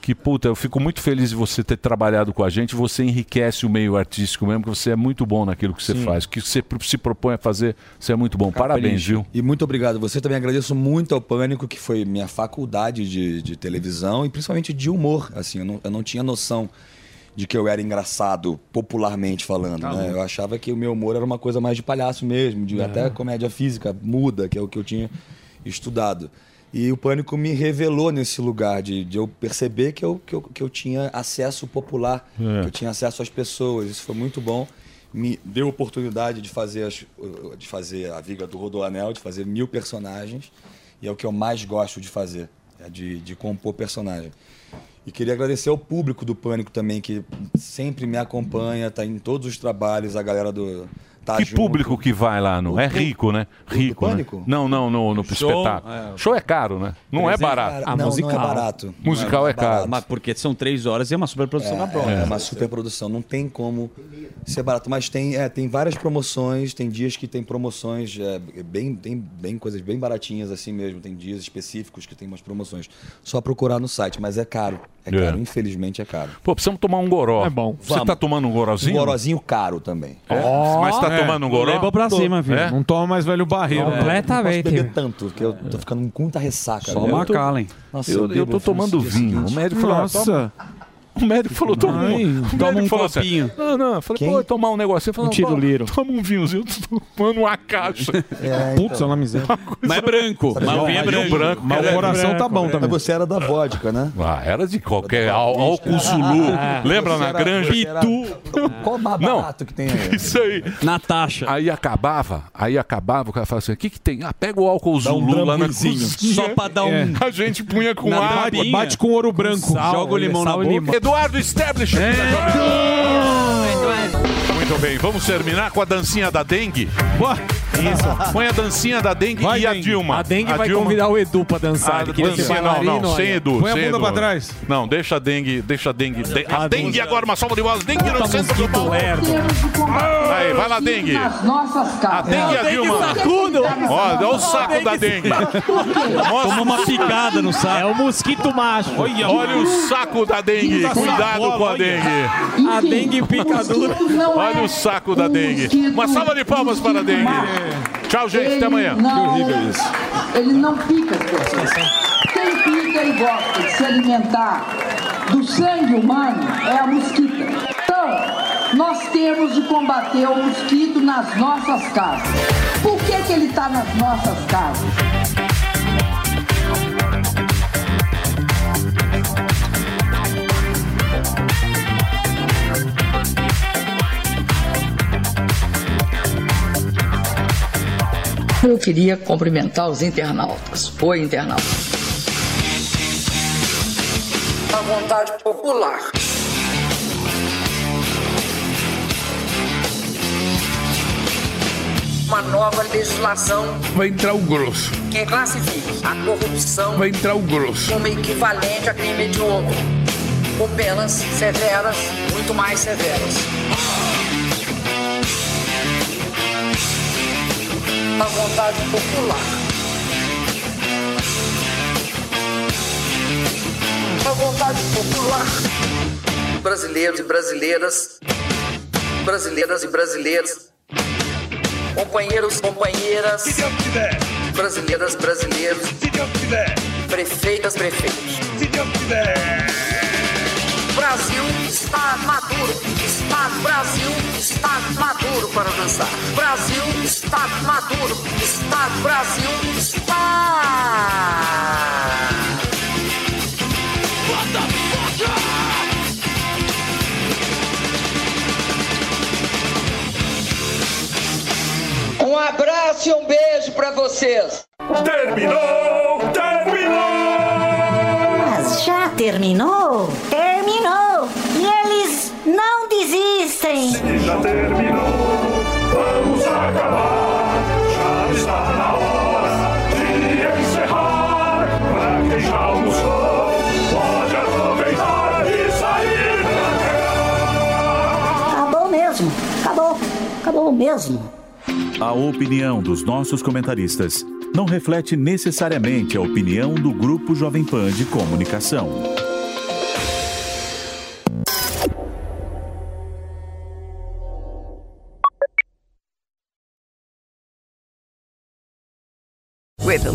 Speaker 5: que puta, eu fico muito feliz de você ter trabalhado com a gente. Você enriquece o meio artístico mesmo, que você é muito bom naquilo que você faz, o que você pro- se propõe a fazer, você é muito bom. Parabéns, viu?
Speaker 14: E muito obrigado. Você também agradeço muito ao Pânico, que foi minha faculdade de, de televisão e principalmente de humor. Assim, eu não, eu não tinha noção de que eu era engraçado, popularmente falando.
Speaker 5: Tá
Speaker 14: né? Eu achava que o meu humor era uma coisa mais de palhaço mesmo, de
Speaker 24: É.
Speaker 14: até comédia física muda, que é o que eu tinha estudado. E o Pânico me revelou nesse lugar de, de eu perceber que eu, que, eu, que eu tinha acesso popular,
Speaker 24: É.
Speaker 14: que eu tinha acesso às pessoas. Isso foi muito bom. Me deu oportunidade de fazer, as- de fazer a Viga do Rodoanel, de fazer mil personagens. E é o que eu mais gosto de fazer, é de, de compor personagem. E queria agradecer ao público do Pânico também, que sempre me acompanha, tá em todos os trabalhos, a galera do... Tá
Speaker 5: que
Speaker 14: junto.
Speaker 5: público que vai lá no. É
Speaker 14: O-
Speaker 5: rico, né? Rico. né?
Speaker 14: Pânico?
Speaker 5: Não, não, no, no
Speaker 12: Show,
Speaker 5: espetáculo.
Speaker 12: é.
Speaker 5: Show é caro, né? Não é
Speaker 12: Presente,
Speaker 5: barato.
Speaker 12: cara. Não, não é barato.
Speaker 5: Musical
Speaker 12: Não
Speaker 5: é caro.
Speaker 12: Mas porque são três horas e é uma superprodução na
Speaker 14: É,
Speaker 12: Broadway.
Speaker 14: é uma superprodução, não tem como ser barato. Mas tem, é, tem várias promoções, tem dias que tem promoções, é, bem, tem bem coisas bem baratinhas assim mesmo, tem dias específicos que tem umas promoções. Só procurar no site, mas é caro. É
Speaker 5: É.
Speaker 14: caro, infelizmente é caro.
Speaker 5: Pô, precisamos tomar um goró.
Speaker 14: É bom.
Speaker 5: Você
Speaker 14: Vamos.
Speaker 5: tá tomando um gorozinho?
Speaker 14: Um gorozinho caro também.
Speaker 5: É? Mas tá tomando um goró? Tô. É?
Speaker 20: Não toma mais velho
Speaker 9: tá
Speaker 20: barreiro.
Speaker 14: Eu não posso beber tanto, porque eu tô ficando com muita ressaca.
Speaker 20: Só
Speaker 14: né?
Speaker 20: uma
Speaker 14: Eu tô-
Speaker 20: Macallen.
Speaker 14: Nossa,
Speaker 5: eu, eu,
Speaker 14: bebo
Speaker 5: tô tomando
Speaker 14: no dia
Speaker 5: vinho. O
Speaker 14: seguinte.
Speaker 5: médico falou, ah, toma- [LAUGHS] O médico falou, toma
Speaker 14: Ai,
Speaker 5: um.
Speaker 14: toma
Speaker 5: um
Speaker 14: um
Speaker 5: falou assim,
Speaker 14: copinho.
Speaker 5: não, não. Eu falei, pô, eu tomar um negocinho. Eu falei,
Speaker 14: Um tiro
Speaker 5: pô,
Speaker 14: liro.
Speaker 5: Toma um vinhozinho, eu tô tomando uma caixa.
Speaker 14: [LAUGHS] É, Putz, então. é uma miséria.
Speaker 5: Mas é branco. é
Speaker 14: Sabe, não, mas o branco, mas o coração tá bom também. Mas você era da vodka, né?
Speaker 5: Ah, era de qualquer al- álcool Zulu. [LAUGHS] Lembra
Speaker 14: Você
Speaker 5: na
Speaker 14: né? era-
Speaker 5: granja?
Speaker 14: você era- Qual o mais barato que tem aí?
Speaker 5: [LAUGHS]
Speaker 14: né?
Speaker 5: Isso aí. Natasha. Aí acabava, aí acabava, o cara falava assim: o que, que tem? Ah, pega o álcool
Speaker 24: Dá um
Speaker 5: Zulu lá na
Speaker 24: drambuzinho.
Speaker 5: cozinha.
Speaker 24: Só pra dar um-
Speaker 5: É. A gente punha com
Speaker 24: Na
Speaker 5: água.
Speaker 24: tampinha. Bate com ouro branco. Joga o limão na
Speaker 5: sal e
Speaker 24: boca.
Speaker 5: Eduardo Establish. Ah. Muito bem, vamos terminar com a dancinha da dengue? Isso. Põe a dancinha da dengue e a Dilma.
Speaker 2: A Dengue vai
Speaker 5: Dilma-
Speaker 2: convidar o Edu pra dançar.
Speaker 5: Ah,
Speaker 2: ele queria ser
Speaker 5: dancinha, não,
Speaker 2: bailarino,
Speaker 5: não, sem
Speaker 2: olha.
Speaker 5: Edu. sem Edu. Não, deixa a dengue, deixa a dengue. de- a dengue agora, uma salva de voz. Dengue no centro do palco. Aí, vai lá, dengue.
Speaker 1: Nossas
Speaker 5: A dengue e a Dilma. Ó, olha o saco da dengue. Mostra
Speaker 1: Toma
Speaker 5: o
Speaker 1: uma
Speaker 5: saco.
Speaker 1: picada no saco. É o mosquito macho.
Speaker 5: Olha, olha o saco da dengue.
Speaker 1: Pinta
Speaker 5: Cuidado
Speaker 1: sacola,
Speaker 5: com a
Speaker 1: tá olha.
Speaker 5: dengue.
Speaker 1: A dengue picadura. não é um
Speaker 5: Olha o saco da dengue. Uma salva de palmas para a dengue. Tchau, gente. Até amanhã.
Speaker 1: Ele não pica as pessoas. Quem pica e gosta de se alimentar do sangue humano é a mosquita. Então, nós temos de combater o mosquito nas nossas casas. Por que, que ele está nas nossas casas? Eu queria cumprimentar os internautas. Oi, internauta. A vontade popular. Uma nova legislação
Speaker 25: Vai entrar o grosso.
Speaker 1: que classifique a corrupção
Speaker 25: Vai entrar o grosso.
Speaker 1: como equivalente a crime hediondo, com penas severas, muito mais severas. A vontade popular. A vontade popular. Brasileiros e brasileiras, brasileiras e brasileiros, companheiros, companheiras, brasileiras, brasileiros, prefeitas, prefeitos. Brasil está maduro, está Brasil está maduro para dançar. Brasil está maduro, está Brasil está. Um abraço e um beijo para vocês. Terminou, terminou.
Speaker 11: Mas já terminou? Terminou! E eles não desistem!
Speaker 1: Já terminou, vamos acabar. Já está na hora de encerrar. Pra quem já almoçou, pode aproveitar e sair
Speaker 11: Acabou mesmo! Acabou! Acabou mesmo!
Speaker 22: A opinião dos nossos comentaristas não reflete necessariamente a opinião do Grupo Jovem Pan de Comunicação.
Speaker 17: With the